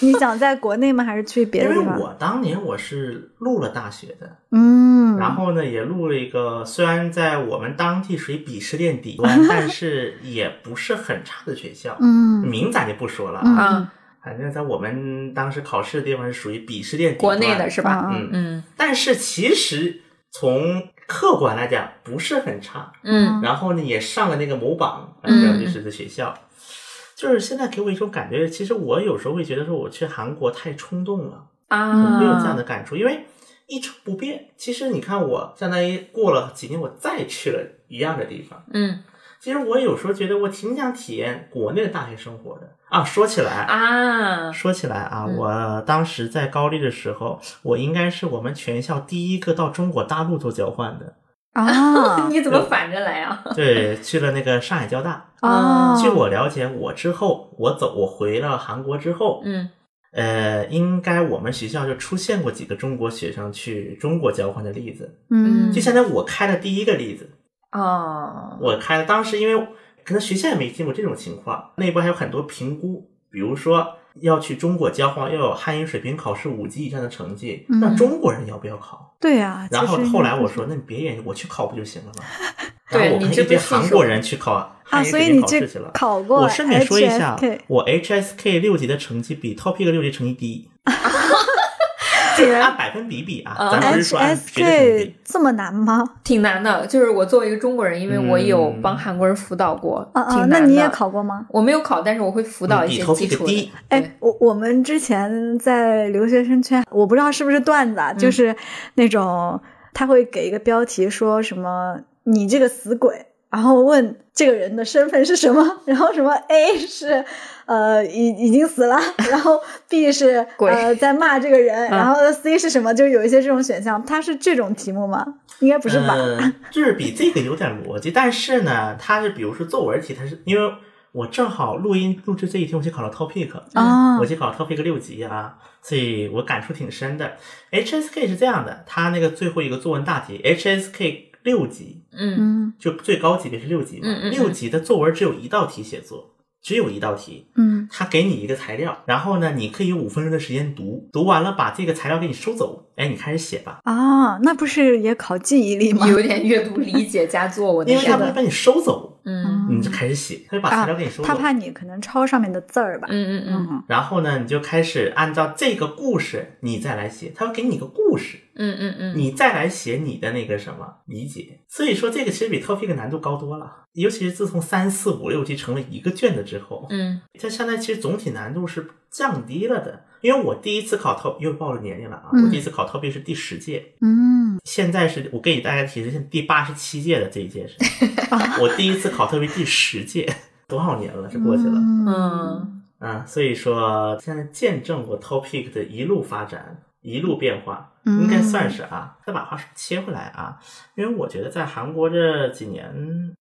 Speaker 1: 你想在国内吗？还是去别
Speaker 3: 因
Speaker 1: 的
Speaker 3: 为
Speaker 1: 地方？
Speaker 3: 我当年我是录了大学的，
Speaker 1: 嗯，
Speaker 3: 然后呢也录了一个，虽然在我们当地属于鄙视链底端，但是也不是很差的学校。
Speaker 1: 嗯
Speaker 3: 名咱就不说了
Speaker 1: 嗯
Speaker 3: 啊，
Speaker 2: 啊，
Speaker 3: 反正在我们当时考试的地方是属于鄙视链底
Speaker 2: 国
Speaker 3: 端。
Speaker 2: 内的是吧？
Speaker 1: 啊
Speaker 3: 嗯，
Speaker 2: 嗯
Speaker 3: 但是其实从客观来讲不是很差。
Speaker 2: 嗯
Speaker 3: 然后呢也上了那个某榜，反正就是的学校。就是现在给我一种感觉，其实我有时候会觉得说我去韩国太冲动了，我
Speaker 2: 啊，
Speaker 3: 会有这样的感触，因为一成不变。其实你看我相当于过了几年，我再去了一样的地方。
Speaker 2: 嗯
Speaker 3: 其实我有时候觉得我挺想体验国内的大学生活的啊。说起来，
Speaker 2: 啊，
Speaker 3: 说起来啊，
Speaker 2: 嗯
Speaker 3: 我当时在高丽的时候，我应该是我们全校第一个到中国大陆做交换的。
Speaker 1: 啊
Speaker 2: 你怎么反着来啊？
Speaker 3: 对，去了那个上海交大。
Speaker 2: 哦
Speaker 1: 啊！
Speaker 3: 据我了解，我之后我走我回了韩国之后，
Speaker 2: 嗯
Speaker 3: 呃，应该我们学校就出现过几个中国学生去中国交换的例子，
Speaker 1: 嗯
Speaker 3: 就相当于我开了第一个例子，
Speaker 2: 哦，
Speaker 3: 我开了，当时因为可能学校也没见过这种情况，内部还有很多评估，比如说要去中国交换，要有汉语水平考试五级以上的成绩，
Speaker 1: 嗯
Speaker 3: 那中国人要不要考？
Speaker 1: 对呀、啊。
Speaker 3: 然后
Speaker 1: 其实
Speaker 3: 后来我说，那你别研究，我去考不就行了 吗？
Speaker 2: 对
Speaker 3: 然后我
Speaker 2: 你
Speaker 3: 跟一
Speaker 2: 这
Speaker 3: 堆
Speaker 2: 不是
Speaker 3: 韩
Speaker 2: 说
Speaker 3: 国人去考汉
Speaker 1: 啊，
Speaker 3: 语
Speaker 1: 所
Speaker 3: 水
Speaker 1: 以
Speaker 3: 平
Speaker 1: 你
Speaker 3: 考试去
Speaker 1: 这
Speaker 3: 了。
Speaker 1: 考过，
Speaker 3: 我顺便说一下
Speaker 1: HSK，
Speaker 3: 我 HSK 六级的成绩比 Topic 六级成绩 低，
Speaker 2: 竟然
Speaker 3: 按百分比比啊，
Speaker 2: 嗯
Speaker 3: 咱不是说按绝对成绩
Speaker 1: HSK 这么难吗？
Speaker 2: 挺难的。就是我作为一个中国人，因为我有
Speaker 3: 嗯
Speaker 2: 帮韩国人辅导过，
Speaker 1: 啊啊，
Speaker 2: 挺难
Speaker 1: 那
Speaker 2: 的。
Speaker 1: 你也考过吗？
Speaker 2: 我没有考，但是我会辅导一
Speaker 3: 比
Speaker 2: 些
Speaker 3: 头
Speaker 2: 基
Speaker 3: 皮
Speaker 2: 础
Speaker 3: 得低
Speaker 2: 的。对
Speaker 1: 哎，我我们之前在留学生圈，我不知道是不是段子啊，
Speaker 2: 嗯
Speaker 1: 就是那种他会给一个标题说什么“你这个死鬼”，然后问这个人的身份是什么，然后什么 A 是呃已已经死了，然后 B 是
Speaker 2: 鬼嗯
Speaker 1: 呃在骂这个人，然后 C 是什么，就有一些这种选项，它是这种题目吗？应该不是吧？
Speaker 3: 呃，就是比这个有点逻辑，但是呢，它是比如说作文题，它是因为我正好录音录制这一天，我去考了 Topic，
Speaker 1: 啊
Speaker 3: 呃我去考 Topic 六级啊，所以我感触挺深的。HSK 是这样的，它那个最后一个作文大题，HSK 六级
Speaker 2: 嗯
Speaker 1: 嗯
Speaker 3: 就最高级别是六级嘛
Speaker 2: 嗯，嗯嗯
Speaker 3: 六级的作文只有一道题写作，只有一道题，
Speaker 1: 嗯
Speaker 3: 他给你一个材料，然后呢，你可以有五分钟的时间读，读完了把这个材料给你收走，哎，你开始写吧，
Speaker 1: 啊，那不是也考记忆力吗？
Speaker 2: 有点阅读理解加作文
Speaker 3: 因
Speaker 2: 的
Speaker 3: 为
Speaker 2: 事
Speaker 3: 他
Speaker 1: 是
Speaker 3: 不
Speaker 1: 的
Speaker 3: 会把你收走，
Speaker 2: 嗯啊
Speaker 3: 你就开始写，他就把材料给你收走，
Speaker 1: 他怕你可能抄上面的字儿吧
Speaker 2: 嗯。嗯嗯
Speaker 1: 嗯
Speaker 3: 然后呢，你就开始按照这个故事你再来写，他会给你一个故事，
Speaker 2: 嗯嗯嗯，
Speaker 3: 你再来写你的那个什么理解，所以说这个其实比 topic 难度高多了，尤其是自从三四五六级成为一个卷子之后，
Speaker 2: 嗯
Speaker 3: 它相当于其实总体难度是降低了的，因为我第一次考 top 又暴露年龄了啊，
Speaker 1: 嗯
Speaker 3: 我第一次考 topic 是第十届。
Speaker 1: 嗯
Speaker 3: 现在是我给你大家提示，现在第八十七届的这 一届是，我第一次考特别第十届，多少年了，这过去了，
Speaker 2: 嗯
Speaker 3: 啊，所以说现在见证过 Topic 的一路发展，一路变化，
Speaker 1: 嗯
Speaker 3: 应该算是啊。再把话切回来啊，因为我觉得在韩国这几年，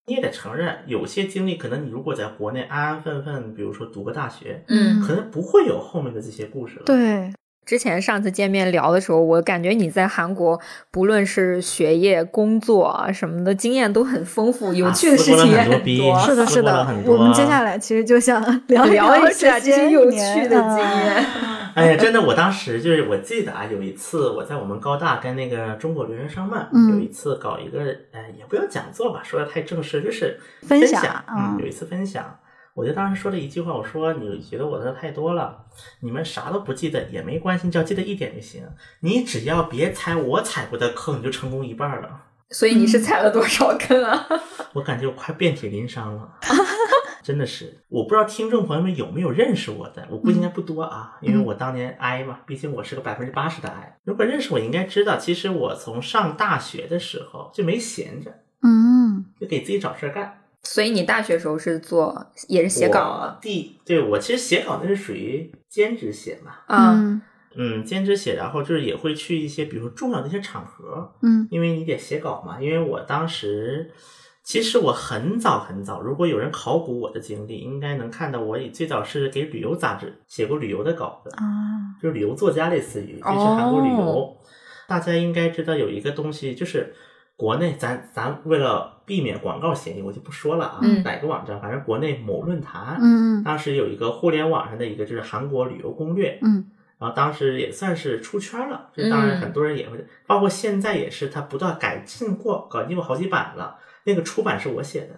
Speaker 3: 你也得承认，有些经历可能你如果在国内安安分分，比如说读个大学，
Speaker 2: 嗯。
Speaker 3: 可能不会有后面的这些故事了。
Speaker 1: 嗯对，
Speaker 2: 之前上次见面聊的时候，我感觉你在韩国不论是学业、工作啊什么的，经验都很丰富，有
Speaker 3: 啊
Speaker 2: 趣的
Speaker 3: 撕
Speaker 2: 事
Speaker 3: 破了
Speaker 2: 情也
Speaker 3: 很多
Speaker 2: 很
Speaker 3: 逼
Speaker 2: 多。
Speaker 1: 是的，
Speaker 3: 思
Speaker 1: 是
Speaker 3: 过了
Speaker 1: 的
Speaker 3: 很。多
Speaker 1: 我们接下来其实就 想聊
Speaker 2: 聊
Speaker 1: 一
Speaker 2: 一下这
Speaker 1: 些
Speaker 2: 些有趣的经
Speaker 1: 啊。
Speaker 2: 验。
Speaker 3: 哎呀，真的，我当时就是我记得啊，有一次我在我们高大跟那个中国留学生们、
Speaker 1: 嗯
Speaker 3: 有一次搞一个，哎，也不要讲座吧，说的太正式，就是
Speaker 1: 分
Speaker 3: 分
Speaker 1: 享
Speaker 3: 嗯
Speaker 1: 嗯，
Speaker 3: 有一次分享，我就当时说了一句话，我说你觉得我的太多了，你们啥都不记得也没关系，你只要记得一点就行，你只要别踩我踩过的坑，你就成功一半了。
Speaker 2: 所以你是踩了多少坑啊？
Speaker 3: 我感觉我快遍体鳞伤了。 真的是，我不知道听众朋友们有没有认识我的，我估计应该不多啊，因为
Speaker 2: 嗯
Speaker 3: 我当年 I 嘛，毕竟我是个百分之八十的 I。如果认识我，应该知道，其实我从上大学的时候就没闲着，
Speaker 1: 嗯
Speaker 3: 就给自己找事儿干。
Speaker 2: 所以你大学时候是做也是写稿啊
Speaker 3: 我第对我其实写稿那是属于兼职写嘛，
Speaker 2: 啊
Speaker 3: 嗯，兼职写，然后就是也会去一些比如说重要的一些场合，
Speaker 1: 嗯
Speaker 3: 因为你得写稿嘛。因为我当时其实我很早很早，如果有人考古我的经历，应该能看到我也最早是给旅游杂志写过旅游的稿子，
Speaker 1: 啊，
Speaker 3: 就是旅游作家类似于，就
Speaker 2: 哦
Speaker 3: 去韩国旅游。大家应该知道有一个东西，就是国内咱咱为了避免广告嫌疑，我就不说了啊，
Speaker 2: 嗯
Speaker 3: 哪个网站，反正国内某论坛，
Speaker 1: 嗯
Speaker 3: 当时有一个互联网上的一个就是韩国旅游攻略，
Speaker 1: 嗯
Speaker 3: 然后当时也算是出圈了，这当然很多人也会，包括现在也是，它不断改进过，改进过好几版了。那个出版是我写的，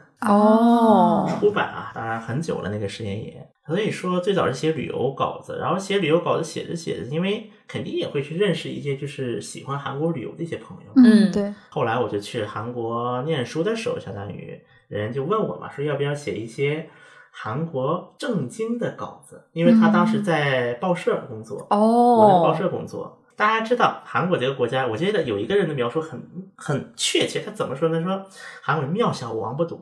Speaker 2: 哦
Speaker 3: 出版啊，当然很久了，那个时间也。所以说最早是写旅游稿子，然后写旅游稿子写着写着，因为肯定也会去认识一些就是喜欢韩国旅游的一些朋友。
Speaker 1: 嗯，
Speaker 2: 嗯
Speaker 1: 对，
Speaker 3: 后来我就去韩国念书的时候，相当于人就问我嘛，说要不要写一些韩国正经的稿子，因为他当
Speaker 2: 嗯
Speaker 3: 时在报社工作，我在报
Speaker 2: 哦，
Speaker 3: 社工作。大家知道韩国这个国家，我记得有一个人的描述很很确切，他怎么说呢？说韩国庙小王八多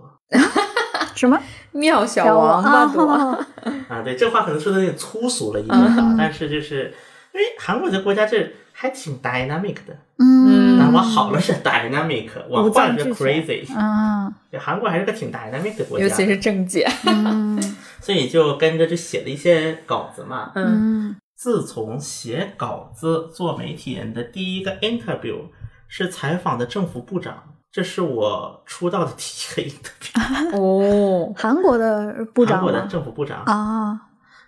Speaker 1: 什么
Speaker 2: 妙小王八多，
Speaker 1: 啊
Speaker 3: 啊，对，这话可能说的有点粗俗了一点啊
Speaker 1: 嗯，
Speaker 3: 但是就是因为韩国这个国家这还挺 dynamic 的，
Speaker 1: 嗯，
Speaker 3: 那往好了是 dynamic，往
Speaker 1: 五
Speaker 3: 坏了
Speaker 1: 脏
Speaker 3: 是
Speaker 1: 俱全
Speaker 3: crazy，
Speaker 1: 啊，
Speaker 3: 对韩国还是个挺 dynamic 的国
Speaker 2: 嗯尤
Speaker 3: 家，
Speaker 2: 其是郑姐，
Speaker 1: 嗯
Speaker 3: 所以就跟着就写了一些稿子嘛，
Speaker 2: 嗯
Speaker 1: 嗯
Speaker 3: 自从写稿子做媒体人的第一个 interview 是采访的政府部长，这是我出道的第一个 interview，
Speaker 1: 嗯
Speaker 2: 哦，
Speaker 1: 韩国的部
Speaker 3: 韩
Speaker 1: 长
Speaker 3: 国的
Speaker 1: 吗？
Speaker 3: 政府部长。
Speaker 1: 啊，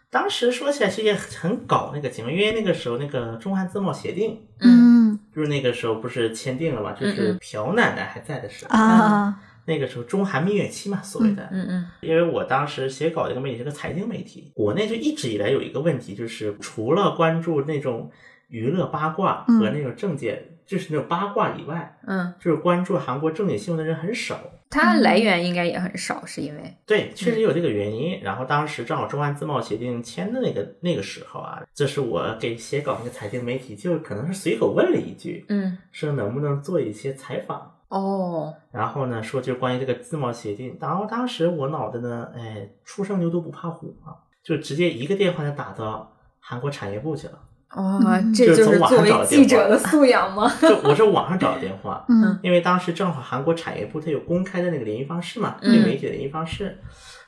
Speaker 3: 当时说起来是一件很搞那个情况，因为那个时候那个中韩自贸协定，
Speaker 2: 嗯
Speaker 1: 嗯
Speaker 3: 就是那个时候不是签订了嘛，就
Speaker 2: 嗯
Speaker 3: 是
Speaker 2: 嗯
Speaker 3: 朴奶奶还在的时候，
Speaker 1: 啊，
Speaker 3: 那个时候中韩蜜月期嘛，所谓的。
Speaker 2: 嗯嗯
Speaker 3: 因为我当时写稿的一个媒体是个财经媒体，国内就一直以来有一个问题，就是除了关注那种娱乐八卦
Speaker 1: 嗯
Speaker 3: 和那种政界，就是那种八卦以外，
Speaker 2: 嗯，
Speaker 3: 就是关注韩国政界新闻的人很少。
Speaker 2: 它
Speaker 1: 嗯
Speaker 2: 来源应该也很少，是因为
Speaker 3: 对，确实有这个原因。然后当时正好中韩自贸协定签的那个那个时候啊，这是我给写稿那个财经媒体，就可能是随口问了一句，
Speaker 2: 嗯
Speaker 3: 说能不能做一些采访。
Speaker 2: 哦
Speaker 3: 然后呢，说就关于这个自贸协定，然后当时我脑袋呢，哎，初生牛犊不怕虎嘛，就直接一个电话就打到韩国产业部去了。
Speaker 2: 哦
Speaker 1: 嗯，，
Speaker 2: 这
Speaker 3: 就是
Speaker 2: 就
Speaker 3: 从
Speaker 2: 是
Speaker 3: 网
Speaker 2: 作
Speaker 3: 上找
Speaker 2: 为
Speaker 3: 的
Speaker 2: 记
Speaker 3: 电
Speaker 2: 者
Speaker 3: 话
Speaker 2: 的素养吗？
Speaker 3: 就我是网上找的电话
Speaker 1: 嗯
Speaker 3: 因为当时正好韩国产业部它有公开的那个联系方式嘛，
Speaker 2: 嗯
Speaker 3: 对媒体的联系方式，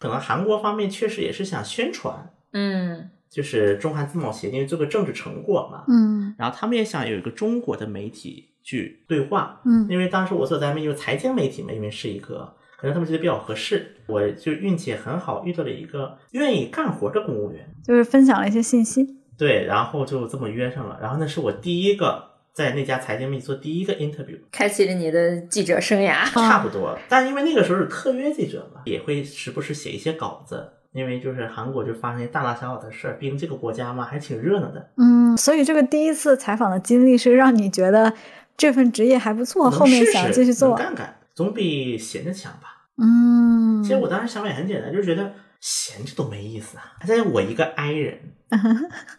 Speaker 3: 可能韩国方面确实也是想宣传，
Speaker 2: 嗯
Speaker 3: 就是中韩自贸协定这个政治成果嘛，
Speaker 1: 嗯
Speaker 3: 然后他们也想有一个中国的媒体去对话，
Speaker 1: 嗯
Speaker 3: 因为当时我所在面就是财经媒体嘛，因为是一个，可能他们觉得比较合适，我就运气很好，遇到了一个愿意干活的公务员，
Speaker 1: 就是分享了一些信息，
Speaker 3: 对，然后就这么约上了，然后那是我第一个在那家财经媒体做第一个 interview，
Speaker 2: 开启了你的记者生
Speaker 1: 啊
Speaker 2: 涯。
Speaker 3: 差不多，但因为那个时候是特约记者嘛，也会时不时写一些稿子。因为就是韩国就发生一些大大小小的事儿，毕竟这个国家嘛还挺热闹的，
Speaker 1: 嗯，所以这个第一次采访的经历是让你觉得这份职业还不错，后面
Speaker 3: 能试
Speaker 1: 想
Speaker 3: 试
Speaker 1: 继续做
Speaker 3: 能，干干，总比闲着强吧。
Speaker 1: 嗯，
Speaker 3: 其实我当时想法也很简单，就是觉得闲着都没意思啊。再加上我一个 I 人，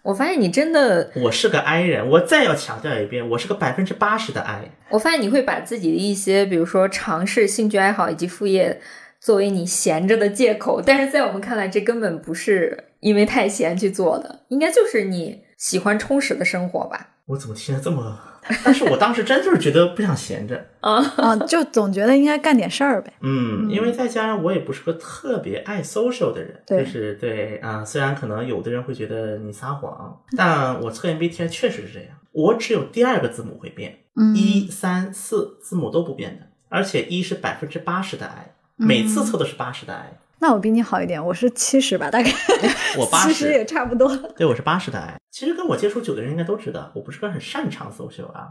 Speaker 2: 我发现你真的，
Speaker 3: 我是个 I 人，我再要强调一遍，我是个百分之八十的 I。
Speaker 2: 我发现你会把自己的一些，比如说尝试、兴趣爱好以及副业，作为你闲着的借口。但是在我们看来，这根本不是因为太闲去做的，应该就是你喜欢充实的生活吧？
Speaker 3: 我怎么听着这么？但是我当时真就是觉得不想闲着，
Speaker 2: 啊，
Speaker 1: 啊，就总觉得应该干点事儿呗，
Speaker 3: 嗯，因为再加上我也不是个特别爱 social 的人，
Speaker 1: 对
Speaker 3: 就是对啊、虽然可能有的人会觉得你撒谎，但我测 MBTI 确实是这样，我只有第二个字母会变，
Speaker 1: 嗯，
Speaker 3: 一三四字母都不变的，而且一是百分之八十的 I，
Speaker 1: 嗯
Speaker 3: 每次测都是八十的 I，
Speaker 1: 那我比你好一点，我是七十吧，大概
Speaker 3: 我八
Speaker 1: 其
Speaker 3: 十
Speaker 1: 实也差不多，
Speaker 3: 对，我是八十的癌。其实跟我接触久的人应该都知道，我不是个很擅长 social 啊，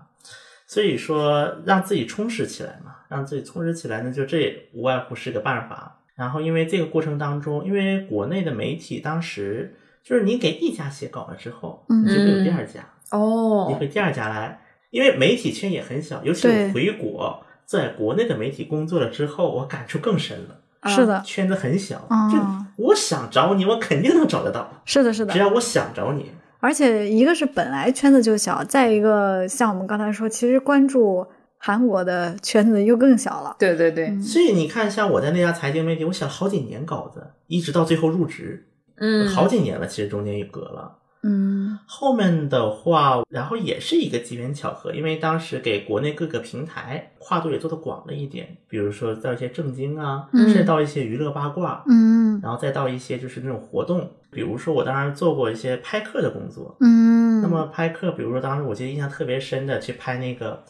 Speaker 3: 所以说让自己充实起来嘛，让自己充实起来呢，就这也无外乎是个办法。然后因为这个过程当中，因为国内的媒体当时就是你给一家写稿了之后，
Speaker 1: 嗯
Speaker 3: 你就会有第二家，你
Speaker 2: 哦，
Speaker 3: 会第二家来，因为媒体圈也很小，尤其
Speaker 1: 对
Speaker 3: 我回国。在国内的媒体工作了之后，我感触更深了，
Speaker 2: 嗯
Speaker 1: 是的，
Speaker 3: 圈子很小，
Speaker 1: 哦
Speaker 3: 就我想找你，我肯定能找得到，
Speaker 1: 是的，是的
Speaker 3: 只，要我想找你，
Speaker 1: 而且一个是本来圈子就小，再一个像我们刚才说，其实关注韩国的圈子又更小了。
Speaker 2: 对对对，
Speaker 1: 嗯
Speaker 3: 所以你看，像我在那家财经媒体，我写了好几年稿子，一直到最后入职，
Speaker 2: 嗯，
Speaker 3: 好几年了，其实中间也隔了。
Speaker 1: 嗯
Speaker 3: 后面的话，然后也是一个机缘巧合，因为当时给国内各个平台跨度也做得广了一点，比如说到一些正经啊，
Speaker 1: 嗯
Speaker 3: 甚至到一些娱乐八卦，
Speaker 1: 嗯
Speaker 3: 然后再到一些就是那种活动，比如说我当时做过一些拍客的工作，
Speaker 1: 嗯，
Speaker 3: 那么拍客，比如说当时我记得印象特别深的去拍那个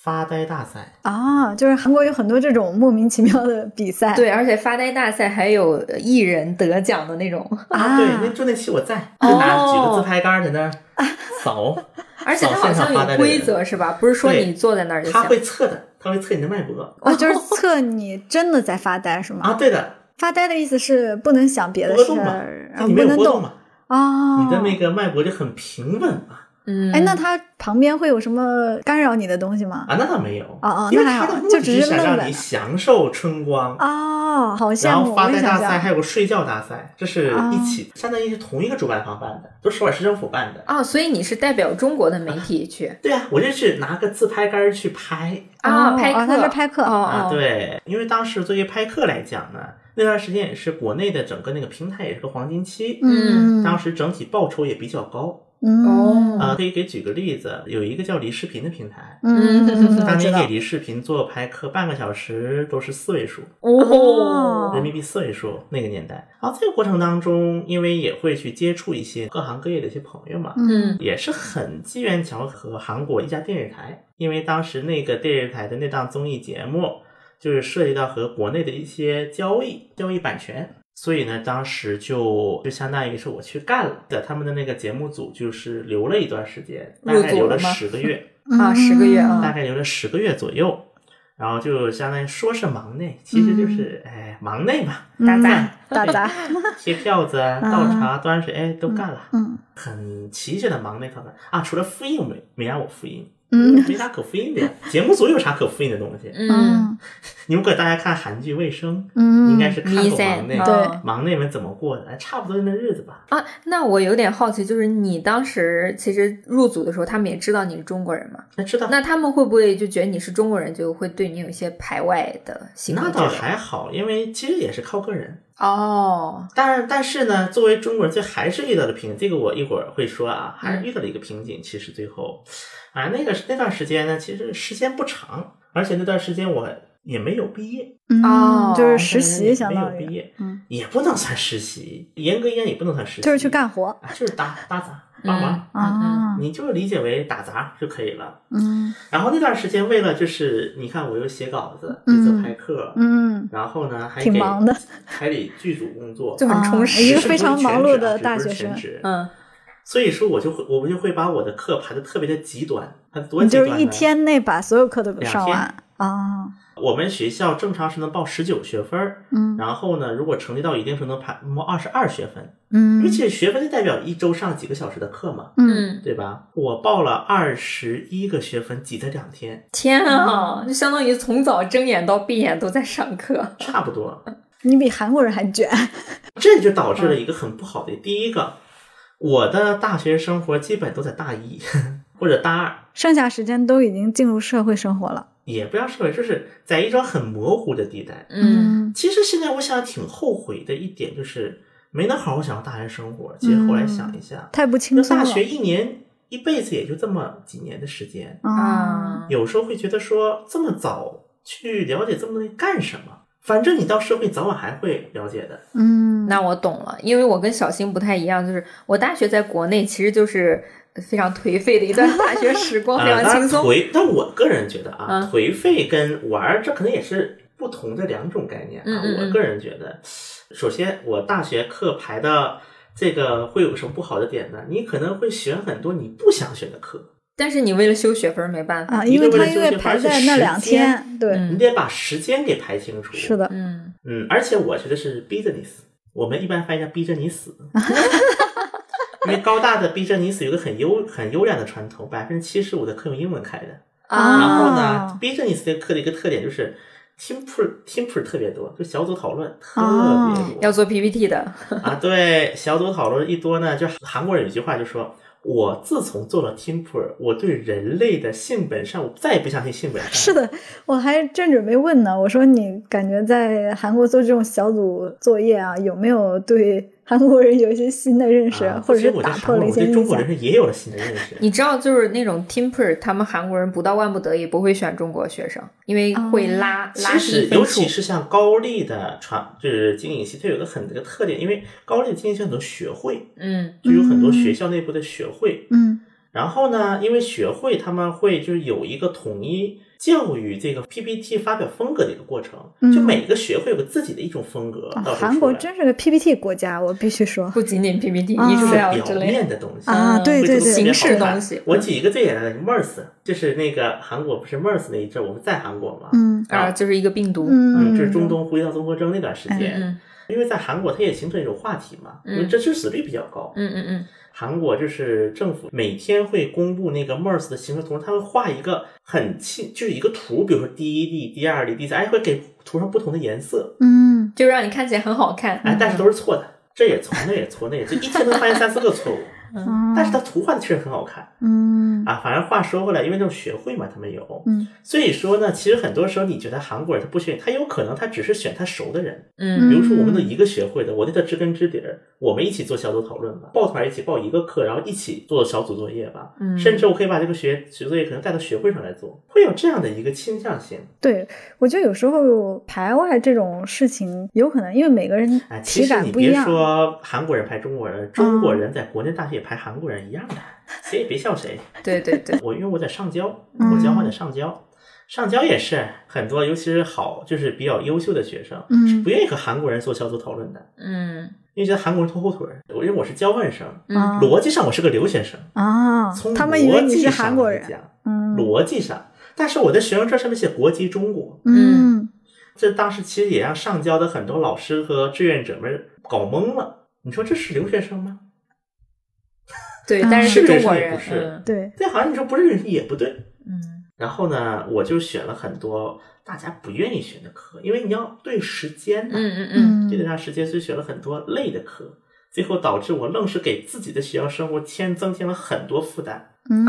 Speaker 3: 发呆大赛，
Speaker 1: 啊，就是韩国有很多这种莫名其妙的比赛，
Speaker 2: 对，而且发呆大赛还有呃艺人得奖的那种，
Speaker 1: 啊，
Speaker 3: 对，那就那期我在，就拿
Speaker 2: 哦
Speaker 3: 举个自拍杆在那儿 扫，
Speaker 2: 而且它好像有规则是吧？不是说
Speaker 3: 对
Speaker 2: 你坐在那儿就
Speaker 3: 他
Speaker 2: 行。
Speaker 3: 会测的，他会测你的脉搏
Speaker 1: 哦，就是测你真的在发呆是吗？
Speaker 3: 啊，对的，
Speaker 1: 发呆的意思是不能想别的
Speaker 3: 波
Speaker 1: 事
Speaker 3: 动嘛
Speaker 1: 儿，啊
Speaker 3: 你
Speaker 1: 不
Speaker 3: 没有
Speaker 1: 能
Speaker 3: 波
Speaker 1: 动
Speaker 3: 动嘛，
Speaker 1: 啊。
Speaker 3: 你的那个脉搏就很平稳嘛。
Speaker 2: 嗯，
Speaker 1: 哎，那它旁边会有什么干扰你的东西吗？
Speaker 3: 啊，那倒没有
Speaker 1: 哦哦
Speaker 3: 因为
Speaker 1: 那还
Speaker 3: 他
Speaker 1: 好
Speaker 3: 的目
Speaker 1: 就只
Speaker 3: 的
Speaker 1: 是
Speaker 3: 想
Speaker 1: 愣
Speaker 3: 让
Speaker 1: 在
Speaker 3: 你
Speaker 1: 那
Speaker 3: 享受春光。
Speaker 1: 哦，好羡
Speaker 3: 然
Speaker 1: 慕，
Speaker 3: 后发
Speaker 1: 我也
Speaker 3: 呆
Speaker 1: 想哦这
Speaker 3: 大赛
Speaker 1: 样。哦
Speaker 3: 还有个睡觉大赛，这是一起，相当于是同一个主办方办的，都是首尔市政府办的。
Speaker 2: 啊、所以你是代表中国的媒体去
Speaker 3: 对啊，我就是拿个自拍杆儿去拍
Speaker 2: 啊、
Speaker 1: 哦
Speaker 2: 拍
Speaker 1: 哦
Speaker 2: 客，
Speaker 1: 那是拍客嗯
Speaker 2: 哦哦、
Speaker 3: 啊，对，因为当时作为拍客来讲呢，那段时间也是国内的整个那个平台也是个黄金期，
Speaker 1: 嗯
Speaker 3: 当时整体报酬也比较高。
Speaker 2: 哦
Speaker 1: 嗯
Speaker 3: 啊，可以给举个例子，有一个叫梨视频的平台，
Speaker 1: 嗯，
Speaker 3: 当
Speaker 1: 我知
Speaker 3: 年
Speaker 1: 道
Speaker 3: 给梨视频做拍客，半个小时都是四位数。
Speaker 1: 哦
Speaker 3: 人民币四位数那个年代。然后这个过程当中，因为也会去接触一些各行各业的一些朋友嘛，
Speaker 2: 嗯
Speaker 3: 也是很机缘巧合，韩国一家电视台，因为当时那个电视台的那档综艺节目，就是涉及到和国内的一些交易、交易版权。所以呢，当时就就相当于是我去干了，在他们的那个节目组就是留了一段时间，大
Speaker 2: 入
Speaker 3: 概
Speaker 2: 组
Speaker 3: 留
Speaker 2: 了
Speaker 3: 了
Speaker 2: 吗
Speaker 3: 十个月。
Speaker 1: 嗯
Speaker 2: 啊十个月啊
Speaker 3: 大概留了十个月左右，然后就相当于说是忙内，其实就是、哎忙内嘛，
Speaker 1: 嗯
Speaker 3: 杂
Speaker 1: 打杂，
Speaker 3: 贴票子、啊、倒茶、端水，哎都干了，
Speaker 1: 嗯
Speaker 3: 很齐全的忙内套餐啊，除了复印没没让我复印，
Speaker 1: 嗯
Speaker 3: 没啥可复印 的呀，节目组有啥可复印的东西？
Speaker 2: 嗯，
Speaker 3: 你如果大家看韩剧《卫生》，
Speaker 1: 嗯，
Speaker 3: 应该是看
Speaker 2: 弥
Speaker 3: 过
Speaker 2: 赛
Speaker 3: 忙内。
Speaker 1: 对
Speaker 2: 哦
Speaker 3: 忙内们怎么过的？哎差不多那日子吧。
Speaker 2: 啊，那我有点好奇，就是你当时其实入组的时候，他们也知道你是中国人嘛？
Speaker 3: 那知道
Speaker 2: 那他们会不会就觉得你是中国人，就会对你有一些排外的行为
Speaker 3: 那
Speaker 2: 之类的？
Speaker 3: 倒还好，因为其实也是靠个人。
Speaker 2: 哦，
Speaker 3: 但但是呢，作为中国人，这还是遇到了瓶颈。这个我一会儿会说啊，
Speaker 1: 嗯
Speaker 3: 还是遇到了一个瓶颈。其实最后，啊，那个那段时间呢，其实时间不长，而且那段时间我也没有毕业，
Speaker 1: 嗯，就
Speaker 2: 哦
Speaker 3: 啊
Speaker 1: 是实习，相
Speaker 3: 没有
Speaker 1: 当
Speaker 3: 毕
Speaker 1: 于
Speaker 3: 业，
Speaker 1: 嗯，
Speaker 3: 也不能算实习，严格意义上也不能算实习，
Speaker 1: 就是去干活
Speaker 3: 啊，就是打打杂帮忙，
Speaker 2: 嗯
Speaker 1: 啊，
Speaker 3: 你就理解为打杂就可以了。
Speaker 1: 嗯
Speaker 3: 然后那段时间，为了就是你看，我又写稿子，
Speaker 1: 嗯
Speaker 3: 又做排课，
Speaker 1: 嗯，
Speaker 3: 然后呢还
Speaker 1: 挺
Speaker 3: 给
Speaker 1: 忙的，
Speaker 3: 还得剧组工作，
Speaker 2: 就很充实
Speaker 1: 啊一个
Speaker 3: 是不
Speaker 1: 非
Speaker 3: 是
Speaker 1: 常
Speaker 3: 全
Speaker 1: 忙
Speaker 3: 职
Speaker 1: 碌
Speaker 3: 啊
Speaker 1: 的
Speaker 3: 是
Speaker 1: 大
Speaker 3: 不是
Speaker 1: 学
Speaker 3: 全
Speaker 1: 生，
Speaker 3: 职
Speaker 2: 嗯，
Speaker 3: 所以说我就会我们就会把我的课排的特别的极端，它多
Speaker 1: 你
Speaker 3: 极
Speaker 1: 就
Speaker 3: 端呢
Speaker 1: 是一，天内把所有课都给
Speaker 3: 两
Speaker 1: 上
Speaker 3: 天
Speaker 1: 完啊，
Speaker 3: 我们学校正常是能报十九学分儿，
Speaker 1: 嗯
Speaker 3: 然后呢，如果成绩到一定程度排摸二十二学分，因为
Speaker 1: 嗯
Speaker 3: 其实学分就代表一周上几个小时的课嘛，
Speaker 1: 嗯，
Speaker 2: 嗯，
Speaker 3: 对吧？我报了二十一个学分，挤在两天，
Speaker 2: 天啊，就相当于从早睁眼到闭眼都在上课。
Speaker 3: 差不多，
Speaker 1: 你比韩国人还卷，
Speaker 3: 这就导致
Speaker 1: 嗯
Speaker 3: 了一个很不好的，第一个，我的大学生活基本都在大一 或者大二，
Speaker 1: 剩下时间都已经进入社会生活了，
Speaker 3: 也不要社会，就是在一种很模糊的地带。
Speaker 2: 嗯，
Speaker 3: 其实现在我想挺后悔的一点就是没能好好享受大学生活。其实后来想一下，
Speaker 1: 太不
Speaker 3: 那
Speaker 1: 嗯轻松
Speaker 3: 大
Speaker 1: 了
Speaker 3: 学一年一辈子也就这么几年的时间，
Speaker 1: 啊，
Speaker 2: 啊，
Speaker 3: 有时候会觉得说这么早去了解这么多东西干什么？反正你到社会早晚还会了解的。
Speaker 1: 嗯，
Speaker 2: 那我懂了，因为我跟小新不太一样，就是我大学在国内其实就是呃非常颓废的一段大学时 光，哦非
Speaker 3: 啊，
Speaker 2: 常
Speaker 3: 当
Speaker 2: 轻
Speaker 3: 然
Speaker 2: 松。
Speaker 3: 颓，但我个人觉得啊
Speaker 2: 啊，
Speaker 3: 颓废跟玩儿这可能也是不同的两种概念啊
Speaker 2: 嗯嗯。嗯
Speaker 3: 我个人觉得，首先我大学课排的这个会有什么不好的点呢？你可能会选很多你不想选的课，
Speaker 2: 但是你为了修学分没办法。
Speaker 1: 啊，因为
Speaker 3: 一个
Speaker 1: 他
Speaker 3: 为了
Speaker 1: 因为
Speaker 3: 休息
Speaker 1: 排
Speaker 3: 而且
Speaker 1: 在那
Speaker 3: 时
Speaker 1: 两
Speaker 3: 间
Speaker 1: 天，对，
Speaker 2: 嗯
Speaker 3: 你得把时间给排清楚。
Speaker 1: 是，的，
Speaker 2: 嗯，
Speaker 3: 嗯，而且我觉得是逼着你死，我们一般翻译叫逼着你 死。因为高大的逼着你死有一个很优很优良的传统，百分之七十五的课用英文开的，然
Speaker 1: 啊
Speaker 3: 后
Speaker 1: 啊
Speaker 3: 呢，B 站 s 这个课的一个特点就是 team pro team pro 特别多，就小组讨论特
Speaker 1: 哦
Speaker 3: 别
Speaker 2: 要
Speaker 3: 多
Speaker 2: 做 PPT 的，
Speaker 3: 啊。对，小组讨论一多呢，就韩国人有句话就说。我自从做了 Team Pro，我对人类的性本善，我再也不相信性本 善。啊
Speaker 1: 是，的，我还正准备问呢，我说你感觉在韩国做这种小组作业啊，有没有对韩国人有一些新的认识，
Speaker 3: 啊
Speaker 1: 或者是
Speaker 3: 不仅我对
Speaker 1: 打
Speaker 3: 韩
Speaker 1: 破
Speaker 3: 国
Speaker 1: 了一
Speaker 3: 人我
Speaker 1: 些
Speaker 3: 对
Speaker 1: 印
Speaker 3: 中国
Speaker 1: 象
Speaker 3: 人。是也有了新的认识。
Speaker 2: 你知道，就是那种 Temper，他们韩国人不到万不得已不会选中国学生，因为会拉、拉低
Speaker 3: 哦其实，
Speaker 2: 分
Speaker 3: 尤
Speaker 2: 数
Speaker 3: 其。是像高丽的传，就是经营系，它有一个很一个特点，因为高丽经营系很多学会，
Speaker 2: 嗯
Speaker 3: 就有很多学校内部的学会。
Speaker 1: 嗯
Speaker 3: 然后呢，因为学会他们会就是有一个统一教育这个 PPT 发表风格的一个过程，
Speaker 1: 嗯
Speaker 3: 就每个学会有个自己的一种风格。
Speaker 1: 哦
Speaker 2: 啊
Speaker 3: 到时候
Speaker 1: 韩国
Speaker 3: 出来
Speaker 1: 真是个 PPT 国家，我必须 说。
Speaker 2: 不仅仅 PPT、
Speaker 1: 啊
Speaker 2: Excel 之
Speaker 3: 表
Speaker 2: 类的。
Speaker 3: 面的东西
Speaker 1: 啊
Speaker 2: 嗯
Speaker 1: 对对对
Speaker 2: 形式
Speaker 3: 好看
Speaker 2: 东西
Speaker 3: 我举一个最简单的 MERS，就是那个韩国不是 MERS 那一阵，我们在韩国嘛，
Speaker 1: 嗯
Speaker 2: 啊，就是一个病毒。
Speaker 1: 嗯，
Speaker 3: 嗯，就是中东呼应到综合征那段时间，
Speaker 2: 嗯
Speaker 3: 因为在韩国它也形成一种话题嘛，
Speaker 2: 嗯
Speaker 3: 因为这致死率比较高。
Speaker 2: 嗯嗯嗯，
Speaker 3: 韩国就是政府每天会公布那个 MERS 的形成图，它会画一个很清，就是一个图，比如说第一例、第二例、第三，哎，会给图上不同的颜色，
Speaker 1: 嗯
Speaker 2: 就让你看起来很好看。
Speaker 3: 哎，但是都是错的，这也错，那也错，那也错，一天能发现三四个错误，
Speaker 1: 嗯，
Speaker 3: 但是它图画的确实很好看。
Speaker 1: 嗯
Speaker 3: 啊，反正话说回来，因为这种学会嘛，他们有，
Speaker 1: 嗯，
Speaker 3: 所以说呢，其实很多时候你觉得韩国人他不选，他有可能他只是选他熟的人，比
Speaker 2: 嗯
Speaker 1: 嗯
Speaker 3: 如说我们都一个学会的，我对他知根知底儿，我们一起做小组讨论吧，抱团一起报一个课，然后一起做小组作业吧，
Speaker 2: 嗯，
Speaker 3: 甚至我可以把这个学学作业可能带到学会上来做，会有这样的一个倾向性。
Speaker 1: 对，我觉得有时候排外这种事情，有可能因为每个人
Speaker 3: 哎，其
Speaker 1: 体
Speaker 3: 实
Speaker 1: 感
Speaker 3: 你
Speaker 1: 不一
Speaker 3: 别
Speaker 1: 样。
Speaker 3: 说韩国人排中国人，中国人在国内大学也排韩国人一样的，谁也别笑谁。
Speaker 2: 对对对，
Speaker 3: 我因为我在上交，
Speaker 1: 嗯
Speaker 3: 我交换在上交，上交也是很多，尤其是好就是比较优秀的学生，
Speaker 1: 嗯
Speaker 3: 是不愿意和韩国人做小组讨论的，
Speaker 2: 嗯
Speaker 3: 因为觉得韩国人拖后腿儿。我因为我是交换生，
Speaker 1: 啊
Speaker 2: 嗯
Speaker 3: 逻辑上我是个留学生，
Speaker 1: 啊
Speaker 3: 从，
Speaker 1: 他们以为
Speaker 3: 逻
Speaker 1: 你
Speaker 3: 辑
Speaker 1: 是
Speaker 3: 上
Speaker 1: 韩国
Speaker 3: 来
Speaker 1: 人，
Speaker 3: 讲
Speaker 1: 嗯
Speaker 3: 逻辑上，但是我的学生证上面写国籍中国，
Speaker 1: 嗯
Speaker 3: 这当时其实也让上交的很多老师和志愿者们搞懵了。你说这是留学生吗？
Speaker 2: 对，
Speaker 1: 啊
Speaker 2: 但是
Speaker 3: 是
Speaker 2: 中国
Speaker 3: 是
Speaker 2: 人
Speaker 3: 不是
Speaker 1: 对，
Speaker 3: 这好像你说不是也不对。
Speaker 2: 嗯
Speaker 3: 然后呢，我就选了很多大家不愿意选的课，因为你要对时间
Speaker 2: 嗯
Speaker 3: 呐、
Speaker 2: 嗯嗯
Speaker 1: 嗯
Speaker 3: 对得上时间，所以选了很多累的课，最后导致我愣是给自己的学校生活添增添了很多负担，
Speaker 1: 嗯
Speaker 2: 嗯，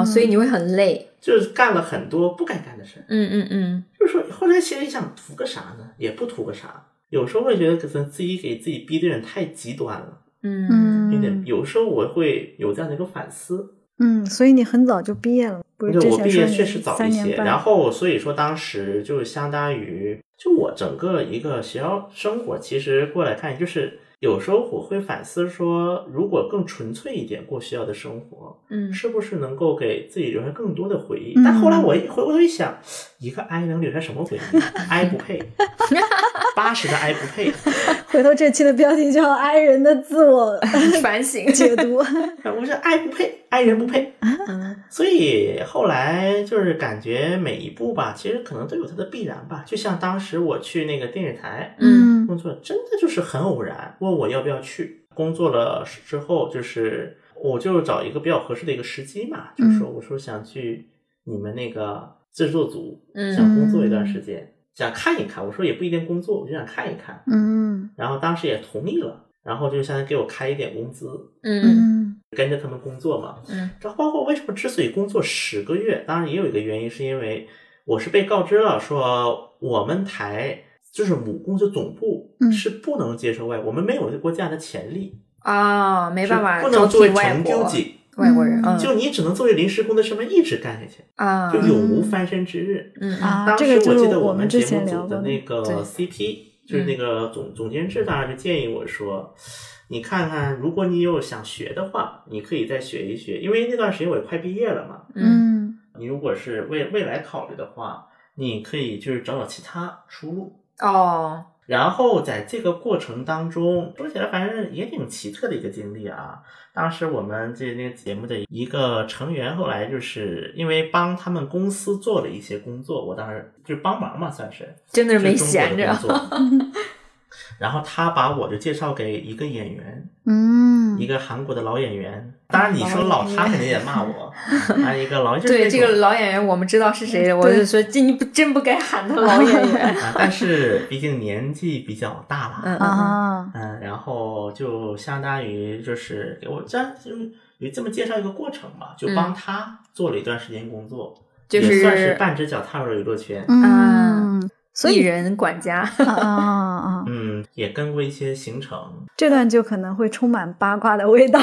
Speaker 2: 哦，所以你会很累。
Speaker 3: 就是干了很多不该干的事儿。
Speaker 2: 嗯嗯嗯
Speaker 3: 就是说，后来其实你想图个啥呢？也不图个啥。有时候会觉得可能自己给自己逼得有点太极端了，
Speaker 2: 嗯
Speaker 1: 嗯
Speaker 3: 有点。有时候我会有这样的一个反思。
Speaker 1: 嗯，所以你很早就毕业了，不是
Speaker 3: 对，
Speaker 1: 之
Speaker 3: 我
Speaker 1: 前
Speaker 3: 毕
Speaker 1: 说
Speaker 3: 业
Speaker 1: 你
Speaker 3: 确实早
Speaker 1: 三
Speaker 3: 一
Speaker 1: 年
Speaker 3: 些，
Speaker 1: 半，
Speaker 3: 然后所以说当时就相当于，就我整个一个学校生活，其实过来看，就是有时候我会反思说，如果更纯粹一点过学校的生活，
Speaker 2: 嗯
Speaker 3: 是不是能够给自己留下更多的回忆？
Speaker 1: 嗯
Speaker 3: 但后来我一回过头一想，一个 I 能留下什么回忆？I 不配，八十的 I 不配。
Speaker 1: 回头这期的标题叫《哀人的自 我
Speaker 2: 反省。
Speaker 1: 解读》。
Speaker 3: 我是爱不配，爱人不配。所以后来就是感觉每一步吧，其实可能都有它的必然吧。就像当时我去那个电视台
Speaker 2: 嗯
Speaker 3: 工作，真的就是很偶然，问我要不要去。工作了之后，就是我就找一个比较合适的一个时机嘛，就说我说想去你们那个制作组，想
Speaker 2: 嗯
Speaker 3: 工作一段时间，想看一看。我说也不一定工作，我就想看一看。
Speaker 1: 嗯
Speaker 3: 然后当时也同意了，然后就相当于给我开一点工资，
Speaker 2: 嗯
Speaker 1: 嗯
Speaker 3: 跟着他们工作嘛。
Speaker 2: 嗯
Speaker 3: 然后包括为什么之所以工作十个月，当然也有一个原因，是因为我是被告知了说我们台就是母公司总部
Speaker 1: 嗯
Speaker 3: 是不能接受外，我们没有这国家的潜力，
Speaker 2: 啊，没办法，
Speaker 3: 是不能作
Speaker 2: 招
Speaker 3: 为
Speaker 2: 聘外
Speaker 3: 成
Speaker 2: 国
Speaker 3: 就己，
Speaker 2: 外国人，嗯
Speaker 3: 就你只能作为临时工的身份一直干下去，
Speaker 2: 啊，
Speaker 3: 就永无翻身之日。
Speaker 2: 嗯
Speaker 1: 啊
Speaker 3: 当
Speaker 1: 这
Speaker 3: 时
Speaker 1: 个就
Speaker 3: 我记
Speaker 1: 是
Speaker 3: 得
Speaker 1: 我
Speaker 3: 我
Speaker 1: 们之
Speaker 3: 节
Speaker 1: 前
Speaker 3: 目
Speaker 1: 聊过
Speaker 3: 组
Speaker 1: 嗯
Speaker 3: 的那个
Speaker 2: 对
Speaker 3: CP，就是那个总总监制，当时就建议我说，你看看，如果你有想学的话，你可以再学一学，因为那段时间我也快毕业了嘛。
Speaker 2: 嗯
Speaker 1: 嗯
Speaker 3: 你如果是为未来考虑的话，你可以就是找找其他出路。
Speaker 2: 哦，
Speaker 3: 然后在这个过程当中，说起来反正也挺奇特的一个经历啊。当时我们这那个节目的一个成员，后来就是因为帮他们公司做了一些工作，我当时就帮忙嘛，算是
Speaker 2: 真的是没
Speaker 3: 是中国
Speaker 2: 闲
Speaker 3: 的
Speaker 2: 着
Speaker 3: 工，作。 然后他把我就介绍给一个演员，一
Speaker 1: 嗯
Speaker 3: 个韩国的老演员。当然你说老他肯定也 骂我，啊，一个老就是
Speaker 2: 对
Speaker 3: 那
Speaker 2: 这个
Speaker 3: 种
Speaker 2: 老演员，我们知道是谁，我就说这你不真不该喊他老演员。
Speaker 3: 啊，但是毕竟年纪比较大了，
Speaker 2: 嗯嗯
Speaker 1: 啊
Speaker 3: 嗯，然后就相当于就是给我这样就有这么介绍一个过程吧，就帮他做了一段时间工作，
Speaker 2: 就
Speaker 3: 也算
Speaker 2: 是啊
Speaker 3: 是半只脚踏入娱乐圈。
Speaker 1: 嗯，所
Speaker 2: 艺
Speaker 1: 以
Speaker 2: 人管家。
Speaker 1: 啊 啊啊！啊
Speaker 3: 嗯，也跟过一些行程，
Speaker 1: 这段就可能会充满八卦的味 道，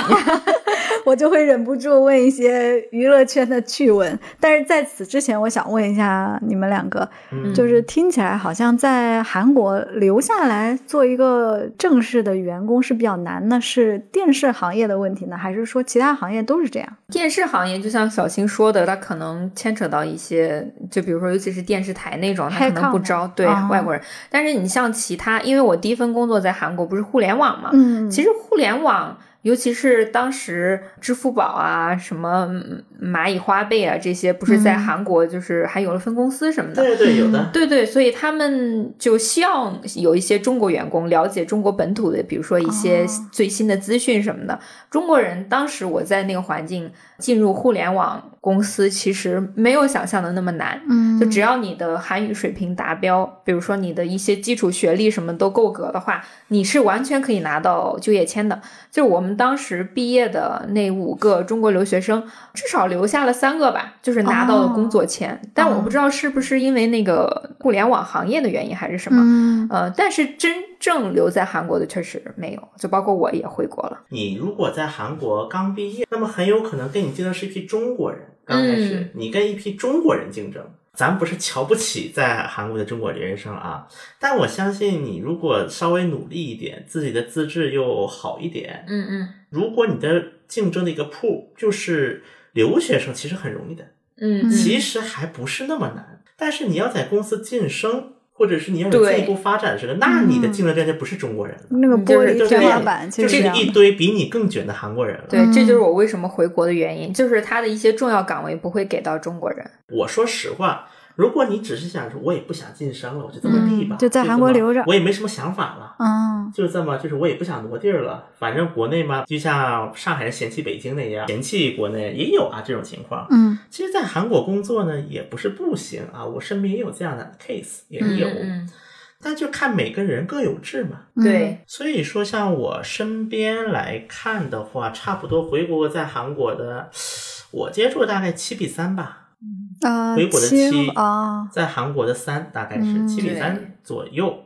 Speaker 1: 我就会忍不住问一些娱乐圈的趣闻。但是在此之前，我想问一下你们两个，
Speaker 3: 嗯
Speaker 1: 就是听起来好像在韩国留下来做一个正式的员工是比较难的，是电视行业的问题呢，还是说其他行业都是这样？
Speaker 2: 电视行业就像小新说的，它可能牵扯到一些，就比如说，尤其是电视台那种，它可
Speaker 1: Headcount
Speaker 2: 能不招对
Speaker 1: 啊
Speaker 2: 外国人。但是你像其他，因为我第一份工作在韩国不是互联网嘛，
Speaker 1: 嗯，
Speaker 2: 其实互联网，尤其是当时支付宝啊、什么嗯蚂蚁花呗啊这些，不是在
Speaker 1: 嗯
Speaker 2: 韩国就是还有了分公司什么的。
Speaker 3: 对对，有的，
Speaker 2: 对对，所以他们就希望有一些中国员工了解中国本土的，比如说一些
Speaker 1: 哦
Speaker 2: 最新的资讯什么的。中国人当时我在那个环境进入互联网公司，其实没有想象的那么难。
Speaker 1: 嗯，
Speaker 2: 就只要你的韩语水平达标，比如说你的一些基础学历什么都够格的话，你是完全可以拿到就业签的。就是我们当时毕业的那五个中国留学生，至少留下了三个吧，就是拿到了
Speaker 1: 哦
Speaker 2: 工作签。但我不知道是不是因为那个互联网行业的原因还是什么。
Speaker 1: 嗯
Speaker 2: 呃，但是真正留在韩国的确实没有，就包括我也回国了。
Speaker 3: 你如果在韩国刚毕业，那么很有可能跟你竞争是一批中国人。刚开始、
Speaker 2: 嗯
Speaker 3: 你跟一批中国人竞争，咱不是瞧不起在韩国的中国留学生啊，但我相信你如果稍微努力一点，自己的资质又好一点，
Speaker 2: 嗯嗯
Speaker 3: 如果你的竞争的一个 pool 就是留学生，其实很容易的，
Speaker 2: 嗯，
Speaker 3: 其实还不是那么难。但是你要在公司晋升，或者是你要有
Speaker 2: 对嗯
Speaker 3: 进一步发展的时候，那你的竞争对象就不是中国人了。
Speaker 1: 呃那个
Speaker 2: 嗯就
Speaker 1: 玻
Speaker 2: 是
Speaker 1: 璃
Speaker 3: 对
Speaker 1: 天
Speaker 3: 对
Speaker 1: 花板
Speaker 3: 就
Speaker 1: 其实
Speaker 3: 是
Speaker 1: 这样
Speaker 3: 一
Speaker 1: 的，
Speaker 3: 堆比你更卷的韩国人了。
Speaker 2: 对，这
Speaker 1: 嗯
Speaker 2: 就是我为什么回国的原因，就是他的一些重要岗位不会给到中国人。
Speaker 3: 我说实话，如果你只是想说，我也不想晋升了，我就这么
Speaker 2: 嗯
Speaker 3: 地吧，
Speaker 1: 就在
Speaker 3: 这
Speaker 1: 韩国
Speaker 3: 么
Speaker 1: 留着
Speaker 3: 我也没什么想法了。
Speaker 1: 嗯
Speaker 3: 就这么，就是我也不想挪地儿了，反正国内嘛，就像上海人嫌弃北京那样，嫌弃国内也有啊这种情况。
Speaker 1: 嗯
Speaker 3: 其实，在韩国工作呢，也不是不行啊，我身边也有这样的 case，也有，
Speaker 2: 嗯
Speaker 3: 但就看每个人各有志嘛。
Speaker 2: 嗯，对，
Speaker 3: 所以说，像我身边来看的话，差不多回国在韩国的，我接触大概七比三吧，
Speaker 1: 啊
Speaker 3: 回国的七
Speaker 1: 啊，
Speaker 3: 在韩国的三大概是
Speaker 1: 嗯
Speaker 3: 七比
Speaker 2: 对
Speaker 3: 三左右。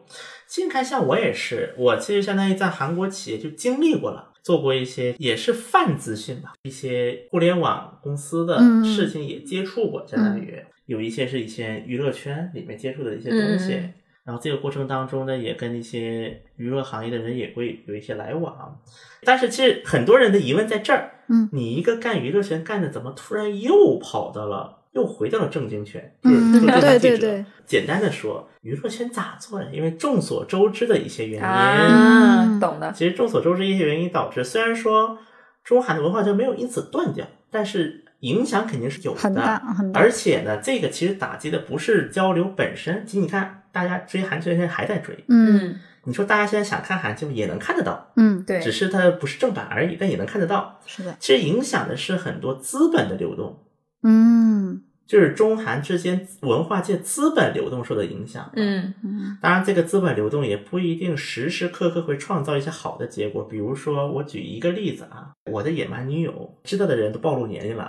Speaker 3: 近看像我也是，我其实相当于在韩国企业就经历过了，做过一些也是泛资讯吧，一些互联网公司的
Speaker 1: 嗯
Speaker 3: 事情也接触过，相当于有一些是以前娱乐圈里面接触的一些
Speaker 2: 嗯
Speaker 3: 东西。
Speaker 2: 嗯
Speaker 3: 然后这个过程当中呢，也跟一些娱乐行业的人也会有一些来往，但是其实很多人的疑问在这儿，
Speaker 1: 嗯
Speaker 3: 你一个干娱乐圈干的，怎么突然又跑到了，又回到了正经圈？
Speaker 1: 嗯
Speaker 3: 就是做正
Speaker 1: 对
Speaker 3: 当
Speaker 1: 对
Speaker 3: 记者
Speaker 1: 对。
Speaker 3: 简单的说，娱乐圈咋做的？因为众所周知的一些原因，
Speaker 2: 啊，
Speaker 1: 嗯
Speaker 2: 懂的。
Speaker 3: 其实众所周知一些原因导致，虽然说中韩的文化就没有因此断掉，但是影响肯定是有的。
Speaker 1: 很大很大，
Speaker 3: 而且呢，这个其实打击的不是交流本身，其实你看大家追韩剧现在还在追，
Speaker 1: 嗯
Speaker 3: 你说大家现在想看韩剧也能看得到，
Speaker 1: 嗯，
Speaker 2: 对
Speaker 3: 只，是它不是正版而已，但也能看得到。
Speaker 1: 是的，
Speaker 3: 其实影响的是很多资本的流动，
Speaker 1: 嗯
Speaker 3: 就是中韩之间文化界资本流动受的影响。，
Speaker 2: 嗯
Speaker 1: 嗯
Speaker 3: 当然这个资本流动也不一定时时刻刻会创造一些好的结果。比如说，我举一个例子啊，我的野蛮女友，知道的人都暴露年 龄了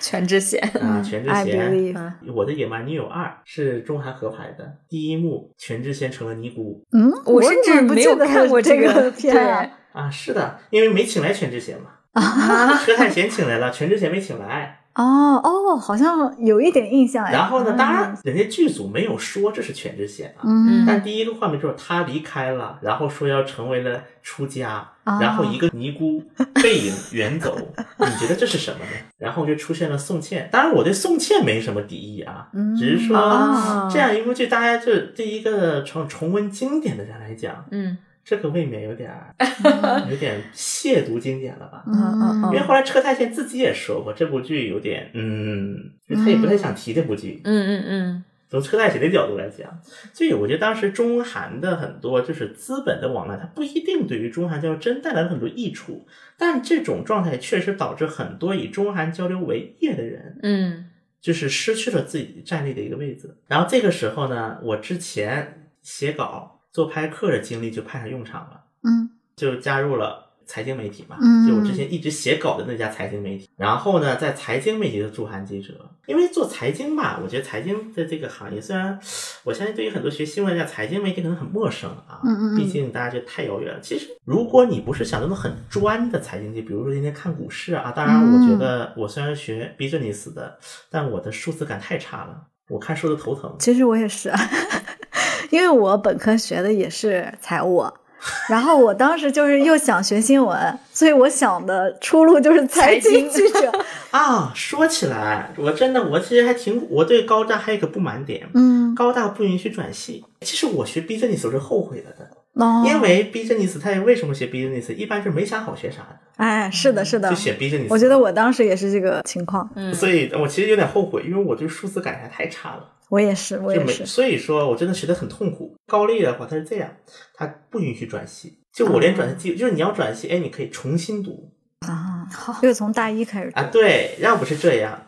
Speaker 2: 全智贤，
Speaker 3: 啊，全智
Speaker 1: ，I
Speaker 3: 贤。
Speaker 1: believe，
Speaker 2: 嗯，
Speaker 3: 我的野蛮女友二是中韩合拍的，第一幕全智贤成了尼姑
Speaker 1: 嗯，
Speaker 2: 我甚
Speaker 1: 怎
Speaker 2: 至
Speaker 1: 么不
Speaker 2: 没
Speaker 1: 记
Speaker 2: 有
Speaker 1: 得
Speaker 2: 看过
Speaker 1: 这
Speaker 2: 个
Speaker 1: 片啊，
Speaker 3: 啊，是的，因为没请来全智贤 嘛，
Speaker 2: 啊，
Speaker 3: 车太贤请来了，全智贤没请来。
Speaker 1: 哦哦，好像有一点印象哎，
Speaker 3: 然后呢，当然人家剧组没有说这是全智贤啊，
Speaker 1: 嗯，
Speaker 3: 但第一个画面就是他离开了，然后说要成为了出家，
Speaker 1: 啊
Speaker 3: 然后一个尼姑背影远走， 你觉得这是什么呢？然后就出现了宋茜。当然，我对宋茜没什么敌意啊，
Speaker 1: 嗯哦
Speaker 3: 只是说、
Speaker 2: 啊
Speaker 3: 这样一部剧，大家就对一个重重温经典的人来讲，
Speaker 2: 嗯
Speaker 3: 这个未免有点儿
Speaker 1: 嗯
Speaker 3: 有点亵渎经典了吧？
Speaker 2: 嗯
Speaker 3: 因为后来车太贤自己也说过，这部剧有点，嗯，就他也不太想提这部剧，
Speaker 2: 嗯嗯
Speaker 3: 从车太贤的角度来讲，所以我觉得当时中韩的很多就是资本的往来，它不一定对于中韩交流真带来了很多益处，但这种状态确实导致很多以中韩交流为业的人，
Speaker 2: 嗯
Speaker 3: 就是失去了自己站立的一个位置。然后这个时候呢，我之前写稿做拍客的经历就派上用场了，
Speaker 1: 嗯
Speaker 3: 就加入了。财经媒体嘛，
Speaker 1: 嗯
Speaker 3: 就我之前一直写稿的那家财经媒体。然后呢，在财经媒体的驻韩记者，因为做财经吧，我觉得财经的这个行业，虽然我相信对于很多学新闻的财经媒体可能很陌生啊，
Speaker 1: 嗯嗯嗯
Speaker 3: 毕竟大家觉得太遥远了。其实，如果你不是想那种很专的财经记，比如说今天看股市啊，当然我
Speaker 1: 嗯
Speaker 3: 觉得我虽然学 business 的，但我的数字感太差了，我看数字 头疼。
Speaker 1: 其实我也是，因为我本科学的也是财务，然后我当时就是又想学新闻，所以我想的出路就是财经
Speaker 2: 财经
Speaker 1: 记者。
Speaker 3: 啊，说起来，我真的我其实还挺，我对高大还有一个不满点，
Speaker 1: 嗯，
Speaker 3: 高大不允许转系。其实我学 business 我是后悔了的，
Speaker 1: 哦，
Speaker 3: 因为 business 他为什么学 business，一般是没想好学啥
Speaker 1: 哎，是的，是的
Speaker 3: 的，嗯就，选 business。
Speaker 1: 我觉得，我当时也是这个情况，
Speaker 2: 嗯，
Speaker 3: 所以我其实有点后悔，因为我对数字感还太差了。
Speaker 1: 我也是，我
Speaker 3: 就
Speaker 1: 也
Speaker 3: 没，
Speaker 1: 是。
Speaker 3: 所以说我真的学得很痛苦。高丽的话，它是这样，它不允许转系。就我连转系，就是你要转系，哎，你可以重新读
Speaker 1: 啊，
Speaker 2: 好
Speaker 1: 又从大一开始
Speaker 3: 啊，对，要不是这样，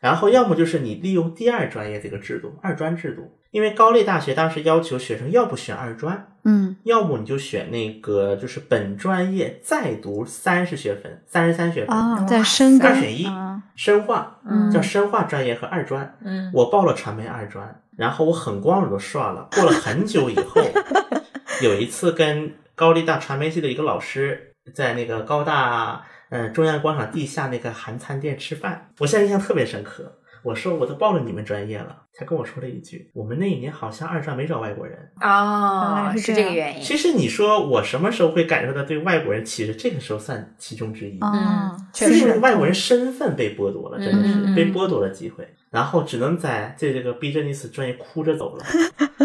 Speaker 3: 然后要么就是你利用第二专业这个制度，二专制度，因为高丽大学当时要求学生要不选二专，
Speaker 1: 嗯
Speaker 3: 要么你就选那个就是本专业再读三十学分，三十三学分，
Speaker 1: 啊，
Speaker 2: 哇
Speaker 1: 在深
Speaker 3: 二
Speaker 1: 耕
Speaker 3: 选一
Speaker 1: 啊，
Speaker 3: 深化
Speaker 2: 嗯
Speaker 3: 叫深化专业和二专，
Speaker 2: 嗯，
Speaker 3: 我报了传媒二专，然后我很光荣的刷了。过了很久以后， 有一次跟高丽大传媒系的一个老师在那个高大呃中央广场地下那个韩餐店吃饭，我现在印象特别深刻。我说我都报了你们专业了，他跟我说了一句：“我们那一年好像二专没招外国人。
Speaker 1: 原
Speaker 2: 哦
Speaker 1: 来，是
Speaker 2: 是
Speaker 1: 这
Speaker 2: 这
Speaker 1: 样
Speaker 2: 个原”因。
Speaker 3: 其实你说我什么时候会感受到对外国人歧视？这个时候算其中之一。
Speaker 1: 啊
Speaker 2: 嗯，
Speaker 1: 确
Speaker 3: 就是因为
Speaker 1: 实，
Speaker 3: 外国人身份被剥夺了，真的
Speaker 1: 嗯嗯
Speaker 3: 是
Speaker 1: 嗯
Speaker 3: 被剥夺了机会，然后只能在这这个 B 站 s 专业哭 着走了。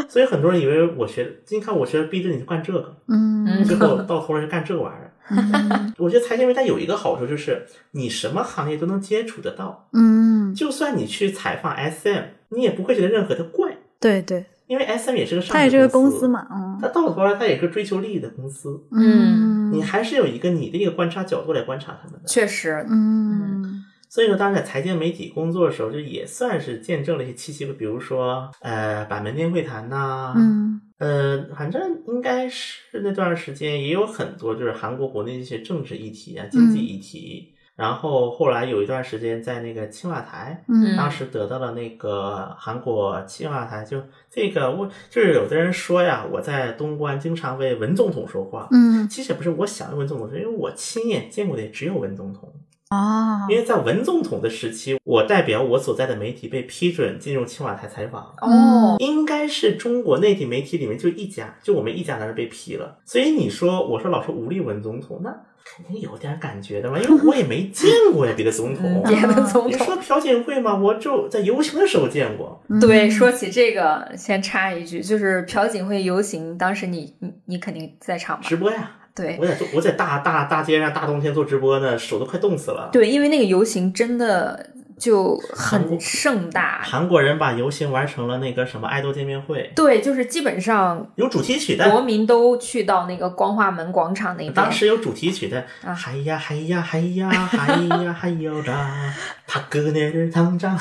Speaker 3: 所以很多人以为我学，你看我学 B 站 s 干这个，
Speaker 1: 嗯
Speaker 3: 最后到头来是干这玩意儿。
Speaker 1: 嗯
Speaker 3: 我觉得财经媒体有一个好处就是，你什么行业都能接触得到，
Speaker 1: 嗯，
Speaker 3: 就算你去采访 SM，你也不会觉得任何的怪，
Speaker 1: 对对，
Speaker 3: 因为 SM 也是个上市
Speaker 1: 他也是个公
Speaker 3: 司
Speaker 1: 司，嘛，嗯
Speaker 3: 它到头来它也是个追求利益的公司，
Speaker 2: 嗯
Speaker 3: 你还是有一个你的一个观察角度来观察他们的。
Speaker 2: 确实，
Speaker 1: 嗯
Speaker 3: 所以说，当时在财经媒体工作的时候，就也算是见证了一些奇奇怪，比如说，呃，把门店会谈呐、
Speaker 1: 嗯
Speaker 3: 呃，反正应该是那段时间也有很多就是韩国国内一些政治议题啊、
Speaker 1: 嗯
Speaker 3: 经济议题。然后后来有一段时间在那个青瓦台，
Speaker 1: 嗯
Speaker 3: 当时得到了那个韩国青瓦台，就这个我就是有的人说呀，我在东关经常为文总统说话，
Speaker 1: 嗯
Speaker 3: 其实也不是我想文总统说，因为我亲眼见过的也只有文总统。
Speaker 2: 嗯
Speaker 1: 啊
Speaker 3: 因为在文总统的时期，我代表我所在的媒体被批准进入青瓦台采访，
Speaker 2: 哦，
Speaker 3: 应该是中国内地媒体里面就一家，就我们一家当时被批了。所以你说，我说老是无力文总统，那肯定有点感觉的嘛，因为我也没见过呀别的总统
Speaker 2: 嗯。别的总
Speaker 3: 你
Speaker 2: 统
Speaker 3: 说。朴槿惠嘛，我就在游行的时候见过。
Speaker 2: 对，说起这个，先插一句，就是朴槿惠游行，当时你你你肯定在场吧？
Speaker 3: 直播呀，
Speaker 2: 对
Speaker 3: 我在做我在大大大街上大冬天做直播呢，手都快冻死了。
Speaker 2: 对，因为那个游行真的就
Speaker 3: 韩国
Speaker 2: 很盛大，
Speaker 3: 韩国人把游行玩成了那个什么爱豆见面会，
Speaker 2: 对，就是基本上
Speaker 3: 有主题曲的。
Speaker 2: 国民都去到那个光化门广场那边。
Speaker 3: 当时有主题曲的，
Speaker 2: 啊
Speaker 3: 嗨呀嗨呀嗨呀嗨 呀嗨哟啦，他哥那儿당장，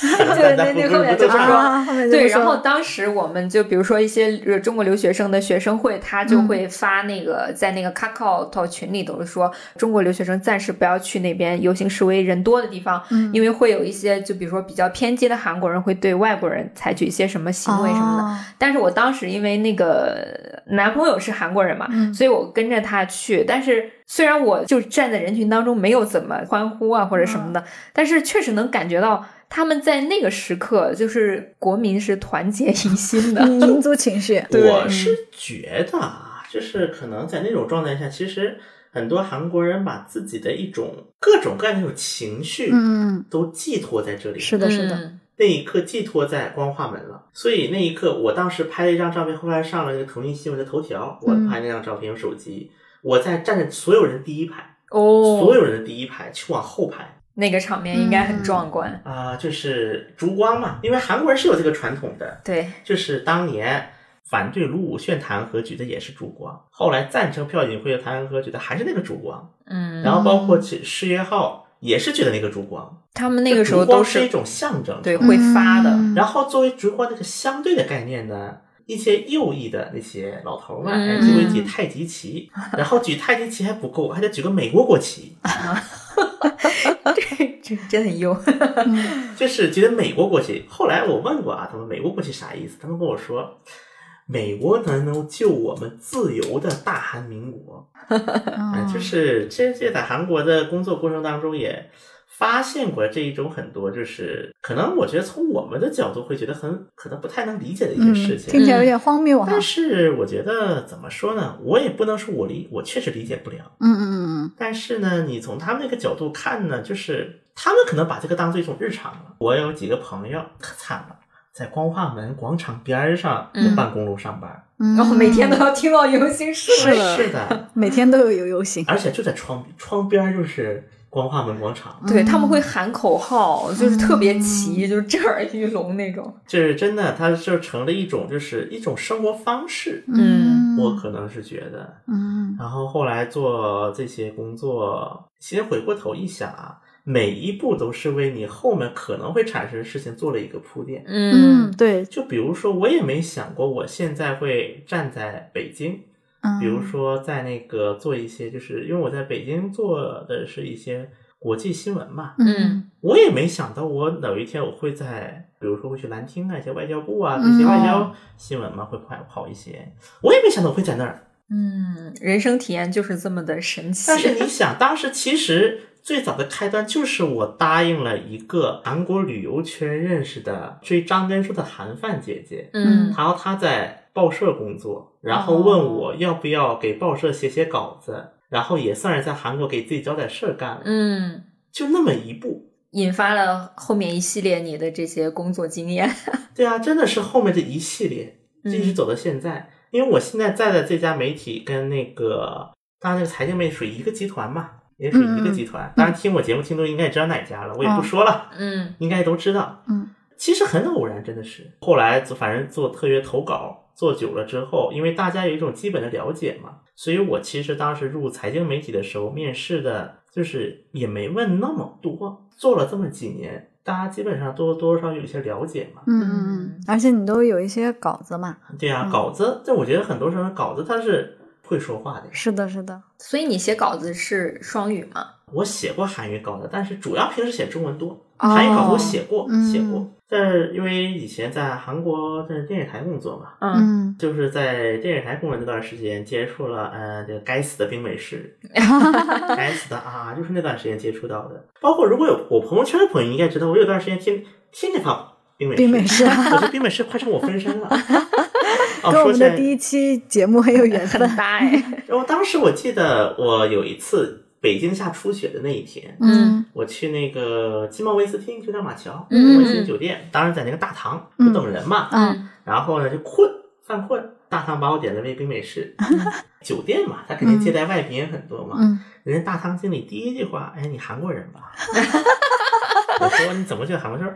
Speaker 2: 对对对后面就
Speaker 3: 不
Speaker 2: 是
Speaker 3: 是
Speaker 2: 说
Speaker 1: 啊，后面就
Speaker 2: 对，
Speaker 1: 是说
Speaker 2: 然后当时我们就比如说一些呃中国留学生的学生会，他就会发那个、嗯在那个 Kakao 群里头说，中国留学生暂时不要去那边游行示威人多的地方，
Speaker 1: 嗯
Speaker 2: 因为会有一些就比如说比较偏激的韩国人会对外国人采取一些什么行为什么的。
Speaker 1: 啊
Speaker 2: 但是我当时因为那个男朋友是韩国人嘛，
Speaker 1: 嗯
Speaker 2: 所以我跟着他去。但是虽然我就站在人群当中，没有怎么欢呼啊或者什么
Speaker 1: 嗯
Speaker 2: 的，但是确实能感觉到他们在那个时刻，就是国民是团结一心的。
Speaker 1: 民族情绪，
Speaker 2: 对嗯
Speaker 3: 我是觉得啊，就是可能在那种状态下，其实很多韩国人把自己的一种各种各样的那种情绪
Speaker 1: 嗯，
Speaker 3: 都寄托在这里，
Speaker 1: 是的，是的，
Speaker 2: 嗯，
Speaker 3: 那一刻寄托在光化门了。所以那一刻，我当时拍了一张照片，后来上了那个腾讯新闻的头条，我
Speaker 1: 嗯
Speaker 3: 拍那张照片用手机，我在站在所有人第一排。所
Speaker 2: 哦，
Speaker 3: 有人的第一排去往后排
Speaker 2: 那个场面应该很壮
Speaker 1: 嗯
Speaker 2: 观。
Speaker 3: 啊、就是烛光嘛，因为韩国人是有这个传统的，
Speaker 2: 对，
Speaker 3: 就是当年反对卢武铉弹劾举的也是烛光，后来赞成朴槿惠弹劾举的还是那个烛光，
Speaker 2: 嗯，
Speaker 3: 然后包括去世越号也是举的那个烛光，
Speaker 2: 他们那个时候
Speaker 3: 烛光
Speaker 2: 都
Speaker 3: 是一
Speaker 2: 是
Speaker 3: 种象征，
Speaker 2: 对
Speaker 3: 是吧
Speaker 2: 会发的
Speaker 1: 嗯
Speaker 3: 然后作为烛光那个相对的概念呢。一些右翼的那些老头儿们，
Speaker 2: 嗯
Speaker 3: 哎就会举太极旗，然后举太极旗还不够，还得举个美国国旗，
Speaker 2: 这这真很优。
Speaker 3: 就是觉得美国国旗。后来我问过啊，他们美国国旗啥意思？他们跟我说，美国能能救我们自由的大韩民国。哎，
Speaker 1: 哦
Speaker 3: 就是这这在韩国的工作过程当中也发现过这一种很多，就是可能我觉得从我们的角度会觉得很可能不太能理解的一些
Speaker 1: 嗯
Speaker 3: 事，情。
Speaker 1: 听起来有点荒谬哈
Speaker 3: 但。是我觉得怎么说呢，我也不能说我理，我确实理解不了。
Speaker 1: 嗯嗯
Speaker 3: 但是呢，你从他们那个角度看呢，就是他们可能把这个当做一种日常了。我有几个朋友可惨了，在光化门广场边儿上
Speaker 2: 嗯
Speaker 3: 的办公楼上班，
Speaker 1: 嗯嗯，
Speaker 2: 然后每天都要听到游行示
Speaker 1: 是
Speaker 2: 威，
Speaker 1: 的
Speaker 3: 是的，
Speaker 1: 每天都有游游行，
Speaker 3: 而且就在窗窗边儿就是光化门广场，
Speaker 1: 嗯
Speaker 2: 对他们会喊口号，就是特别齐，就是震耳欲聋那种。
Speaker 3: 就是真的，它就成了一种就是一种生活方式。
Speaker 2: 嗯
Speaker 3: 我可能是觉得，
Speaker 1: 嗯
Speaker 3: 然后后来做这些工作，其实回过头一想啊，每一步都是为你后面可能会产生的事情做了一个铺垫。
Speaker 1: 嗯，对，
Speaker 3: 就比如说，我也没想过我现在会站在北京，
Speaker 1: 嗯
Speaker 3: 比如说在那个做一些，就是因为我在北京做的是一些国际新闻嘛，
Speaker 1: 嗯
Speaker 3: 我也没想到我有一天我会在，比如说会去兰厅啊，一些外交部啊，
Speaker 1: 嗯
Speaker 3: 一些外交新闻嘛，会跑跑一些，我也没想到我会在那儿。
Speaker 2: 嗯，人生体验就是这么的神奇。
Speaker 3: 但是你想，当时其实最早的开端就是我答应了一个韩国旅游圈认识的追张根硕的韩范姐姐，
Speaker 2: 嗯
Speaker 3: 然后他在报社工作，然后问我要不要给报社写写稿子，然后也算是在韩国给自己找点事儿干了，
Speaker 2: 嗯，
Speaker 3: 就那么一步。
Speaker 2: 引发了后面一系列你的这些工作经 验。
Speaker 3: 对啊，真的是后面这一系列，就一直走到现在。因为我现在在的这家媒体跟那个，当然这个财经媒体属于一个集团嘛，也属于一个集团。当然听我节目听众应该也知道哪家了，我也不说了，
Speaker 2: 嗯
Speaker 3: 应该都知道。
Speaker 1: 嗯，
Speaker 3: 其实很偶然，真的是。后来做反正做特约投稿，做久了之后，因为大家有一种基本的了解嘛，所以我其实当时入财经媒体的时候，面试的就是也没问那么多，做了这么几年，大家基本上多多少少有一些了解嘛。
Speaker 1: 嗯嗯嗯，而且你都有一些稿子嘛，
Speaker 3: 对呀、
Speaker 1: 嗯
Speaker 3: 稿子，但我觉得很多时候稿子它是会说话的。
Speaker 1: 是的，是的，
Speaker 2: 所以你写稿子是双语吗？
Speaker 3: 我写过韩语稿子，但是主要平时写中文多。
Speaker 1: 哦
Speaker 3: 韩语稿子我写过，
Speaker 1: 嗯
Speaker 3: 写过，但是因为以前在韩国在电视台工作嘛，
Speaker 2: 嗯，
Speaker 1: 嗯，
Speaker 3: 就是在电视台工作那段时间，接触了呃这个该死的冰 美式，该死的啊，就是那段时间接触到的。包括如果有我朋友圈的朋友应该知道，我有段时间天天天发冰美式，
Speaker 1: 冰美式
Speaker 3: 我觉得冰美式快成我分身了。 哦，
Speaker 1: 跟我
Speaker 3: 说
Speaker 1: 们
Speaker 3: 起
Speaker 1: 的
Speaker 3: 来，
Speaker 1: 第一期节目很有缘
Speaker 2: 很
Speaker 1: 分，
Speaker 2: 搭哎。
Speaker 3: 然后当时我记得我有一次北京下初雪的那一天，
Speaker 1: 嗯
Speaker 3: 我去那个金茂威斯汀，就在马桥
Speaker 2: 嗯
Speaker 3: 威斯汀酒店，当时在那个大堂就等人嘛，
Speaker 1: 嗯
Speaker 3: 然后呢就困犯困，大堂把我点了杯冰 美式。酒店嘛，他肯定接待外宾也很多嘛。
Speaker 1: 嗯
Speaker 3: 人家大堂经理第一句话：“哎，你韩国人吧？” 我说：“你怎么就韩国？”他说：“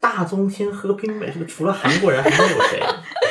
Speaker 3: 大冬天喝冰美式的，除了韩国人还能有谁？”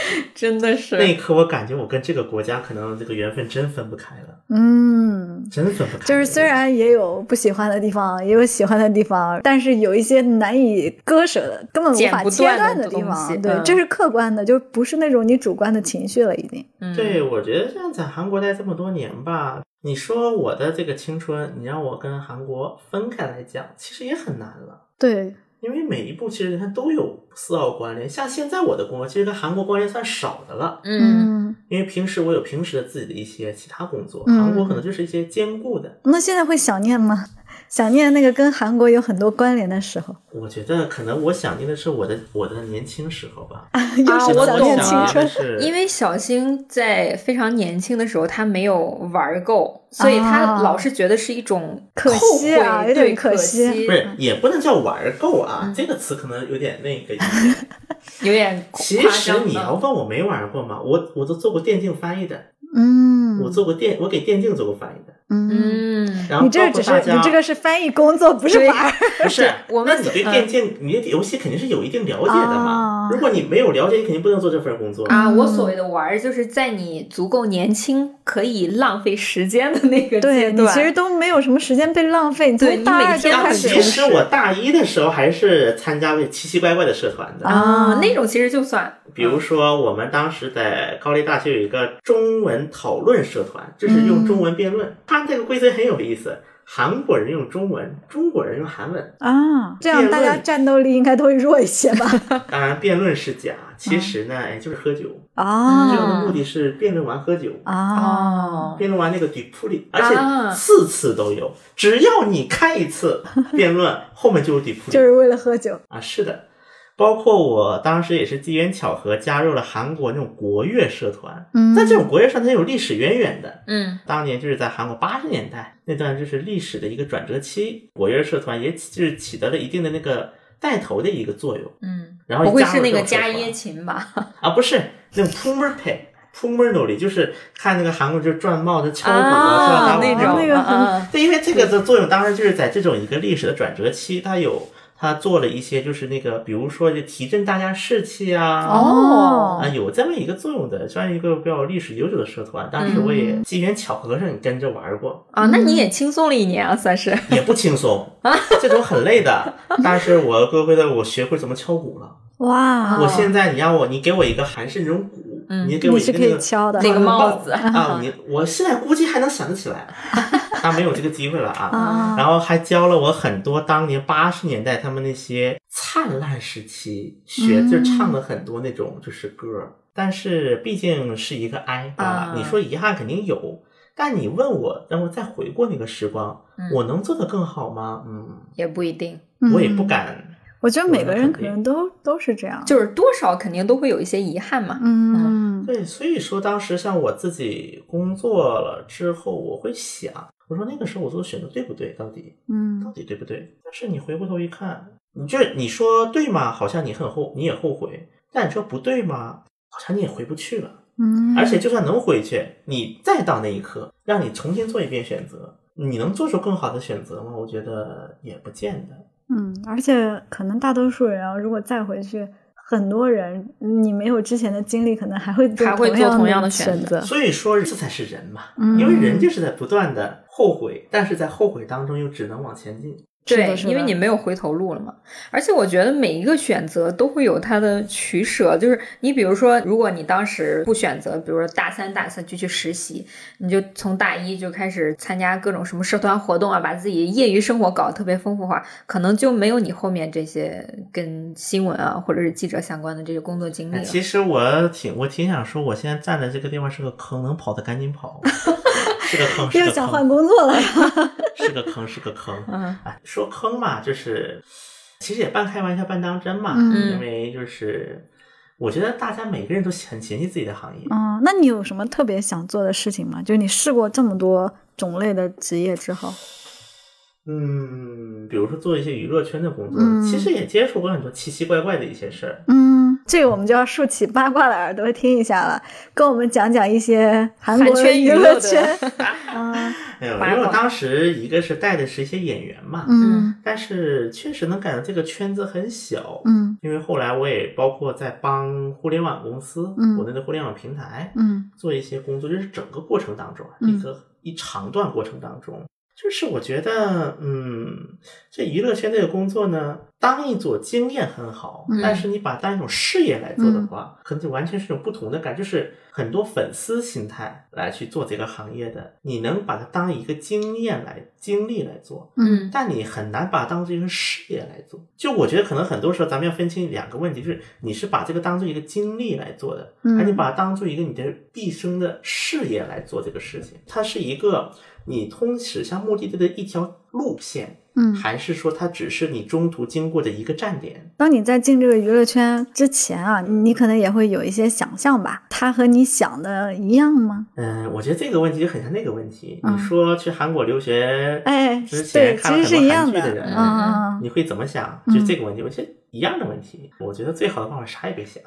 Speaker 2: 真的
Speaker 3: 那一
Speaker 2: 是，
Speaker 3: 刻，我感觉我跟这个国家可能这个缘分真分不开了，
Speaker 1: 嗯。
Speaker 3: 真分不开了。
Speaker 1: 就是虽然也有不喜欢的地方，也有喜欢的地方，但是有一些难以割舍的、根本无
Speaker 2: 剪
Speaker 1: 法
Speaker 2: 不
Speaker 1: 切
Speaker 2: 断
Speaker 1: 断的
Speaker 2: 的
Speaker 1: 地
Speaker 2: 东西
Speaker 1: 方。对，
Speaker 2: 嗯
Speaker 1: 这是客观的，就不是那种你主观的情绪了，已经。
Speaker 2: 嗯
Speaker 3: 对，我觉得像在韩国待这么多年吧，你说我的这个青春，你让我跟韩国分开来讲，其实也很难了。
Speaker 1: 对，
Speaker 3: 因为每一步其实它都有丝毫关联，像现在我的工作其实跟韩国关联算少的了，
Speaker 2: 嗯，
Speaker 3: 因为平时我有平时的自己的一些其他工作，
Speaker 1: 嗯
Speaker 3: 韩国可能就是一些兼顾的。
Speaker 1: 那现在会想念吗？想念那个跟韩国有很多关联的时候，
Speaker 3: 我觉得可能我想念的是我的我的年轻时候吧，
Speaker 1: 又是
Speaker 2: 我
Speaker 3: 我
Speaker 1: 想
Speaker 2: 懂
Speaker 1: 念
Speaker 2: 了
Speaker 1: 青
Speaker 3: 想念啊
Speaker 1: 春
Speaker 3: 的。是
Speaker 2: 因为小星在非常年轻的时候，他没有玩够，所以他
Speaker 1: 啊
Speaker 2: 老是觉得是一种
Speaker 1: 可
Speaker 2: 后
Speaker 1: 惜啊
Speaker 2: 悔
Speaker 1: 有
Speaker 2: 对
Speaker 1: 点
Speaker 2: 可
Speaker 1: 可惜
Speaker 3: 不是也不能叫玩够啊，
Speaker 2: 嗯
Speaker 3: 这个词可能有点那 个意思。
Speaker 2: 有点夸
Speaker 3: 其实
Speaker 2: 张
Speaker 3: 你要
Speaker 2: 了。
Speaker 3: 问我没玩过吗？我我都做过电竞翻译的，
Speaker 1: 嗯，
Speaker 3: 我做过电，我给电竞做过翻译的。
Speaker 1: 嗯，
Speaker 2: 嗯，
Speaker 3: 然后
Speaker 1: 你这
Speaker 3: 包括
Speaker 1: 只是
Speaker 3: 大家
Speaker 1: 你这个是翻译工作，不是
Speaker 2: 对
Speaker 1: 玩儿
Speaker 3: 不是
Speaker 2: 我们呃
Speaker 3: 那你对电竞，你对游戏肯定是有一定了解的嘛？
Speaker 1: 啊
Speaker 3: 如果你没有了解，你肯定不能做这份工作。
Speaker 2: 哦啊，我所谓的玩儿，就是在你足够年轻、可以浪费时间的那个阶
Speaker 1: 对你
Speaker 2: 段。
Speaker 1: 其实都没有什么时间被浪费，你
Speaker 2: 对
Speaker 1: 从
Speaker 2: 你
Speaker 1: 大
Speaker 2: 每
Speaker 1: 二就
Speaker 2: 天
Speaker 1: 开
Speaker 2: 很
Speaker 1: 始
Speaker 2: 充
Speaker 3: 其
Speaker 2: 实
Speaker 3: 实我大一的时候还是参加过奇奇怪怪的社团的，
Speaker 2: 啊，那种其实就算，
Speaker 3: 比如说我们当时在高丽大学有一个中文讨论社团，就是
Speaker 2: 嗯
Speaker 3: 用中文辩论。它这个规则很有意思，韩国人用中文，中国人用韩文。
Speaker 1: 啊，这样
Speaker 3: 辩
Speaker 1: 大家
Speaker 3: 论
Speaker 1: 战斗力应该都会弱一些吧？
Speaker 3: 当然，辩论是假，其实呢，哎，就是喝酒。这
Speaker 1: 啊
Speaker 3: 个
Speaker 2: 哦嗯
Speaker 3: 的目的是辩论完喝酒。
Speaker 1: 啊，
Speaker 2: 哦
Speaker 3: 辩论完那个迪普里，而且
Speaker 2: 啊
Speaker 3: 次次都有，只要你看一 次辩论，后面就有迪普里。
Speaker 1: 就是为了喝酒
Speaker 3: 啊，是的，包括我当时也是机缘巧合加入了韩国那种国乐社团。
Speaker 1: 嗯
Speaker 3: 但这种国乐社团它有历史渊源的，
Speaker 2: 嗯
Speaker 3: 当年就是在韩国八十年代那段就是历史的一个转折期，国乐社团也起就是起到了一定的那个带头的一个作用。
Speaker 2: 嗯，
Speaker 3: 然后
Speaker 2: 不会
Speaker 3: 加入
Speaker 2: 是那
Speaker 3: 这
Speaker 2: 个
Speaker 3: 种社
Speaker 2: 加
Speaker 3: 团
Speaker 2: 耶琴吧？
Speaker 3: 啊，不是那种 Pumper Pay。p u m e r n o l 就是看那个韩国就是转帽子、敲鼓
Speaker 2: 啊，
Speaker 3: 啊，
Speaker 2: 那
Speaker 3: 这
Speaker 2: 种
Speaker 1: 那个很
Speaker 2: 嗯
Speaker 3: 对，因为这个的作用当时就是在这种一个历史的转折期，它有它做了一些就是那个，比如说就提振大家士气啊。
Speaker 2: 哦
Speaker 3: 啊，有这么一个作用的，算一个比较历史悠久的社团。当时我也机缘巧合上跟着玩 过，
Speaker 2: 啊，那你也轻松了一年啊，算是
Speaker 3: 也不轻松，这种很累的。但是我乖乖的，我学会怎么敲鼓了。
Speaker 1: 哇，啊
Speaker 3: 我现在你让我，你给我一个韩式那种鼓，
Speaker 2: 嗯
Speaker 3: 你给我
Speaker 1: 你
Speaker 3: 一
Speaker 1: 是
Speaker 3: 个
Speaker 1: 可
Speaker 3: 那
Speaker 1: 以
Speaker 3: 个
Speaker 1: 敲的
Speaker 2: 那个帽
Speaker 3: 帽
Speaker 2: 子
Speaker 3: 啊，你我现在估计还能想得起来，但没有这个机会了啊。
Speaker 1: 啊
Speaker 3: 然后还教了我很多当年八十年代他们那些灿烂时期学，就唱了很多那种就是歌儿。但是毕竟是一个 I 吧
Speaker 2: 啊，
Speaker 3: 你说遗憾肯定有，但你问我让我再回过那个时光，我能做得更好吗？嗯，
Speaker 2: 也不一定，
Speaker 1: 嗯
Speaker 3: 我也不敢。
Speaker 1: 我觉得每个人可
Speaker 3: 我能
Speaker 1: 能都都是这样，
Speaker 2: 就是多少肯定都会有一些遗憾嘛。
Speaker 1: 嗯
Speaker 3: 对，所以说当时像我自己工作了之后，我会想，我说那个时候我做的选择对不对？到底到
Speaker 1: 嗯
Speaker 3: 底对不对？但是你回过头一看，你这你说对吗？好像你很后，你也后悔；但你说不对吗？好像你也回不去了。
Speaker 1: 嗯，
Speaker 3: 而且就算能回去，你再到那一刻，让你重新做一遍选择，你能做出更好的选择吗？我觉得也不见得。
Speaker 1: 嗯，而且可能大多数人啊，如果再回去，很多人你没有之前的经历，可能还会做
Speaker 2: 还会做同样的选
Speaker 1: 选择。
Speaker 3: 所以说，这才是人嘛，
Speaker 1: 嗯
Speaker 3: 因为人就是在不断的后悔，但是在后悔当中又只能往前进。
Speaker 1: 是的
Speaker 2: 对，
Speaker 1: 是
Speaker 2: 因为
Speaker 1: 的
Speaker 2: 你没有回头路了嘛。而且我觉得每一个选择都会有它的取舍，就是你比如说，如果你当时不选择，比如说大三、大四就去实习，你就从大一就开始参加各种什么社团活动啊，把自己业余生活搞得特别丰富化，可能就没有你后面这些跟新闻啊或者是记者相关的这些工作经历
Speaker 3: 哎
Speaker 2: 了。
Speaker 3: 其实我挺我挺想说，我现在站的这个地方是个坑，能跑的赶 紧跑。是个坑，是
Speaker 1: 又
Speaker 3: 个坑。
Speaker 1: 想换工作了呀？
Speaker 3: 是个坑，是个坑。
Speaker 2: 嗯
Speaker 3: 哎，说坑嘛，就是其实也半开玩笑半当真嘛，
Speaker 1: 嗯
Speaker 3: 因为就是我觉得大家每个人都很嫌弃自己的行业。
Speaker 1: 嗯，那你有什么特别想做的事情吗？就是你试过这么多种类的职业之后，
Speaker 3: 嗯，比如说做一些娱乐圈的工作，
Speaker 1: 嗯
Speaker 3: 其实也接触过很多奇奇怪怪的一些事儿。
Speaker 1: 嗯，这个我们就要竖起八卦的耳朵听一下了，跟我们讲讲一些韩
Speaker 2: 韩
Speaker 1: 国的
Speaker 2: 圈娱
Speaker 1: 娱
Speaker 2: 乐
Speaker 1: 乐
Speaker 2: 的
Speaker 1: 圈。嗯
Speaker 3: 哎呦，
Speaker 2: 八
Speaker 3: 因为我
Speaker 2: 卦
Speaker 3: 当时一个是带的是一些演员嘛，
Speaker 1: 嗯
Speaker 3: 但是确实能感觉这个圈子很小。
Speaker 1: 嗯
Speaker 3: 因为后来我也包括在帮互联网公司，
Speaker 1: 嗯
Speaker 3: 国内的互联网平台，
Speaker 1: 嗯
Speaker 3: 做一些工作，就是整个过程当中啊，
Speaker 1: 嗯
Speaker 3: 一个一长段过程当中，就是我觉得，嗯，这娱乐圈这个工作呢，当一做经验很好，
Speaker 1: 嗯
Speaker 3: 但是你把当一种事业来做的话，可能就完全是一种不同的感觉，就是很多粉丝心态来去做这个行业的，你能把它当一个经验来经历来做。
Speaker 1: 嗯
Speaker 3: 但你很难把它当做一个事业来做，就我觉得可能很多时候咱们要分清两个问题，就是你是把这个当做一个经历来做的，而你
Speaker 1: 嗯
Speaker 3: 把它当做一个你的毕生的事业来做这个事情，它是一个你通驶向目的地的一条路线，
Speaker 1: 嗯，
Speaker 3: 还是说它只是你中途经过的一个站点？
Speaker 1: 当你在进这个娱乐圈之前啊，你可能也会有一些想象吧？它和你想的一样吗？
Speaker 3: 嗯，我觉得这个问题就很像那个问题，
Speaker 1: 嗯
Speaker 3: 你说去韩国留学，
Speaker 1: 哎
Speaker 3: 之前
Speaker 1: 对
Speaker 3: 看了
Speaker 1: 其实
Speaker 3: 很
Speaker 1: 是一
Speaker 3: 多
Speaker 1: 样
Speaker 3: 韩剧
Speaker 1: 的
Speaker 3: 人，
Speaker 1: 嗯嗯
Speaker 3: 你会怎么想？
Speaker 1: 嗯
Speaker 3: 就这个问题，我觉得一样的问题。我觉得最好的办法啥也别想，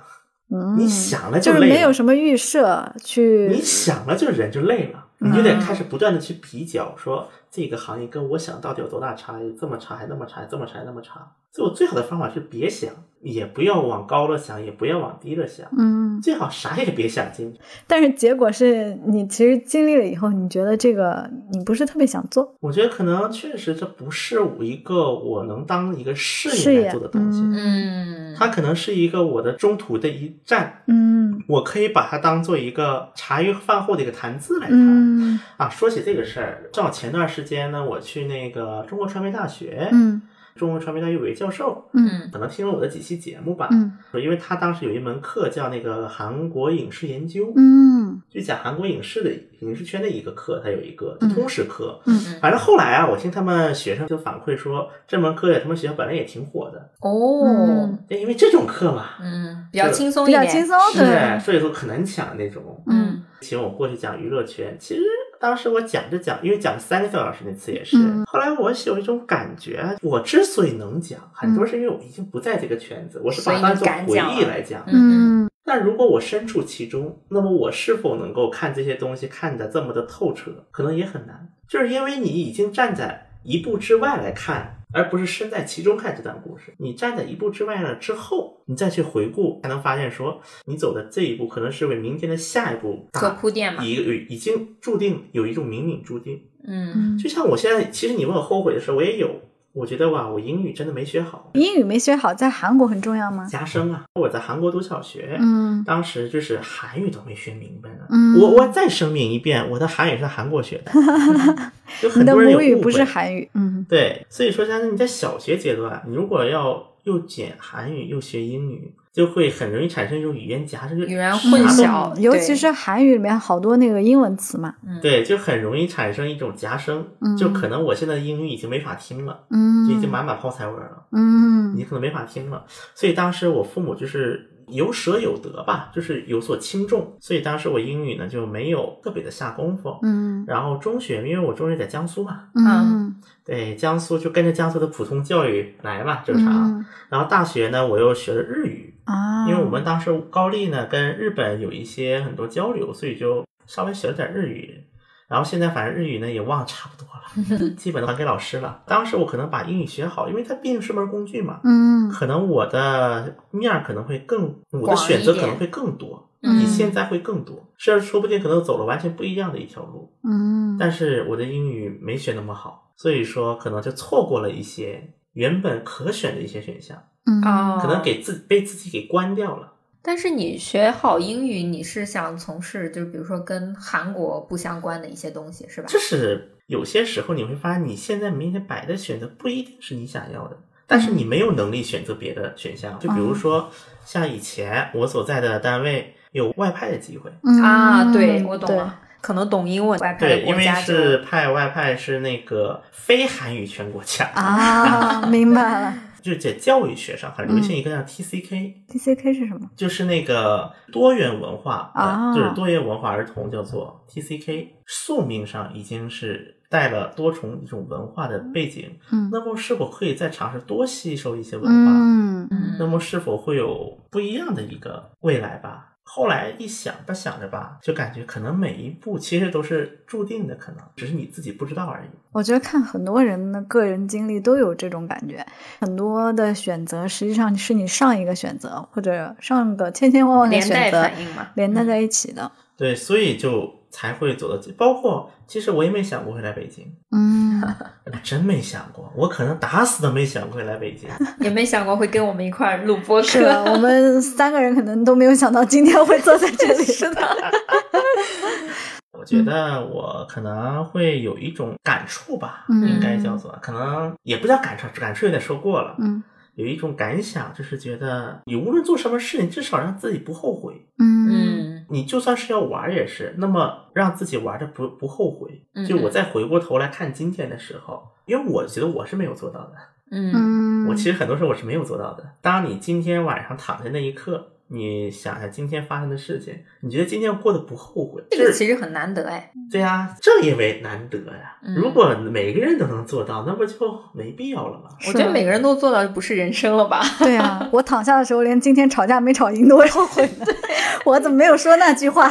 Speaker 1: 嗯，
Speaker 3: 你想了
Speaker 1: 就是
Speaker 3: 累了，
Speaker 1: 没有什么预设去嗯
Speaker 3: 你想了就人就累了，你就得开始不断的去比较，说这个行业跟我想到底有多大差异，这么差还那么差，这么差还那么差。所以我最好的方法是别想，也不要往高了想，也不要往低了想，
Speaker 1: 嗯，
Speaker 3: 最好啥也别想进去。
Speaker 1: 但是结果是你其实经历了以后，你觉得这个你不是特别想做
Speaker 3: 我觉得可能确实这不是我一个我能当一个事
Speaker 1: 事
Speaker 3: 业来
Speaker 1: 业
Speaker 3: 做的东西，
Speaker 2: 嗯，
Speaker 3: 它可能是一个我的中途的一站，
Speaker 1: 嗯
Speaker 3: 我可以把它当做一个茶余饭后的一个谈资来谈。
Speaker 1: 嗯
Speaker 3: 啊，说起这个事儿，正好前段时间呢，我去那个中国传媒大学，
Speaker 1: 嗯
Speaker 3: 中国传媒大学有位教授，
Speaker 1: 嗯
Speaker 3: 可能听了我的几期节目吧，
Speaker 1: 嗯
Speaker 3: 因为他当时有一门课叫那个韩国影视研究，
Speaker 1: 嗯
Speaker 3: 就讲韩国影视的影视圈的一个课，它有一个就
Speaker 1: 嗯
Speaker 3: 通识课。
Speaker 2: 嗯
Speaker 3: 反正后来啊，我听他们学生就反馈说，这门课在他们学校本来也挺火的，
Speaker 2: 哦，
Speaker 3: 但因为这种课嘛，
Speaker 2: 嗯，比较
Speaker 3: 就
Speaker 2: 轻松
Speaker 1: 嗯
Speaker 2: 一
Speaker 1: 比较
Speaker 2: 点，
Speaker 1: 轻松，
Speaker 3: 是
Speaker 1: 对，
Speaker 3: 所以说很难抢那种。
Speaker 2: 嗯
Speaker 3: 请我过去讲娱乐圈，其实当时我讲着讲，因为讲三个多小时那次也是，
Speaker 1: 嗯
Speaker 3: 后来我有一种感觉，我之所以能讲，很多是因为我已经不在这个圈子，我是把它当
Speaker 2: 嗯
Speaker 3: 做
Speaker 2: 所以你敢
Speaker 3: 回
Speaker 2: 讲
Speaker 3: 忆
Speaker 2: 了
Speaker 3: 来讲。
Speaker 2: 嗯
Speaker 1: 嗯
Speaker 3: 但如果我身处其中，那么我是否能够看这些东西看得这么的透彻，可能也很难。就是因为你已经站在一步之外来看，而不是身在其中看这段故事。你站在一步之外了之后，你再去回顾，才能发现说你走的这一步，可能是为明天的下一步
Speaker 2: 做
Speaker 3: 打
Speaker 2: 铺垫嘛，
Speaker 3: 一个已经注定有一种冥冥注定。
Speaker 2: 嗯
Speaker 1: 嗯
Speaker 3: 就像我现在，其实你问我后悔的时候，我也有。我觉得哇，我英语真的没学好，
Speaker 1: 英语没学好，在韩国很重要吗？
Speaker 3: 加深啊！我在韩国读小学，
Speaker 1: 嗯
Speaker 3: 当时就是韩语都没学明白呢。
Speaker 1: 嗯
Speaker 3: 我我再声明一遍，我的韩语是韩 国学的，
Speaker 1: 嗯
Speaker 3: 就
Speaker 1: 你
Speaker 3: 很
Speaker 1: 的
Speaker 3: 多人有
Speaker 1: 母语
Speaker 3: 误
Speaker 1: 不是
Speaker 3: 会
Speaker 1: 韩语，嗯
Speaker 3: 对，所以说像你在小学阶段，你如果要又捡韩语又学英语，就会很容易产生一种语言夹杂，就
Speaker 2: 语言
Speaker 3: 啥
Speaker 2: 混
Speaker 3: 都
Speaker 2: 淆
Speaker 1: 嗯尤其
Speaker 2: 对
Speaker 1: 是韩语里面好多那个英文词嘛，
Speaker 2: 嗯，
Speaker 3: 对，就很容易产生一种夹生，
Speaker 1: 嗯
Speaker 3: 就可能我现在英语已经没法听了，
Speaker 1: 嗯
Speaker 3: 就已经满满泡菜味儿了。
Speaker 1: 嗯
Speaker 3: 你可能没法听了。所以当时我父母就是有舍有得吧，就是有所轻重。所以当时我英语呢就没有特别的下功夫。
Speaker 1: 嗯
Speaker 3: 然后中学，因为我中学在江苏嘛，
Speaker 1: 嗯
Speaker 3: 对江苏就跟着江苏的普通教育来嘛，正常。
Speaker 1: 嗯
Speaker 3: 然后大学呢，我又学了日语，
Speaker 1: 啊，
Speaker 3: 因为我们当时高丽呢跟日本有一些很多交流，所以就稍微学了点日语。然后现在反正日语呢也忘得差不多 了，基本都还给老师了。当时我可能把英语学好，因为它毕竟是门工具嘛，
Speaker 1: 嗯
Speaker 3: 可能我的面儿可能会更，我的
Speaker 2: 广
Speaker 3: 选
Speaker 2: 一
Speaker 3: 择可
Speaker 2: 点
Speaker 3: 能会更多，
Speaker 2: 嗯
Speaker 3: 比现在会更多，甚至说不定可能走了完全不一样的一条路。
Speaker 1: 嗯，
Speaker 3: 但是我的英语没学那么好，所以说可能就错过了一些原本可选的一些选项，
Speaker 1: 嗯
Speaker 2: 哦，
Speaker 3: 可能给自被自己给关掉了。
Speaker 2: 但是你学好英语，你是想从事就比如说跟韩国不相关的一些东西是吧？
Speaker 3: 这是有些时候你会发现，你现在明天摆的选择不一定是你想要的，但是你
Speaker 2: 嗯
Speaker 3: 没有能力选择别的选项。就比
Speaker 2: 哦
Speaker 3: 如说，像以前我所在的单位有外派的机会。
Speaker 2: 啊，
Speaker 1: 嗯
Speaker 2: 对我懂了，可能懂英文外派
Speaker 3: 对，
Speaker 2: 的
Speaker 3: 因
Speaker 2: 国
Speaker 3: 为
Speaker 2: 家就是
Speaker 3: 派外派是那个非韩语全国奖，
Speaker 1: 啊，明白了。
Speaker 3: 就是在教育学上很流
Speaker 2: 嗯
Speaker 3: 行一个叫 TCK，、
Speaker 1: TCK 是什么？
Speaker 3: 就是那个多元文化
Speaker 1: 啊
Speaker 3: 呃就是多元文化儿童叫做 TCK，宿命上已经是带了多重一种文化的背景，
Speaker 1: 嗯
Speaker 3: 那么是否可以再尝试多吸收一些文化？
Speaker 1: 嗯
Speaker 2: 嗯
Speaker 3: 那么是否会有不一样的一个未来吧？后来一想吧，想着吧，就感觉可能每一步其实都是注定的，可能只是你自己不知道而已。
Speaker 1: 我觉得看很多人的个人经历都有这种感觉，很多的选择实际上是你上一个选择或者上个千千万万的
Speaker 2: 连带
Speaker 1: 选择
Speaker 2: 反应嘛，
Speaker 1: 连带
Speaker 2: 嗯
Speaker 1: 在一起的。
Speaker 3: 对，所以就才会走到这。包括其实我也没想过会来北京，
Speaker 1: 嗯，
Speaker 3: 我真没想过，我可能打死都没想过会来北京。
Speaker 2: 也没想过会跟我们一块儿录 播
Speaker 1: 是的，
Speaker 2: 客。
Speaker 1: 我们三个人可能都没有想到今天会坐在这里。
Speaker 2: 是的，
Speaker 3: 我觉得我可能会有一种感触吧，
Speaker 1: 嗯
Speaker 3: 应该叫做，可能也不叫感触，感触有点说过了。
Speaker 1: 嗯
Speaker 3: 有一种感想，就是觉得你无论做什么事情，至少让自己不后悔。
Speaker 1: 嗯
Speaker 2: 嗯
Speaker 3: 你就算是要玩儿也是，那么让自己玩的不不后悔
Speaker 2: 嗯。
Speaker 3: 就我再回过头来看今天的时候，因为我觉得我是没有做到的。
Speaker 2: 嗯
Speaker 1: 嗯，
Speaker 3: 我其实很多时候我是没有做到的。当你今天晚上躺在那一刻，你想想今天发生的事情，你觉得今天过得不后悔？
Speaker 2: 这个
Speaker 3: 就是
Speaker 2: 其实很难得哎，
Speaker 3: 对呀、正因为难得呀、
Speaker 2: 嗯
Speaker 3: 如果每个人都能做到，那不就没必要了吗？
Speaker 2: 我
Speaker 1: 是
Speaker 2: 觉得
Speaker 1: 的
Speaker 2: 每个人都做到就不是人生了吧？
Speaker 1: 对啊，我躺下的时候连今天吵架没吵赢都会后悔呢。我怎么没有说那句话？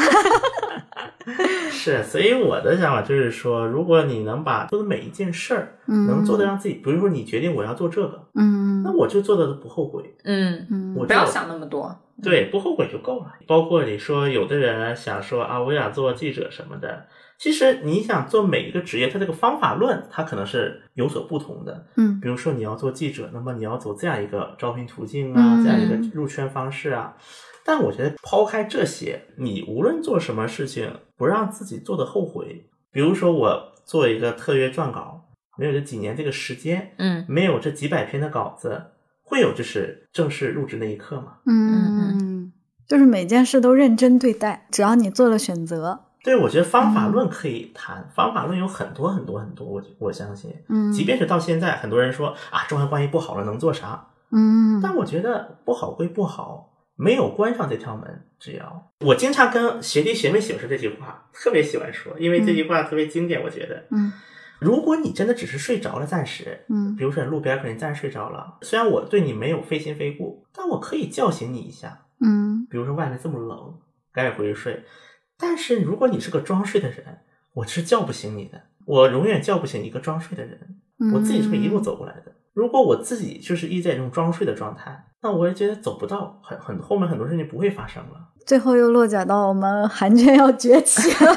Speaker 3: 是，所以我的想法就是说，如果你能把做的每一件事儿，
Speaker 1: 嗯
Speaker 3: 能做的让自己，比如说你决定我要做这个，
Speaker 1: 嗯
Speaker 3: 那我就做的不后悔。
Speaker 2: 嗯，
Speaker 1: 嗯
Speaker 3: 我
Speaker 2: 不要
Speaker 3: 就
Speaker 2: 想那么多。
Speaker 3: 对，不后悔就够了。包括你说有的人想说啊，我想做记者什么的，其实你想做每一个职业，它这个方法论它可能是有所不同的。
Speaker 1: 嗯
Speaker 3: 比如说你要做记者，那么你要走这样一个招聘途径啊，这样一个
Speaker 2: 嗯
Speaker 3: 入圈方式啊。但我觉得抛开这些，你无论做什么事情，不让自己做的后悔。比如说我做一个特约撰稿，没有这几年这个时间，
Speaker 2: 嗯
Speaker 3: 没有这几百篇的稿子，会有就是正式入职那一刻吗？
Speaker 1: 嗯嗯，就是每件事都认真对待，只要你做了选择，
Speaker 3: 对，我觉得方
Speaker 1: 嗯
Speaker 3: 法论可以谈，方法论有很多很多很多，我我相信，
Speaker 1: 嗯，
Speaker 3: 即便是到现在，很多人说啊，中韩关系不好了，能做啥？
Speaker 1: 嗯，
Speaker 3: 但我觉得不好归不好，没有关上这条门，只要我经常跟学弟学妹解释这句话，特别喜欢说，因为这句话特别经典，我觉得。
Speaker 1: 嗯
Speaker 3: 如果你真的只是睡着了，暂时，
Speaker 1: 嗯
Speaker 3: 比如说你路边可能暂时睡着了，虽然我对你没有非亲非故，但我可以叫醒你一下。
Speaker 1: 嗯
Speaker 3: 比如说外面这么冷，赶紧回去睡。但是如果你是个装睡的人，我是叫不醒你的，我永远叫不醒一个装睡的人。
Speaker 1: 嗯，
Speaker 3: 我自己是一路走过来的。如果我自己就是一直在这种装睡的状态，那我也觉得走不到，很很后面很多事情不会发生了。
Speaker 1: 最后又落脚到我们韩圈要崛起 了，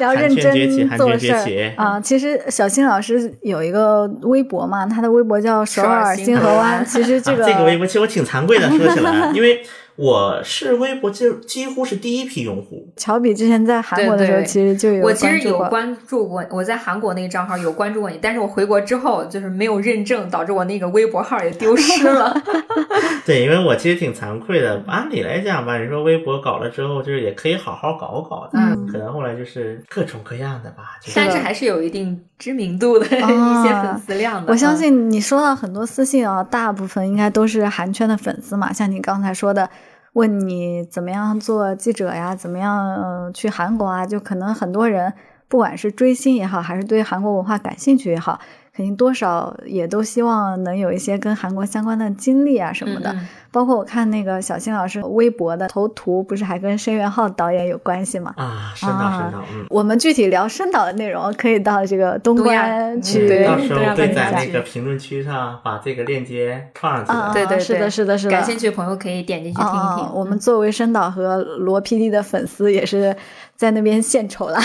Speaker 1: 要
Speaker 3: 韩
Speaker 1: 认
Speaker 3: 圈崛起，
Speaker 1: 真
Speaker 3: 韩
Speaker 1: 做
Speaker 3: 圈
Speaker 1: 事
Speaker 3: 崛
Speaker 1: 儿
Speaker 3: 起
Speaker 1: 啊！其实小新老师有一个微博嘛，他的微博叫首
Speaker 2: 首尔
Speaker 1: 尔
Speaker 2: 新
Speaker 1: 新
Speaker 2: 河
Speaker 1: 河
Speaker 2: 湾
Speaker 1: 湾。其实这
Speaker 3: 啊，
Speaker 1: 个
Speaker 3: 这个微博其实我挺惭愧的，说起 来，因为我是微博就几乎是第一批用户，
Speaker 1: 乔比之前在韩
Speaker 2: 对
Speaker 1: 国的时候，
Speaker 2: 对
Speaker 1: 其实就有
Speaker 2: 我其实
Speaker 1: 关注
Speaker 2: 有
Speaker 1: 过
Speaker 2: 关注过，我在韩国那个账号有关注过你，但是我回国之后就是没有认证，导致我那个微博号也丢 失了。
Speaker 3: 对，因为我其实挺惭愧的。按理来讲吧，你说微博搞了之后，就是也可以好好搞搞，但
Speaker 1: 嗯
Speaker 3: 可能后来就是各种各样的吧，就是
Speaker 2: 但是还是有一定知名度的
Speaker 1: 啊
Speaker 2: 一些粉丝量的。嗯
Speaker 1: 我相信你收到很多私信啊，大部分应该都是韩圈的粉丝嘛，像你刚才说的，问你怎么样做记者呀，怎么样、呃、去韩国啊，就可能很多人不管是追星也好，还是对韩国文化感兴趣也好，肯定多少也都希望能有一些跟韩国相关的经历啊什
Speaker 2: 嗯
Speaker 1: 么的。
Speaker 2: 嗯嗯
Speaker 1: 包括我看那个小新老师微博的头图，不是还跟申元浩导演有关系吗？
Speaker 3: 啊，深到深到，嗯。
Speaker 1: 我们具体聊申导的内容，可以到这个东
Speaker 2: 东亚
Speaker 1: 关
Speaker 2: 嗯
Speaker 1: 去
Speaker 2: 对
Speaker 3: 到时候
Speaker 2: 对
Speaker 3: 会
Speaker 2: 对
Speaker 3: 在
Speaker 2: 对
Speaker 3: 那个评论区上把这个链接放上去
Speaker 1: 啊，
Speaker 3: 的。
Speaker 2: 对对
Speaker 1: 是的，
Speaker 2: 对
Speaker 1: 是的，是的。
Speaker 2: 嗯感兴趣的朋友可以点进去听一听。
Speaker 1: 啊，我们作为申导和罗 PD 的粉丝，也是在那边献丑了。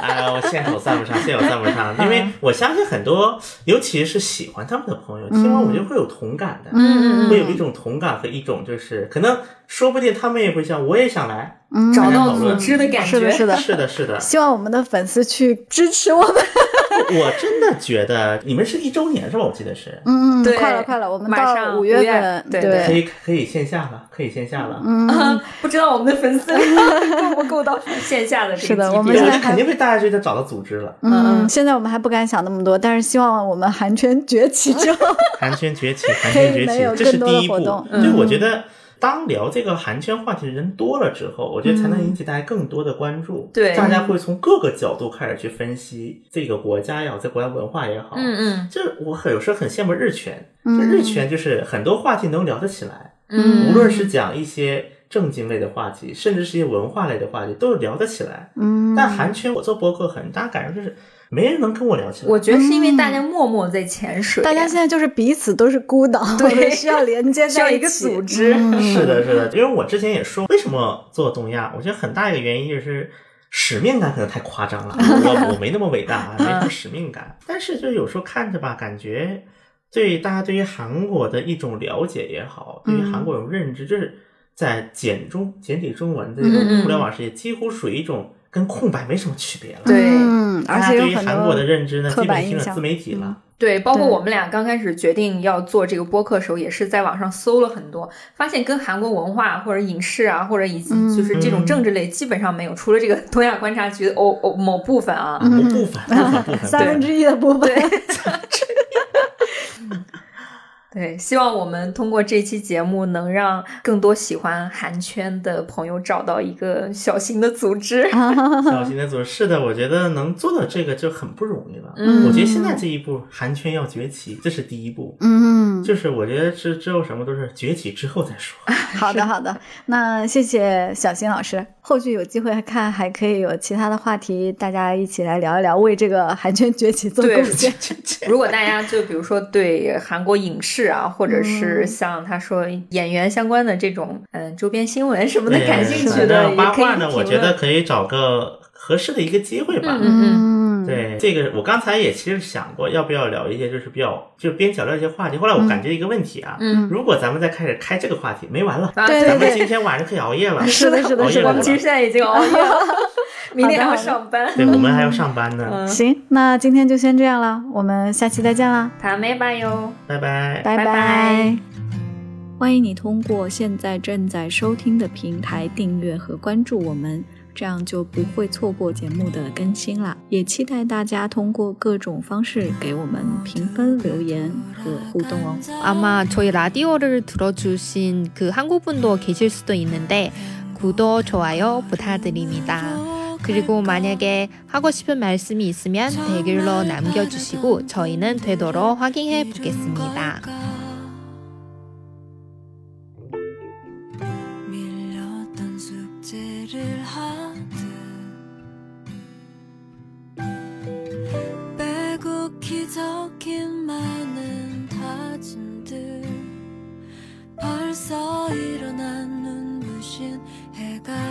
Speaker 3: 哎，我线口算不上，线口算不 上，因
Speaker 2: 嗯
Speaker 3: 为我相信很多，尤其是喜欢他们的朋友，听完我就会有同感的，
Speaker 2: 嗯
Speaker 3: 会有一种同感和一种就是可能，说不定他们也会想，我也想来。
Speaker 1: 嗯
Speaker 2: 找
Speaker 3: 大家
Speaker 2: 到
Speaker 3: 讨
Speaker 2: 组
Speaker 3: 论
Speaker 2: 织的感觉。
Speaker 1: 是的，是的。
Speaker 3: 是的，是的，
Speaker 1: 希望我们的粉丝去支持我们。
Speaker 3: 我真的觉得你们是一周年是吧？我记得是，
Speaker 1: 嗯，
Speaker 2: 对
Speaker 1: 快了，快了，我们
Speaker 2: 马
Speaker 1: 到
Speaker 2: 上
Speaker 1: 五
Speaker 2: 五月
Speaker 1: 份，
Speaker 2: 对
Speaker 1: 对
Speaker 2: 对
Speaker 3: 可以可以线下了，可以线下了。
Speaker 1: 嗯，
Speaker 2: 啊不知道我们的 粉丝量够不够到线下的这个
Speaker 1: 是的
Speaker 2: 级别
Speaker 1: 我们
Speaker 3: 对，
Speaker 1: 现
Speaker 3: 我
Speaker 1: 在
Speaker 3: 觉得肯定会大家觉得找到组织 了，
Speaker 1: 嗯，
Speaker 2: 嗯
Speaker 1: 现在我们还不敢想那么多，但是希望我们韩圈崛起之 后，
Speaker 3: 韩圈崛起，韩圈崛
Speaker 1: 可以能有
Speaker 3: 起，这是
Speaker 1: 更多的
Speaker 3: 第一步。
Speaker 1: 活动嗯
Speaker 3: 对，我觉得当聊这个韩圈话题的人多了之后，我觉得
Speaker 1: 嗯
Speaker 3: 才能引起大家更多的关注。
Speaker 2: 对
Speaker 3: 大家会从各个角度开始去分析这个国家也好，这国家文化也好。
Speaker 2: 嗯嗯
Speaker 3: 这我很有时候很羡慕日圈，就
Speaker 1: 嗯
Speaker 3: 日圈就是很多话题能聊得起来，
Speaker 2: 嗯，
Speaker 3: 无论是讲一些正经类的话题，甚至是一些文化类的话题，都聊得起来。
Speaker 1: 嗯，
Speaker 3: 但韩圈我做博客很大感受就是没人能跟我聊起来。
Speaker 2: 我觉得是因为大家默默在潜水，
Speaker 1: 嗯
Speaker 2: 啊
Speaker 1: 大家现在就是彼此都是孤岛，
Speaker 2: 对
Speaker 1: 我们需要连接
Speaker 2: 需要
Speaker 1: 在
Speaker 2: 一
Speaker 1: 起嗯
Speaker 2: 个组织。
Speaker 3: 是的，是的，因为我之前也说，为什么做东亚？我觉得很大一个原因就是使命感可能太夸张 了，我我没那么伟大啊，没
Speaker 1: 嗯
Speaker 3: 什么使命感。但是就有时候看着吧，感觉对大家对于韩国的一种了解也好，对于韩
Speaker 1: 嗯
Speaker 3: 国有认知，就是在简中简体中文的这
Speaker 1: 嗯
Speaker 3: 种互联网世界，几乎属于一种跟空白没什么区别了。
Speaker 2: 对
Speaker 1: 嗯，而
Speaker 3: 大家
Speaker 1: 且
Speaker 3: 对于
Speaker 1: 有很
Speaker 3: 韩国
Speaker 1: 多
Speaker 3: 的认知呢，
Speaker 1: 刻
Speaker 3: 基本
Speaker 1: 板
Speaker 3: 听
Speaker 1: 印
Speaker 3: 了
Speaker 1: 象
Speaker 3: 自媒体了。
Speaker 2: 对，包括
Speaker 1: 对
Speaker 2: 我们俩刚开始决定要做这个播客的时候，也是在网上搜了很多，发现跟韩国文化或者影视啊，或者以及就是这种政治类基本上没有，除了这个东亚观察局的偶偶某部分啊。
Speaker 3: 啊，部分部分部分，
Speaker 1: 嗯 三分
Speaker 3: 对
Speaker 1: 之一的部 分，
Speaker 2: 对，希望我们通过这期节目能让更多喜欢韩圈的朋友找到一个小型的组织。
Speaker 3: 小型的组是的，我觉得能做到这个就很不容易了。
Speaker 2: 嗯
Speaker 3: 我觉得现在这一步，韩圈要崛起，这是第一步。
Speaker 1: 嗯嗯，
Speaker 3: 就是我觉得之之后什么都是崛起之后再 说。
Speaker 1: 好的，好的，那谢谢小新老师。后续有机会看，还可以有其他的话题，大家一起来聊一聊，为这个韩圈崛起做贡 献。
Speaker 2: 如果大家就比如说对韩国影视啊，或者
Speaker 1: 嗯
Speaker 2: 是像他说演员相关的这种嗯周边新闻什么的
Speaker 3: 对
Speaker 2: 感兴趣
Speaker 3: 反
Speaker 2: 的，
Speaker 3: 正
Speaker 2: 也
Speaker 3: 八
Speaker 2: 可以
Speaker 3: 卦呢，我
Speaker 2: 评
Speaker 3: 觉
Speaker 2: 论
Speaker 3: 得可以找个合适的一个机会吧。
Speaker 2: 嗯嗯
Speaker 3: 对这个，我刚才也其实想过，要不要聊一些就是比较就是边角料一些话题。后来我感觉一个问题啊，
Speaker 2: 嗯
Speaker 3: 如果咱们再开始开这个话题，没完了，
Speaker 2: 啊
Speaker 1: 对对
Speaker 3: 咱们
Speaker 1: 对，
Speaker 3: 今天晚上可以熬夜 了，
Speaker 1: 是的，是的，
Speaker 3: 熬
Speaker 1: 是
Speaker 3: 夜
Speaker 2: 我们
Speaker 3: 了
Speaker 1: 的。
Speaker 2: 其实现在已经熬夜 了，明天还要
Speaker 1: 好的
Speaker 2: 上班。
Speaker 3: 对我们
Speaker 2: 嗯
Speaker 3: 还要上班呢，
Speaker 1: 行，那今天就先这样了，我们下期再见啦，
Speaker 2: 塔梅巴哟。
Speaker 3: 拜拜。
Speaker 1: 拜
Speaker 2: 拜拜
Speaker 4: 欢迎你通过现在正在收听的平台订阅和关注我们，这样就不会错过节目的更新啦。也期待大家通过各种方式给我们评分、留言和互动哦。
Speaker 5: 아마 저희 라디오를 들어주신 그 한국분도 계실 수도 있는데 구독, 좋아요 부탁드립니다. 그리고 만약에 하고 싶은 말씀이 있으면 댓글로 남겨주시고 저희는 되도록 확인해 보겠습니다.
Speaker 6: 밀렸던 숙제를 하듯 빼곡히 적힌 많은 다짐들 벌써 일어난 눈부신 해가